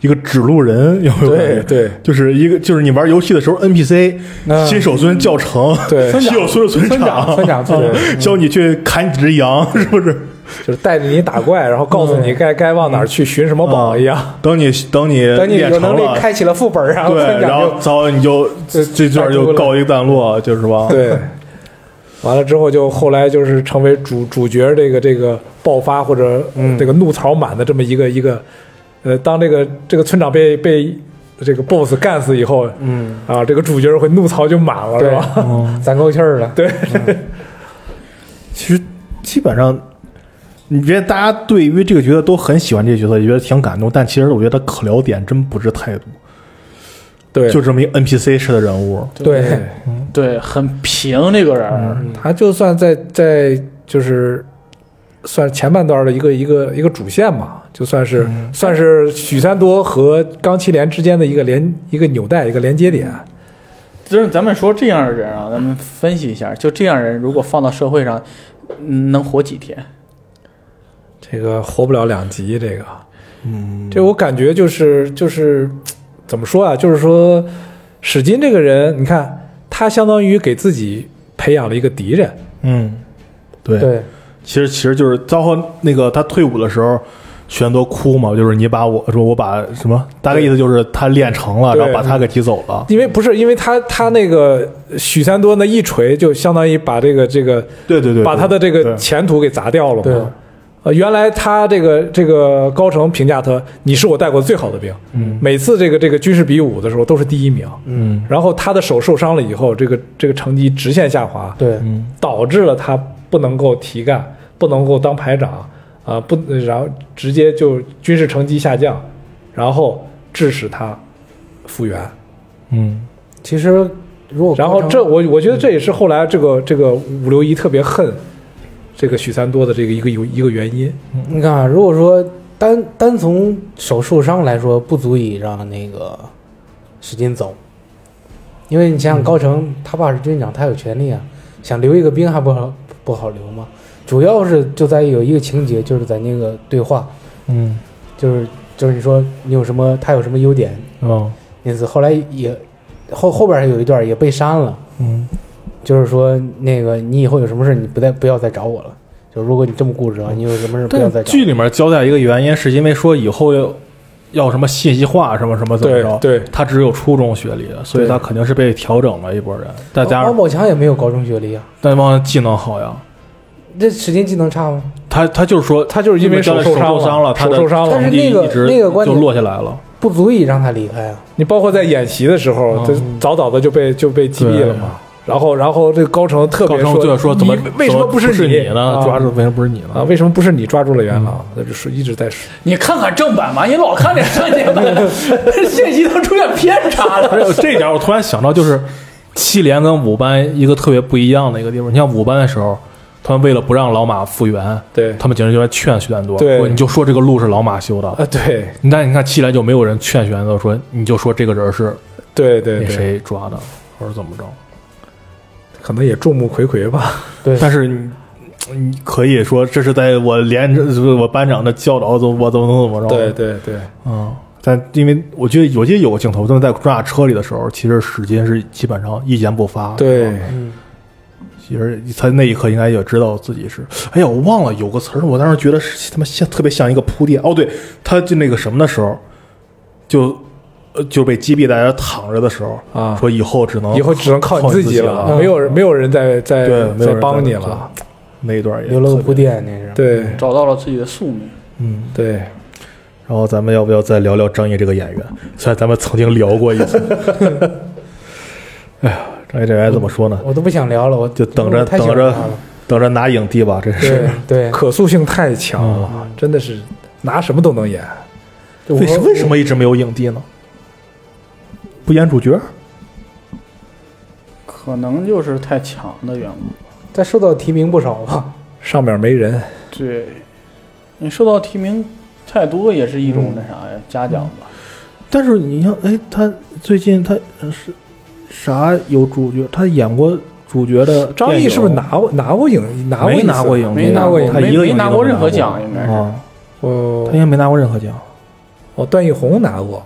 [SPEAKER 1] 一个指路人，有没有感觉？
[SPEAKER 4] 对对
[SPEAKER 1] 就是一个就是你玩游戏的时候 NPC，、
[SPEAKER 3] 嗯
[SPEAKER 1] 新手村教程，
[SPEAKER 4] 对
[SPEAKER 1] 新手村的村啊
[SPEAKER 3] 村长，嗯村长，村长，
[SPEAKER 1] 教你去砍几只羊， 是不是？
[SPEAKER 4] 就是带着你打怪，然后告诉你该该往哪儿去寻什么宝一样。
[SPEAKER 1] 啊等你等你
[SPEAKER 3] 哦等你
[SPEAKER 1] 练
[SPEAKER 3] 有
[SPEAKER 1] 成
[SPEAKER 3] 能力
[SPEAKER 1] 了，
[SPEAKER 3] 开启了副本，嗯 啊然后
[SPEAKER 1] 对，
[SPEAKER 3] 村
[SPEAKER 1] 然
[SPEAKER 3] 长
[SPEAKER 1] 后
[SPEAKER 3] 就呃
[SPEAKER 1] 早你就这这段就告一段落，就是吧？，
[SPEAKER 4] 对，啊完了之后就后来就是成为主主角这个这个爆发或者
[SPEAKER 3] 嗯
[SPEAKER 4] 这个怒槽满的这么一个一个，呃，当这个这个村长被被这个 BOSS 干死以后，嗯啊，这个主角会怒槽就满了，是吧？
[SPEAKER 3] 对，哦攒够气儿了。
[SPEAKER 4] 对，
[SPEAKER 1] 其实基本上，你觉得大家对于这个角色都很喜欢这个角色，也觉得挺感动，但其实我觉得可聊点真不是太多，
[SPEAKER 4] 对
[SPEAKER 1] 就这么一个 NPC 式的人物，
[SPEAKER 4] 对，
[SPEAKER 2] 对，很平这个人儿，
[SPEAKER 3] 嗯
[SPEAKER 4] 他就算在在就是算前半段的一个一个一个主线嘛，就算是、
[SPEAKER 3] 嗯
[SPEAKER 4] 算是许三多和钢七连之间的一个连一个纽带一个连接点。
[SPEAKER 2] 就是咱们说这样的人啊，咱们分析一下，就这样人如果放到社会上，嗯能活几天？
[SPEAKER 4] 这个活不了两集，这个，嗯，这我感觉就是就是怎么说啊？就是说史金这个人，你看他相当于给自己培养了一个敌人，
[SPEAKER 1] 嗯，对，
[SPEAKER 3] 对，
[SPEAKER 1] 其实其实就是包括那个他退伍的时候。许愿多哭嘛，就是你把我说我把什么，大概意思就是他练成了，
[SPEAKER 4] 对
[SPEAKER 1] 然后把他给挤走了。
[SPEAKER 4] 因为不是因为他他那个许三多那一锤，就相当于把这个这个
[SPEAKER 1] 对对对，
[SPEAKER 4] 把他的这
[SPEAKER 1] 对
[SPEAKER 4] 个前途给砸掉了
[SPEAKER 3] 对
[SPEAKER 4] 嘛。呃，原来他这个这个高成评价他，你是我带过最好的兵，嗯，每次这个这个军事比武的时候都是第一名，
[SPEAKER 1] 嗯，
[SPEAKER 4] 然后他的手受伤了以后，这个这个成绩直线下滑，
[SPEAKER 3] 对，
[SPEAKER 4] 导致了他不能够提干，不能够当排长啊、不，然后直接就军事成绩下降，然后致使他复原。
[SPEAKER 1] 嗯，
[SPEAKER 3] 其实如果
[SPEAKER 4] 然后这我我觉得这也是后来这个这个五六一特别恨这个许三多的这个一个有一个原因。
[SPEAKER 3] 你看啊，如果说单单从手受伤来说，不足以让那个史金走，因为你想想高成他爸是军长，他有权利啊，想留一个兵还不好不好留吗？主要是就在于有一个情节，就是在那个对话，
[SPEAKER 1] 嗯，
[SPEAKER 3] 就是就是你说你有什么，他有什么优点，
[SPEAKER 1] 哦，
[SPEAKER 3] 因此后来也后后边还有一段也被删了，
[SPEAKER 1] 嗯，
[SPEAKER 3] 就是说那个你以后有什么事你不再不要再找我了，就如果你这么固执啊，你有什么事不要再
[SPEAKER 1] 但
[SPEAKER 3] 找我
[SPEAKER 1] 剧里面交代一个原因，是因为说以后要要什么信息化，什么什么怎么着？
[SPEAKER 4] 对对
[SPEAKER 1] 他只有初中学历，所以他肯定是被调整了一波人。再加
[SPEAKER 4] 哦
[SPEAKER 3] 王
[SPEAKER 1] 上
[SPEAKER 3] 宝强也没有高中学历啊，
[SPEAKER 1] 那帮技能好呀，
[SPEAKER 3] 这史金技能差吗？
[SPEAKER 1] 他他就是说，
[SPEAKER 4] 他就是因为
[SPEAKER 1] 手
[SPEAKER 4] 手受伤
[SPEAKER 1] 伤了，他
[SPEAKER 4] 手
[SPEAKER 1] 的
[SPEAKER 4] 受伤
[SPEAKER 3] 但是。
[SPEAKER 4] 了
[SPEAKER 1] 成绩
[SPEAKER 3] 那个
[SPEAKER 1] 一直
[SPEAKER 3] 那个观
[SPEAKER 1] 就
[SPEAKER 3] 点
[SPEAKER 1] 落下来了。
[SPEAKER 3] 不足以让他离开啊。
[SPEAKER 4] 你包括在演习的时候，
[SPEAKER 1] 嗯
[SPEAKER 4] 他早早的就被就被击毙了嘛。然后然后这个高成特
[SPEAKER 1] 高
[SPEAKER 4] 别
[SPEAKER 1] 成就说怎么
[SPEAKER 4] 你为什么
[SPEAKER 1] 怎不
[SPEAKER 4] 是
[SPEAKER 1] 是
[SPEAKER 4] 你
[SPEAKER 1] 呢？
[SPEAKER 4] 啊
[SPEAKER 1] 抓住为什么不是你
[SPEAKER 4] 啊，
[SPEAKER 1] 呢？
[SPEAKER 4] 为什么不是你抓住了元朗？他就是一直在说。
[SPEAKER 2] 你看看正版吧，你老看这删节版，信息都出现偏差
[SPEAKER 1] 而
[SPEAKER 2] 了。
[SPEAKER 1] 且这一点我突然想到，就是七连跟五班一个特别不一样的一个地方。你像五班的时候，他们为了不让老马复原，
[SPEAKER 4] 对
[SPEAKER 1] 他们警察就来劝许愿多，
[SPEAKER 4] 对
[SPEAKER 1] 说你就说这个路是老马修的。
[SPEAKER 4] 啊，对
[SPEAKER 1] 但你看七连就没有人劝许愿多说，你就说这个人是
[SPEAKER 4] 对对
[SPEAKER 1] 那
[SPEAKER 4] 对，
[SPEAKER 1] 谁抓的，或者怎么着。
[SPEAKER 4] 可能也众目睽睽吧。
[SPEAKER 3] 对，
[SPEAKER 1] 但是你。你可以说这是在我连着我班长的教导，怎么我怎么怎么着？
[SPEAKER 4] 对，对对，
[SPEAKER 1] 嗯，但因为我觉得，我记得有个镜头，他们在装甲车里的时候，其实史金是基本上一言不发。
[SPEAKER 4] 对，
[SPEAKER 1] 嗯其实他那一刻应该也知道自己是，哎呀，我忘了有个词儿，我当时觉得是他妈像特别像一个铺垫。哦，对，他就那个什么的时候，就呃就被击毙在那儿躺着的时候
[SPEAKER 4] 啊
[SPEAKER 1] 说以后只能
[SPEAKER 4] 以后只能靠你
[SPEAKER 1] 自
[SPEAKER 4] 自己
[SPEAKER 1] 了。嗯
[SPEAKER 4] 了，没有人没有人再再
[SPEAKER 1] 对，没有
[SPEAKER 4] 再
[SPEAKER 1] 人
[SPEAKER 4] 帮
[SPEAKER 1] 再
[SPEAKER 4] 你
[SPEAKER 1] 做
[SPEAKER 4] 了。。
[SPEAKER 1] 那一段也
[SPEAKER 3] 留了
[SPEAKER 1] 特
[SPEAKER 3] 个
[SPEAKER 1] 别
[SPEAKER 3] 铺垫，那是。
[SPEAKER 4] 对
[SPEAKER 2] 找到了自己的宿命。
[SPEAKER 1] 嗯，
[SPEAKER 4] 对，
[SPEAKER 1] 然后咱们要不要再聊聊张译这个演员？虽然咱们曾经聊过一次。 哎呀，张译这人怎么说呢？
[SPEAKER 3] 我都不想聊了，我
[SPEAKER 1] 就等着
[SPEAKER 3] 太喜欢
[SPEAKER 1] 等着
[SPEAKER 3] 他了
[SPEAKER 1] 等着拿影帝吧，这是。啊
[SPEAKER 3] 对对，
[SPEAKER 4] 可塑性太强了，
[SPEAKER 1] 嗯
[SPEAKER 4] 真的是拿什么都能演。
[SPEAKER 3] 就
[SPEAKER 1] 为什
[SPEAKER 3] 我
[SPEAKER 1] 为什么一直没有影帝呢？不演主角？
[SPEAKER 2] 可能就是太强的缘故。
[SPEAKER 3] 他受到提名不少吧？
[SPEAKER 4] 上面没人，
[SPEAKER 2] 对，你受到提名太多也是一种那啥呀，嘉奖吧。
[SPEAKER 1] 但是你看，哎，他最近他呃是啥有主角？他演过主角的
[SPEAKER 4] 张译
[SPEAKER 1] 电影
[SPEAKER 4] 是不是拿过拿过影拿过一
[SPEAKER 1] 没
[SPEAKER 4] 次
[SPEAKER 1] 拿过？影帝？啊
[SPEAKER 2] 没拿
[SPEAKER 4] 过
[SPEAKER 1] 他
[SPEAKER 2] 没
[SPEAKER 1] 一个
[SPEAKER 2] 没
[SPEAKER 1] 影帝
[SPEAKER 2] 拿
[SPEAKER 1] 都
[SPEAKER 2] 过
[SPEAKER 1] 没
[SPEAKER 2] 任何奖应该是
[SPEAKER 1] 啊，
[SPEAKER 4] 哦
[SPEAKER 1] 他应该没拿过任何奖。
[SPEAKER 4] 哦，段奕宏拿过。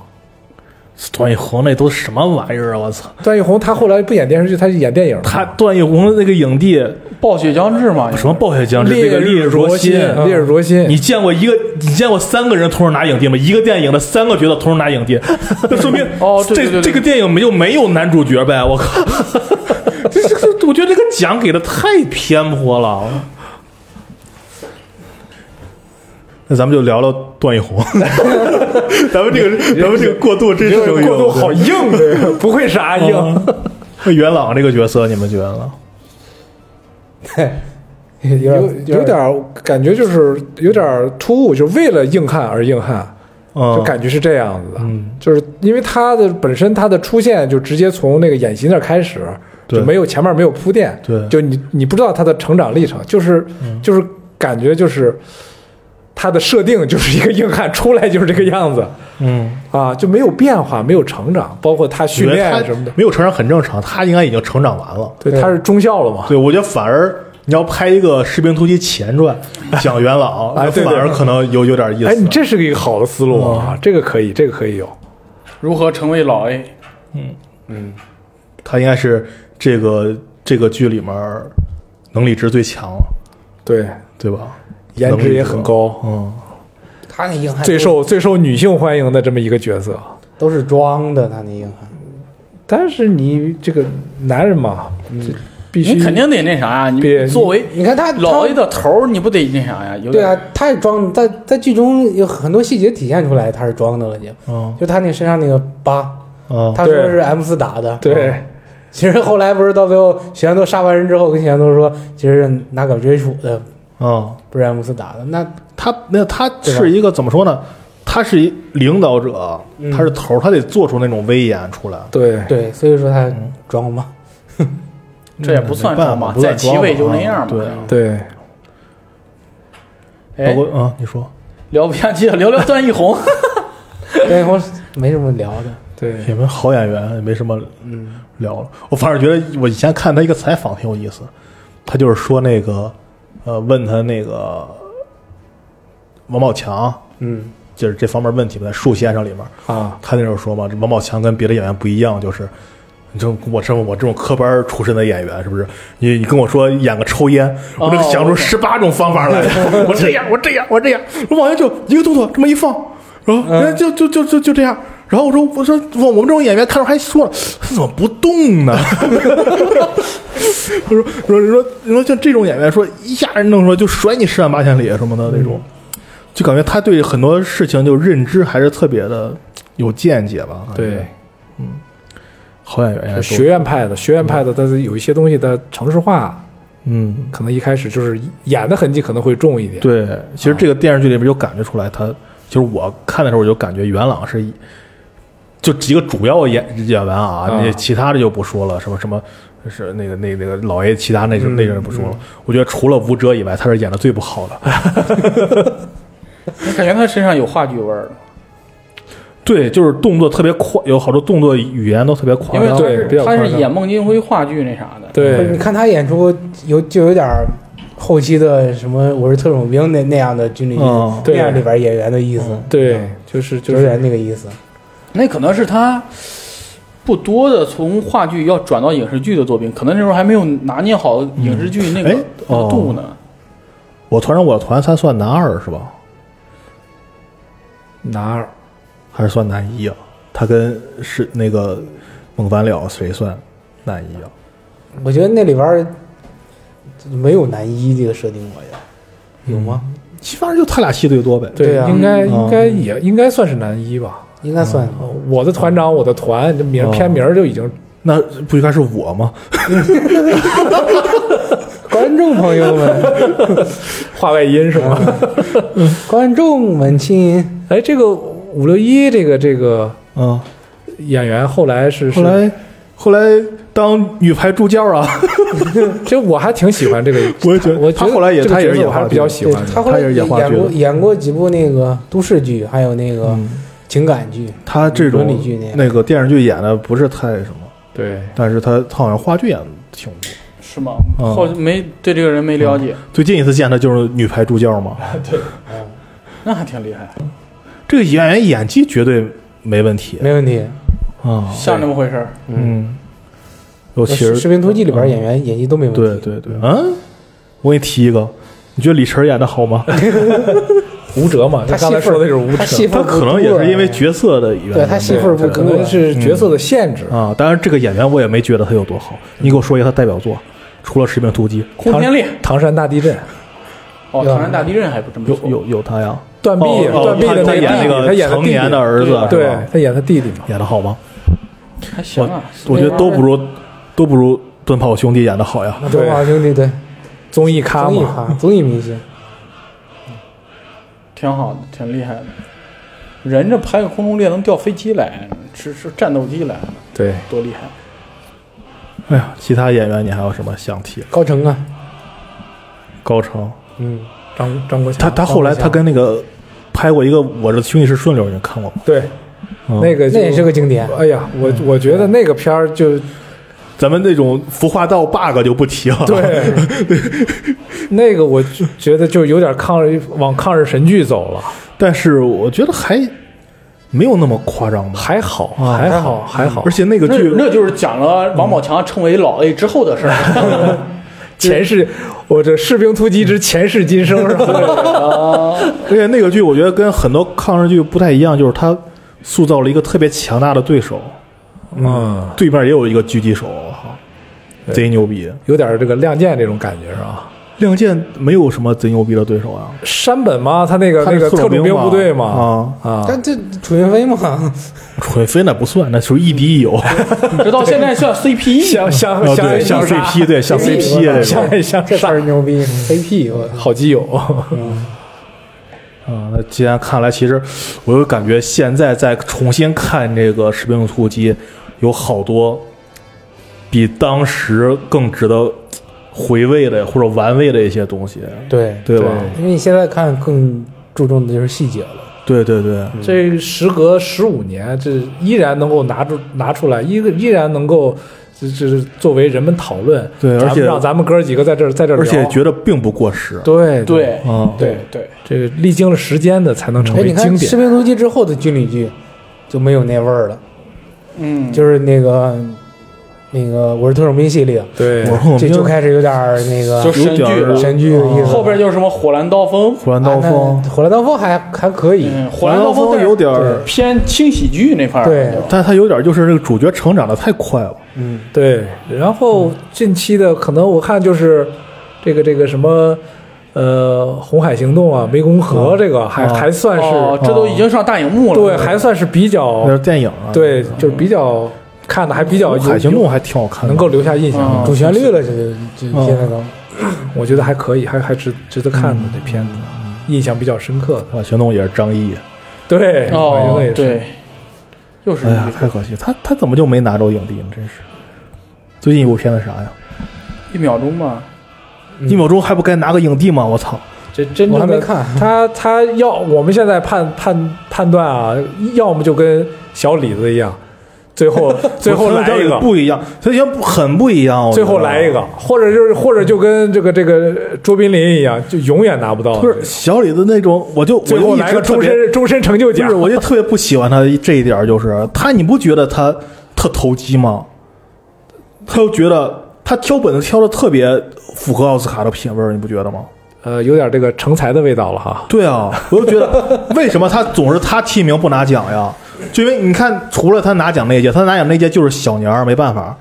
[SPEAKER 1] 段奕宏那都什么玩意儿啊！我操，
[SPEAKER 4] 段奕宏他后来不演电视剧，他是演电影。
[SPEAKER 1] 他段奕宏的那个影帝
[SPEAKER 2] 暴雪将至嘛，
[SPEAKER 1] 什么暴雪将至，那个
[SPEAKER 4] 烈
[SPEAKER 1] 烈
[SPEAKER 4] 日
[SPEAKER 1] 日灼
[SPEAKER 4] 心嗯
[SPEAKER 1] 心，，嗯
[SPEAKER 4] 烈日灼心。
[SPEAKER 1] 你见过一个，你见过三个人同时拿影帝吗？一个电影的三个角色同时拿影帝， 那说明
[SPEAKER 2] 哦对对
[SPEAKER 1] 这
[SPEAKER 2] 对对
[SPEAKER 1] 这个电影没有没有男主角呗？我靠，这这个我觉得这个奖给的太偏颇了。那咱们就聊聊段奕宏，咱们这个咱们这个过渡真是
[SPEAKER 4] 这个
[SPEAKER 1] 有
[SPEAKER 4] 过渡好硬，这个不会是阿英。
[SPEAKER 1] 那元朗这个角色你们觉得呢？
[SPEAKER 3] 对，有
[SPEAKER 4] 有
[SPEAKER 3] 点
[SPEAKER 4] 有点儿感觉就是有点儿突兀，就是为了硬汉而硬汉，
[SPEAKER 1] 嗯，
[SPEAKER 4] 就感觉是这样子的。
[SPEAKER 1] 嗯
[SPEAKER 4] 就是因为他的本身他的出现就直接从那个演习那儿开始，
[SPEAKER 1] 对
[SPEAKER 4] 就没有前面没有铺垫，
[SPEAKER 1] 对嗯
[SPEAKER 4] 就你你不知道他的成长历程，就是、就是感觉就是他的设定就是一个硬汉出来就是这个样子
[SPEAKER 1] 嗯，
[SPEAKER 4] 啊，就没有变化，没有成长，包括他训
[SPEAKER 1] 觉得
[SPEAKER 4] 练
[SPEAKER 1] 他
[SPEAKER 4] 什么的，
[SPEAKER 1] 没有成长很正常，他应该已经成长完了。
[SPEAKER 4] 对，他是中校了嘛，
[SPEAKER 1] 对，我觉得反而你要拍一个《士兵突击》前传， 讲元老，
[SPEAKER 4] 哎对对
[SPEAKER 1] 反而可能有有点意思。
[SPEAKER 4] 哎，你这是一个好的思路啊，这个可以，这个可以有。
[SPEAKER 2] 如何成为老 A？
[SPEAKER 1] 他应该是这个这个剧里面能力值最强了，
[SPEAKER 4] 对，
[SPEAKER 1] 对吧？
[SPEAKER 4] 颜值也很高，
[SPEAKER 1] 嗯，
[SPEAKER 3] 他那硬汉
[SPEAKER 4] 最受最受女性欢迎的这么一个角色。
[SPEAKER 3] 都是装的，他那硬汉
[SPEAKER 4] 但是你这个男人嘛，这必须
[SPEAKER 2] 你肯定得那啥呀，
[SPEAKER 4] 别
[SPEAKER 2] 你作为
[SPEAKER 3] 你看他
[SPEAKER 2] 老
[SPEAKER 3] 他
[SPEAKER 2] A 的头儿，你不得那啥呀？有
[SPEAKER 3] 对
[SPEAKER 2] 点
[SPEAKER 3] 啊，，他也装，在在剧中有很多细节体现出来，他是装的了就。
[SPEAKER 1] 嗯
[SPEAKER 3] 就他那身上那个疤，
[SPEAKER 1] 嗯，
[SPEAKER 3] 他说是 M 四打的。
[SPEAKER 4] 对
[SPEAKER 3] 其实后来不是到最后，许安多杀完人之后，跟许安多说，其实是拿杆锥杵的，
[SPEAKER 1] 嗯，
[SPEAKER 3] 不是 M 四打的。那
[SPEAKER 1] 他那他
[SPEAKER 3] 对吧
[SPEAKER 1] 是一个怎么说呢？他是一领导者，
[SPEAKER 3] 嗯
[SPEAKER 1] 他是头儿，他得做出那种威严出来。
[SPEAKER 4] 对
[SPEAKER 3] 对，所以说他装 嘛。
[SPEAKER 2] 这也不算
[SPEAKER 1] 没办法
[SPEAKER 2] 装吧
[SPEAKER 1] 不算
[SPEAKER 2] 在其位就那样嘛
[SPEAKER 1] 装嘛
[SPEAKER 4] 对，
[SPEAKER 1] 对，包
[SPEAKER 2] 哎，
[SPEAKER 1] 括啊，你说
[SPEAKER 2] 聊不下去了，聊聊段奕宏。
[SPEAKER 3] 段奕宏没什么聊的，
[SPEAKER 4] 对
[SPEAKER 1] 也没好演员，也没什么
[SPEAKER 3] 嗯，
[SPEAKER 1] 聊了。我反而觉得我以前看他一个采访挺有意思，他就是说那个，呃，问他那个王宝强，
[SPEAKER 3] 嗯，
[SPEAKER 1] 就是这方面问题吧，在《树先生》里面，
[SPEAKER 4] 啊，
[SPEAKER 1] 他那时候说嘛，这王宝强跟别的演员不一样，就是。你这我这我这种科班出身的演员，是不是？你你跟我说演个抽烟，我这个
[SPEAKER 2] 哦
[SPEAKER 1] 想出
[SPEAKER 2] 我懂
[SPEAKER 1] 十八种方法 来，我这样，我这样，我这样，我往下就一个动作这么一放，然
[SPEAKER 2] 嗯
[SPEAKER 1] 后人家就就就就就这样。然后我说我说我我们这种演员看着还说了，他怎么不动呢？ 他说说说说像这种演员说一下弄出来就甩你十万八千里什么的那种，
[SPEAKER 4] 嗯
[SPEAKER 1] 就感觉他对很多事情就认知还是特别的有见解吧。感觉
[SPEAKER 4] 对，
[SPEAKER 1] 好演员应该都
[SPEAKER 4] 学院派的学院派的，但是有一些东西它城市化，
[SPEAKER 1] 嗯，
[SPEAKER 4] 可能一开始就是演的痕迹可能会重一点。
[SPEAKER 1] 对。其
[SPEAKER 4] 啊
[SPEAKER 1] 实这个电视剧里边就感觉出来他，就是我看的时候我就感觉元朗是一就几个主要演演员啊，
[SPEAKER 4] 啊
[SPEAKER 1] 那、其他的就不说了，什么什么。是那个那那个老爷，其他那
[SPEAKER 4] 嗯
[SPEAKER 1] 那个人不说了。我觉得除了吴哲以外，他是演的最不好的。
[SPEAKER 2] 我感觉他身上有话剧味儿了，
[SPEAKER 1] 对，就是动作特别快，有好多动作语言都特别夸
[SPEAKER 2] 因为
[SPEAKER 1] 张。
[SPEAKER 2] 他
[SPEAKER 4] 对比
[SPEAKER 2] 是
[SPEAKER 4] 较
[SPEAKER 2] 他
[SPEAKER 4] 夸
[SPEAKER 2] 是
[SPEAKER 4] 张嗯
[SPEAKER 2] 演孟京辉话剧那啥的。
[SPEAKER 3] 不是你
[SPEAKER 4] 对
[SPEAKER 3] 看他演出有就有点儿后期的什么我是特种兵那那样的军旅意思，
[SPEAKER 1] 嗯
[SPEAKER 3] 那样里边演员的意思，嗯
[SPEAKER 4] 对，就是就
[SPEAKER 3] 有
[SPEAKER 4] 是
[SPEAKER 3] 点那个意思。
[SPEAKER 2] 那可能是他不多的从话剧要转到影视剧的作品，可能那时候还没有拿捏好影视剧那
[SPEAKER 1] 嗯
[SPEAKER 2] 个
[SPEAKER 1] 哎
[SPEAKER 2] 那个
[SPEAKER 1] 哦
[SPEAKER 2] 度呢。
[SPEAKER 1] 我团长我团才算男二是吧？
[SPEAKER 4] 男二，
[SPEAKER 1] 还是算男一啊？他跟是那个孟凡了谁算男一啊？
[SPEAKER 3] 我觉得那里边儿没有男一这个设定，我觉得有吗？
[SPEAKER 1] 反正就他俩戏最多呗。
[SPEAKER 3] 对啊
[SPEAKER 4] 应该
[SPEAKER 1] 嗯
[SPEAKER 4] 应该也应该算是男一吧。
[SPEAKER 3] 应该算
[SPEAKER 4] 哦我的团长，我的团，这名
[SPEAKER 1] 哦
[SPEAKER 4] 片名儿就已经
[SPEAKER 1] 那不应该是我吗？
[SPEAKER 3] 观众朋友们，
[SPEAKER 4] 话外音是吗？
[SPEAKER 3] 嗯观众们亲，
[SPEAKER 4] 哎，这个五六一这个这个
[SPEAKER 1] 嗯，
[SPEAKER 4] 演员后来是
[SPEAKER 1] 后
[SPEAKER 4] 是，
[SPEAKER 1] 来后来当女排助教 啊，
[SPEAKER 4] 其实我还挺喜欢这个，
[SPEAKER 1] 我也觉得
[SPEAKER 4] 我觉
[SPEAKER 1] 他
[SPEAKER 4] 得
[SPEAKER 1] 后来也
[SPEAKER 4] 这个
[SPEAKER 1] 他也
[SPEAKER 4] 角
[SPEAKER 1] 是演
[SPEAKER 4] 色我
[SPEAKER 1] 话
[SPEAKER 4] 还是
[SPEAKER 1] 剧
[SPEAKER 4] 比较喜
[SPEAKER 3] 对
[SPEAKER 4] 欢的。
[SPEAKER 3] 他后来
[SPEAKER 1] 他也是演话
[SPEAKER 3] 演
[SPEAKER 1] 剧的
[SPEAKER 3] 过演过几部那个都市剧，还有那个
[SPEAKER 1] 嗯
[SPEAKER 3] 情感剧，
[SPEAKER 1] 他这种
[SPEAKER 3] 伦理剧那样
[SPEAKER 1] 那个电视剧演的不是太什么，
[SPEAKER 4] 对，
[SPEAKER 1] 但是他他好像话剧演的挺多。
[SPEAKER 2] 是吗？
[SPEAKER 1] 嗯
[SPEAKER 2] 后没对这个人没了解，
[SPEAKER 1] 最近一次见他就是女排助教嘛，
[SPEAKER 2] 那还挺厉害，
[SPEAKER 1] 这个演员演技绝对没问题
[SPEAKER 3] 没问题。
[SPEAKER 1] 啊。
[SPEAKER 2] 像那么回事儿。
[SPEAKER 1] 嗯，尤其
[SPEAKER 3] 士
[SPEAKER 1] 是
[SPEAKER 3] 士兵突击》里边演员演技都没问题。
[SPEAKER 1] 对对对，嗯，我给你提一个，你觉得李晨演的好吗？
[SPEAKER 4] 吴哲嘛，
[SPEAKER 3] 他
[SPEAKER 4] 刚才
[SPEAKER 3] 戏份
[SPEAKER 4] 说的就是吴
[SPEAKER 3] 他戏
[SPEAKER 4] 哲，
[SPEAKER 3] 份
[SPEAKER 1] 他
[SPEAKER 3] 儿不
[SPEAKER 1] 可能
[SPEAKER 3] 多
[SPEAKER 1] 也
[SPEAKER 3] 呀
[SPEAKER 1] 是因为角色的原因，
[SPEAKER 3] 对他戏份儿不够
[SPEAKER 4] 可能
[SPEAKER 3] 啊，
[SPEAKER 4] 是角色的限制。
[SPEAKER 1] 啊，当然这个演员我也没觉得他有多好。你给我说一个他代表作，除了《十面突击》，
[SPEAKER 2] 空天猎
[SPEAKER 4] 唐山大地震，
[SPEAKER 2] 哦，
[SPEAKER 3] 有
[SPEAKER 2] 唐山大地震还不这么
[SPEAKER 1] 有
[SPEAKER 2] 说
[SPEAKER 1] 有有他呀，
[SPEAKER 4] 断臂，
[SPEAKER 1] 哦哦
[SPEAKER 4] 断臂的
[SPEAKER 1] 他
[SPEAKER 4] 那个弟
[SPEAKER 1] 演
[SPEAKER 4] 弟，
[SPEAKER 1] 那
[SPEAKER 4] 他演
[SPEAKER 1] 个
[SPEAKER 4] 的
[SPEAKER 1] 成
[SPEAKER 4] 弟弟
[SPEAKER 1] 年的儿子，是
[SPEAKER 4] 对
[SPEAKER 1] 吧
[SPEAKER 4] 他演他弟弟嘛。
[SPEAKER 1] 演的好吗？
[SPEAKER 2] 还行啊。
[SPEAKER 1] 我觉得都不如都不如《盾炮兄弟》演的好呀。
[SPEAKER 3] 那东华兄弟对
[SPEAKER 4] 综艺咖
[SPEAKER 3] 综艺
[SPEAKER 4] 嘛，
[SPEAKER 3] 咖综艺明星，
[SPEAKER 2] 挺好的，挺厉害的。人这拍个空中猎能掉飞机来，是是战斗机来，
[SPEAKER 4] 对，
[SPEAKER 2] 多厉害！
[SPEAKER 1] 哎呀，其他演员你还有什么想提？
[SPEAKER 3] 高成啊，
[SPEAKER 1] 高成，
[SPEAKER 3] 嗯，
[SPEAKER 4] 张张国强，
[SPEAKER 1] 他他
[SPEAKER 3] 哦
[SPEAKER 1] 后来他跟那个拍过一个《我的兄弟是顺溜》，你看过吗？
[SPEAKER 4] 对
[SPEAKER 1] 嗯
[SPEAKER 4] 那个
[SPEAKER 3] 那
[SPEAKER 4] 就
[SPEAKER 3] 也是个经
[SPEAKER 1] 啊
[SPEAKER 3] 典。
[SPEAKER 4] 哎呀，我我觉得那个片儿就
[SPEAKER 1] 咱们那种服化道 bug 就不提了。，
[SPEAKER 4] 对， 那个我就觉得就有点抗日往抗日神剧走了，
[SPEAKER 1] 但是我觉得还没有那么夸张吧。
[SPEAKER 4] 还好，
[SPEAKER 1] 啊
[SPEAKER 4] 还好，还好
[SPEAKER 1] 而，且那个
[SPEAKER 2] 那
[SPEAKER 1] 剧，
[SPEAKER 2] 那就是讲了王宝强成为老 A 之后的事儿。
[SPEAKER 4] 前世我这士兵突击之前世今生是吧？
[SPEAKER 1] 而且那个剧，我觉得跟很多抗日剧不太一样，就是它塑造了一个特别强大的对手，
[SPEAKER 4] 嗯，
[SPEAKER 1] 对面也有一个狙击手，我
[SPEAKER 4] 啊
[SPEAKER 1] 靠，贼牛逼！
[SPEAKER 4] 有点这个亮剑这种感觉是吧？
[SPEAKER 1] 亮剑没有什么贼牛逼的对手 啊，
[SPEAKER 4] 山本嘛，他那个
[SPEAKER 1] 他
[SPEAKER 4] 那
[SPEAKER 1] 是
[SPEAKER 4] 个特
[SPEAKER 1] 特种
[SPEAKER 4] 种兵
[SPEAKER 1] 兵
[SPEAKER 4] 部队嘛，
[SPEAKER 1] 嘛
[SPEAKER 4] 啊，
[SPEAKER 3] 但这楚云飞嘛，
[SPEAKER 1] 楚云飞那不算，那属于亦敌亦友，
[SPEAKER 2] 直到现在算 CP，
[SPEAKER 4] 相 相
[SPEAKER 1] 哦
[SPEAKER 4] 相爱
[SPEAKER 1] 对，像
[SPEAKER 4] 相杀
[SPEAKER 1] CP 对，像 CP 这
[SPEAKER 4] 相
[SPEAKER 1] 啊种。
[SPEAKER 4] 爱相
[SPEAKER 3] 这事
[SPEAKER 4] 杀
[SPEAKER 3] 儿，牛逼，CP 我
[SPEAKER 4] 好基友，
[SPEAKER 1] 嗯啊，那既然看来，其实我就感觉现在再重新看这个《士兵突击》，有好多比当时更值得回味的或者玩味的一些东西，
[SPEAKER 3] 对，
[SPEAKER 1] 对吧？
[SPEAKER 3] 因为你现在看更注重的就是细节了。
[SPEAKER 1] 对对对，
[SPEAKER 4] 这时隔十五年，这依然能够拿出拿出来，依个依然能够，这这作为人们讨论。
[SPEAKER 1] 对
[SPEAKER 4] 咱们
[SPEAKER 1] 而且
[SPEAKER 4] 让咱们哥几个在这儿在这儿
[SPEAKER 1] 而
[SPEAKER 4] 聊，
[SPEAKER 1] 且觉得并不过时。
[SPEAKER 4] 对
[SPEAKER 2] 对
[SPEAKER 1] 嗯，
[SPEAKER 2] 对对，
[SPEAKER 4] 这个历经了时间的才能成
[SPEAKER 3] 哎，
[SPEAKER 4] 为
[SPEAKER 3] 你看
[SPEAKER 4] 经
[SPEAKER 3] 《士
[SPEAKER 4] 典。
[SPEAKER 3] 兵突击》之后的军旅剧就没有那味儿了，
[SPEAKER 2] 嗯，
[SPEAKER 3] 就是那个那个《我是特种兵》系列，
[SPEAKER 4] 对，
[SPEAKER 1] 我说我
[SPEAKER 3] 这
[SPEAKER 1] 们
[SPEAKER 3] 就开始有点儿那
[SPEAKER 2] 就
[SPEAKER 3] 个
[SPEAKER 2] 神剧
[SPEAKER 1] 有点
[SPEAKER 2] 了
[SPEAKER 1] 儿
[SPEAKER 3] 神剧的意思了。
[SPEAKER 2] 后边就是什么火蓝刀锋，
[SPEAKER 1] 火蓝刀锋
[SPEAKER 3] 啊，那火蓝刀锋还还可以，
[SPEAKER 2] 嗯，
[SPEAKER 1] 火
[SPEAKER 2] 火
[SPEAKER 1] 蓝
[SPEAKER 2] 蓝
[SPEAKER 1] 刀
[SPEAKER 2] 锋
[SPEAKER 1] 锋
[SPEAKER 2] 但是
[SPEAKER 1] 有点儿，
[SPEAKER 2] 偏轻喜剧那块儿，
[SPEAKER 3] 对
[SPEAKER 1] 但他有点就是那个主角成长的太快了。
[SPEAKER 3] 嗯，
[SPEAKER 4] 对，然后近期的可能我看就是这个这个什么，呃，红海行动啊，湄公河这个还、
[SPEAKER 1] 哦
[SPEAKER 4] 还算是、
[SPEAKER 2] 哦，这都已经上大荧幕了，
[SPEAKER 4] 对，还算是比较
[SPEAKER 1] 那是电影啊，
[SPEAKER 4] 对，就是比较看的还比较有
[SPEAKER 1] 海行动还挺好看的，啊
[SPEAKER 4] 能够留下印象。
[SPEAKER 2] 嗯
[SPEAKER 3] 主旋律了，这就这
[SPEAKER 4] 嗯
[SPEAKER 1] 哦
[SPEAKER 3] 现在都
[SPEAKER 4] 我觉得还可以，还还值值得看的这片子，印象比较深刻的。
[SPEAKER 1] 海行动也是张译，
[SPEAKER 4] 对，我觉
[SPEAKER 2] 哦
[SPEAKER 4] 得也，是。
[SPEAKER 2] 对，又是
[SPEAKER 1] 哎
[SPEAKER 2] 一
[SPEAKER 1] 呀，太可惜，他他怎么就没拿着影帝呢？真是。最近一部片子啥呀？
[SPEAKER 2] 一秒钟吧，
[SPEAKER 4] 嗯
[SPEAKER 1] 一秒钟还不该拿个影帝吗？我操！
[SPEAKER 4] 这真
[SPEAKER 3] 我
[SPEAKER 4] 正
[SPEAKER 3] 还没
[SPEAKER 4] 的
[SPEAKER 3] 看
[SPEAKER 4] 他，他要我们现在判判判断啊，要么就跟小李子一样，最后最后
[SPEAKER 1] 我
[SPEAKER 4] 来
[SPEAKER 1] 觉得
[SPEAKER 4] 一个，
[SPEAKER 1] 不一样，所以很不一样。我觉
[SPEAKER 4] 最
[SPEAKER 1] 得
[SPEAKER 4] 后来一个，，或者就是或者就跟这个这个卓别林一样，就永远拿不到。
[SPEAKER 1] 不是小李子那种，我就
[SPEAKER 4] 最
[SPEAKER 1] 我
[SPEAKER 4] 后
[SPEAKER 1] 就一
[SPEAKER 4] 来
[SPEAKER 1] 直
[SPEAKER 4] 个
[SPEAKER 1] 特
[SPEAKER 4] 终
[SPEAKER 1] 别
[SPEAKER 4] 身终身成就
[SPEAKER 1] 不
[SPEAKER 4] 奖
[SPEAKER 1] 是，，我就特别不喜欢他这一点儿，就是他，你不觉得他特投机吗？他又觉得他挑本子挑的特别符合奥斯卡的品味儿，你不觉得吗？
[SPEAKER 4] 呃，有点这个成才的味道了哈。
[SPEAKER 1] 对啊，我就觉得为什么他总是他提名不拿奖呀？就因为你看，除了他拿奖那一届，他拿奖那一届就是小年儿，没办法，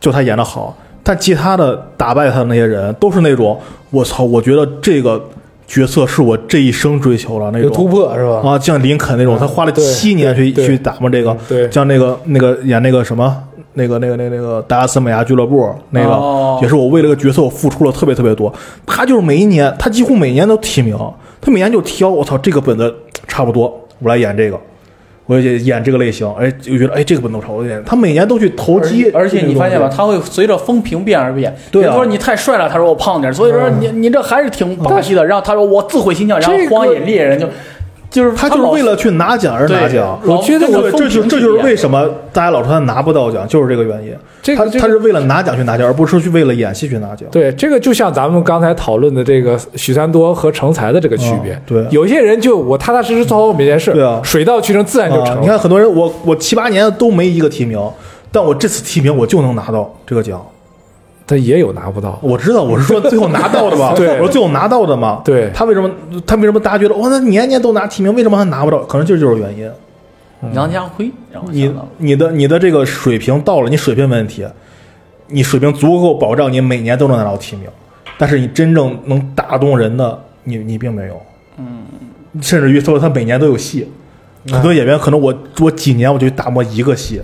[SPEAKER 1] 就他演的好。但其他的打败他的那些人，都是那种我操，我觉得这个角色是我这一生追求的那
[SPEAKER 3] 有突
[SPEAKER 1] 种
[SPEAKER 3] 破是吧？
[SPEAKER 4] 嗯
[SPEAKER 1] 啊，像林肯那种，他花了
[SPEAKER 4] 对
[SPEAKER 1] 七年去
[SPEAKER 4] 对
[SPEAKER 1] 去打磨这个，
[SPEAKER 4] 对，
[SPEAKER 1] 像那个那个演那个什么那个那个那个那个达拉斯美亚俱乐部那个，
[SPEAKER 2] 哦
[SPEAKER 1] 也是我为了个角色我付出了特别特别多。他就是每一年，他几乎每年都提名，他每年就挑，我操，这个本子差不多，我来演这个，我也演这个类型，哎，就觉得哎这个本子我差不多演。他每年都去投机，
[SPEAKER 2] 而且你发现
[SPEAKER 1] 这种
[SPEAKER 2] 吧，
[SPEAKER 1] 东西，
[SPEAKER 2] 他会随着风评变而变。
[SPEAKER 1] 对啊嗯
[SPEAKER 2] 比如说你太帅了，他说我胖点儿，所以说你你这还是挺霸气的。然后他说我自毁形象，然后
[SPEAKER 4] 这个
[SPEAKER 2] 荒野猎人就就是
[SPEAKER 1] 他就是
[SPEAKER 2] 老
[SPEAKER 1] 为了去拿奖而拿
[SPEAKER 2] 对
[SPEAKER 1] 奖。
[SPEAKER 2] 老
[SPEAKER 4] 我觉得
[SPEAKER 2] 跟着
[SPEAKER 1] 对，
[SPEAKER 2] 风
[SPEAKER 1] 这就
[SPEAKER 2] 评
[SPEAKER 1] 这
[SPEAKER 2] 去
[SPEAKER 1] 就是
[SPEAKER 2] 演
[SPEAKER 1] 为什么大家老说他拿不到奖，就是这个原因。
[SPEAKER 4] 啊这个
[SPEAKER 1] 他
[SPEAKER 4] 这个
[SPEAKER 1] 他是为了拿奖去拿奖，而不是去为了演戏去拿奖。
[SPEAKER 4] 对，这个就像咱们刚才讨论的这个许三多和成才的这个区别。
[SPEAKER 1] 嗯对
[SPEAKER 4] 有些人就我踏踏实实做好我每件事，
[SPEAKER 1] 对啊
[SPEAKER 4] 水到渠成，自然就
[SPEAKER 1] 啊
[SPEAKER 4] 成了。
[SPEAKER 1] 你看很多人，我我七八年都没一个提名，但我这次提名我就能拿到这个奖。
[SPEAKER 4] 他也有拿不到，
[SPEAKER 1] 我知道我是说最后拿到的吧？
[SPEAKER 4] 对
[SPEAKER 1] 我说最后拿到的嘛。
[SPEAKER 4] 对
[SPEAKER 1] 他为什么他为什么大家觉得哇，他年年都拿提名，为什么还拿不到？可能这就是原因。
[SPEAKER 2] 杨家辉，然后
[SPEAKER 1] 你
[SPEAKER 2] 想到了
[SPEAKER 1] 你的你的这个水平到了，你水平问题，你水平足够保障你每年都能拿到提名，但是你真正能打动人的，你你并没有。嗯，甚至于说他每年都有戏，很多演员可能我我几年我就打磨一个戏。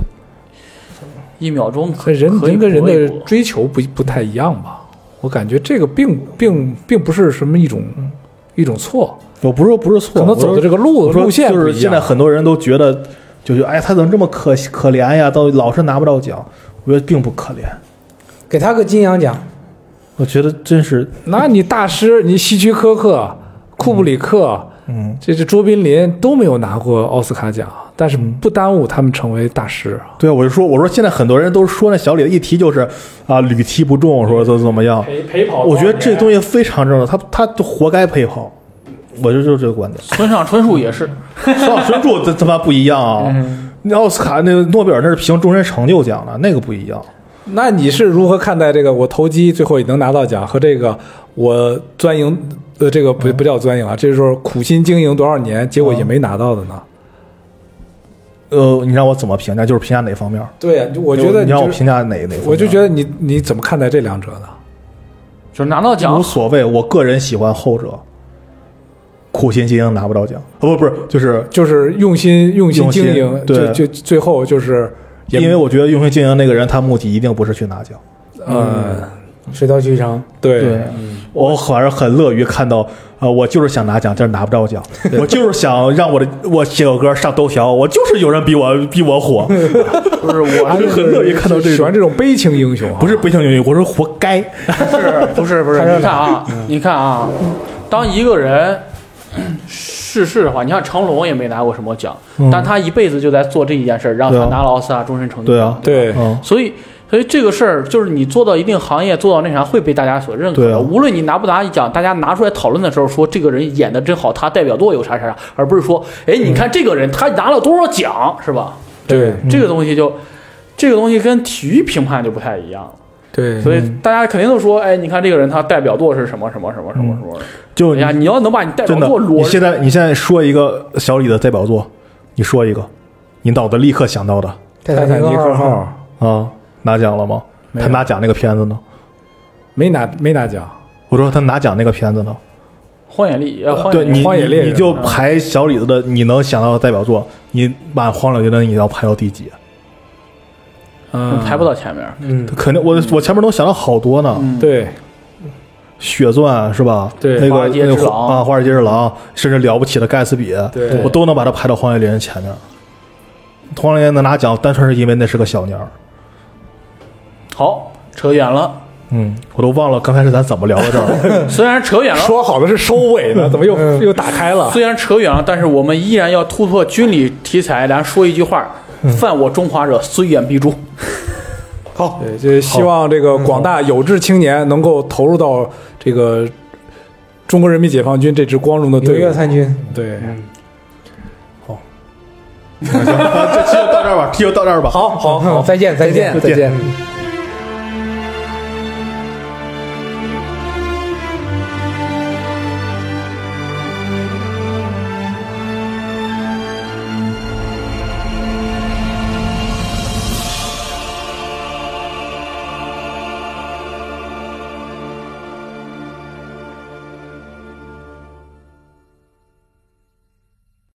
[SPEAKER 2] 一秒钟可
[SPEAKER 4] 和人
[SPEAKER 2] 可以
[SPEAKER 4] 人跟人
[SPEAKER 2] 搏一
[SPEAKER 4] 的
[SPEAKER 2] 搏
[SPEAKER 4] 追求不不太一样吧？我感觉这个并并并不是什么一种一种错，
[SPEAKER 1] 我不是说不是错，
[SPEAKER 4] 可能
[SPEAKER 1] 我说
[SPEAKER 4] 走的这个路
[SPEAKER 1] 我说
[SPEAKER 4] 路线
[SPEAKER 1] 就
[SPEAKER 4] 不
[SPEAKER 1] 是
[SPEAKER 4] 一
[SPEAKER 1] 现在
[SPEAKER 4] 样。
[SPEAKER 1] 很多人都觉得，就是哎，他怎么这么可可怜呀？到老是拿不到奖，我觉得并不可怜，
[SPEAKER 3] 给他个金羊奖，
[SPEAKER 1] 我觉得真是，
[SPEAKER 4] 那你大师，你希区柯克、库布里克，
[SPEAKER 1] 嗯，
[SPEAKER 4] 这是卓别林都没有拿过奥斯卡奖，但是不耽误他们成为大师。
[SPEAKER 1] 对啊，我就说，我说现在很多人都说那小李一提就是啊，屡踢不中，说怎怎么样？
[SPEAKER 4] 陪陪跑
[SPEAKER 1] 我觉得这东西非常正常，他他就活该陪跑，我就就是这个观点。
[SPEAKER 2] 村上春树也是，
[SPEAKER 1] 上神柱这他妈不一样啊！那奥斯卡那个诺贝尔那是评终身成就奖的，那个不一样。
[SPEAKER 4] 那你是如何看待这个我投机最后也能拿到奖和这个我钻营呃这个不不叫钻营啊，这就是苦心经营多少年，结果也没拿到的呢？
[SPEAKER 1] 呃，你让我怎么评价？就是评价哪方面？
[SPEAKER 4] 对呀，我觉得
[SPEAKER 1] 你
[SPEAKER 4] 就
[SPEAKER 1] 让我
[SPEAKER 4] 是
[SPEAKER 1] 评价哪哪方面？
[SPEAKER 4] 我就觉得你你怎么看待这两者呢？
[SPEAKER 2] 就是拿到
[SPEAKER 1] 无
[SPEAKER 2] 奖
[SPEAKER 1] 所谓，我个人喜欢后者。苦心经营拿不到奖，哦不不是，就是
[SPEAKER 4] 就是用心用心
[SPEAKER 1] 用心
[SPEAKER 4] 经营，
[SPEAKER 1] 对
[SPEAKER 4] 就就最后就是也
[SPEAKER 1] 因为我觉得用心经营那个人，他目的一定不是去拿奖。
[SPEAKER 4] 呃
[SPEAKER 3] 水到渠成。
[SPEAKER 4] 对，
[SPEAKER 1] 我反而很乐于看到，呃，我就是想拿奖，但是拿不到奖，我就是想让我的我写首歌上头条，我就是有人比我比我 火，
[SPEAKER 2] 不是我
[SPEAKER 1] 我就很乐于看到这
[SPEAKER 4] 喜
[SPEAKER 1] 种
[SPEAKER 4] 欢，这种悲情英雄啊，
[SPEAKER 1] 不是不行，我是活该。
[SPEAKER 2] 是不是不是？你看啊，你看啊，当一个人逝世的话，你像成龙也没拿过什么奖，但他一辈子就在做这一件事儿，让他
[SPEAKER 1] 对啊
[SPEAKER 2] 拿了奥斯卡终身成就。
[SPEAKER 1] 对啊，
[SPEAKER 4] 对
[SPEAKER 1] 嗯，
[SPEAKER 2] 所以，所以这个事儿就是你做到一定行业，做到那啥，会被大家所认可
[SPEAKER 1] 对
[SPEAKER 2] 的。
[SPEAKER 1] 啊
[SPEAKER 2] 无论你拿不拿奖，大家拿出来讨论的时候说这个人演的真好，他代表作有啥啥啥，而不是说，哎，你看这个人他拿了多少奖，是吧？
[SPEAKER 4] 对
[SPEAKER 2] 这
[SPEAKER 1] 嗯
[SPEAKER 2] 个东西就，这个东西跟体育评判就不太一样了。
[SPEAKER 4] 对，
[SPEAKER 2] 所以
[SPEAKER 1] 嗯
[SPEAKER 2] 大家肯定都说，哎，你看这个人他代表作是什么什么什么什么什么。
[SPEAKER 1] 就
[SPEAKER 2] 哎呀，你要能把你代表
[SPEAKER 1] 嗯真的
[SPEAKER 2] 作，
[SPEAKER 1] 你
[SPEAKER 2] 裸
[SPEAKER 1] 现在你现在说一个小李的代表作，你说一个，你脑子立刻想到的
[SPEAKER 3] 泰
[SPEAKER 4] 泰坦尼克
[SPEAKER 3] 号
[SPEAKER 4] 号
[SPEAKER 1] 啊，拿奖了吗？他拿奖那个片子呢？
[SPEAKER 4] 没拿没拿奖，
[SPEAKER 1] 我说他拿奖那个片子呢？
[SPEAKER 2] 荒野力，呃，荒野
[SPEAKER 1] 对
[SPEAKER 2] 力
[SPEAKER 1] 你，
[SPEAKER 4] 荒野猎人啊
[SPEAKER 1] 你就排小李子的，你能想到的代表作，你把《荒野猎人》你要排到第几？啊
[SPEAKER 4] 嗯，
[SPEAKER 2] 排不到前面。
[SPEAKER 3] 嗯，
[SPEAKER 1] 肯定，我我前面都想到好多呢，
[SPEAKER 2] 嗯，
[SPEAKER 4] 对，
[SPEAKER 1] 血钻》是吧？
[SPEAKER 4] 对
[SPEAKER 1] 那
[SPEAKER 2] 华
[SPEAKER 1] 个
[SPEAKER 2] 尔街
[SPEAKER 1] 那个
[SPEAKER 2] 之狼
[SPEAKER 1] 啊，《华尔街之狼》，甚至了不起的盖茨比，
[SPEAKER 4] 对
[SPEAKER 1] 我都能把它排到《荒野猎人》前面。《荒野猎人》能拿奖，单纯是因为那是个小年儿。
[SPEAKER 2] 好，扯远了。
[SPEAKER 1] 嗯，我都忘了刚开始咱怎么聊到这儿了。
[SPEAKER 2] 虽然扯远了，
[SPEAKER 4] 说好的是收尾呢，怎么又
[SPEAKER 3] 嗯
[SPEAKER 4] 又打开了？
[SPEAKER 2] 虽然扯远了，但是我们依然要突破军旅题材，咱说一句话：
[SPEAKER 1] 嗯
[SPEAKER 2] 犯我中华者，虽远必诛。
[SPEAKER 4] 好，这希望这个广大有志青年能够投入到这个中国人民解放军这支光荣的
[SPEAKER 3] 踊
[SPEAKER 4] 队
[SPEAKER 3] 跃
[SPEAKER 4] 伍。
[SPEAKER 3] 参军。
[SPEAKER 4] 对，
[SPEAKER 1] 这期就到这儿吧，这期就到这儿吧。
[SPEAKER 4] 好好 好，
[SPEAKER 3] 再见，再见，
[SPEAKER 4] 哦再见。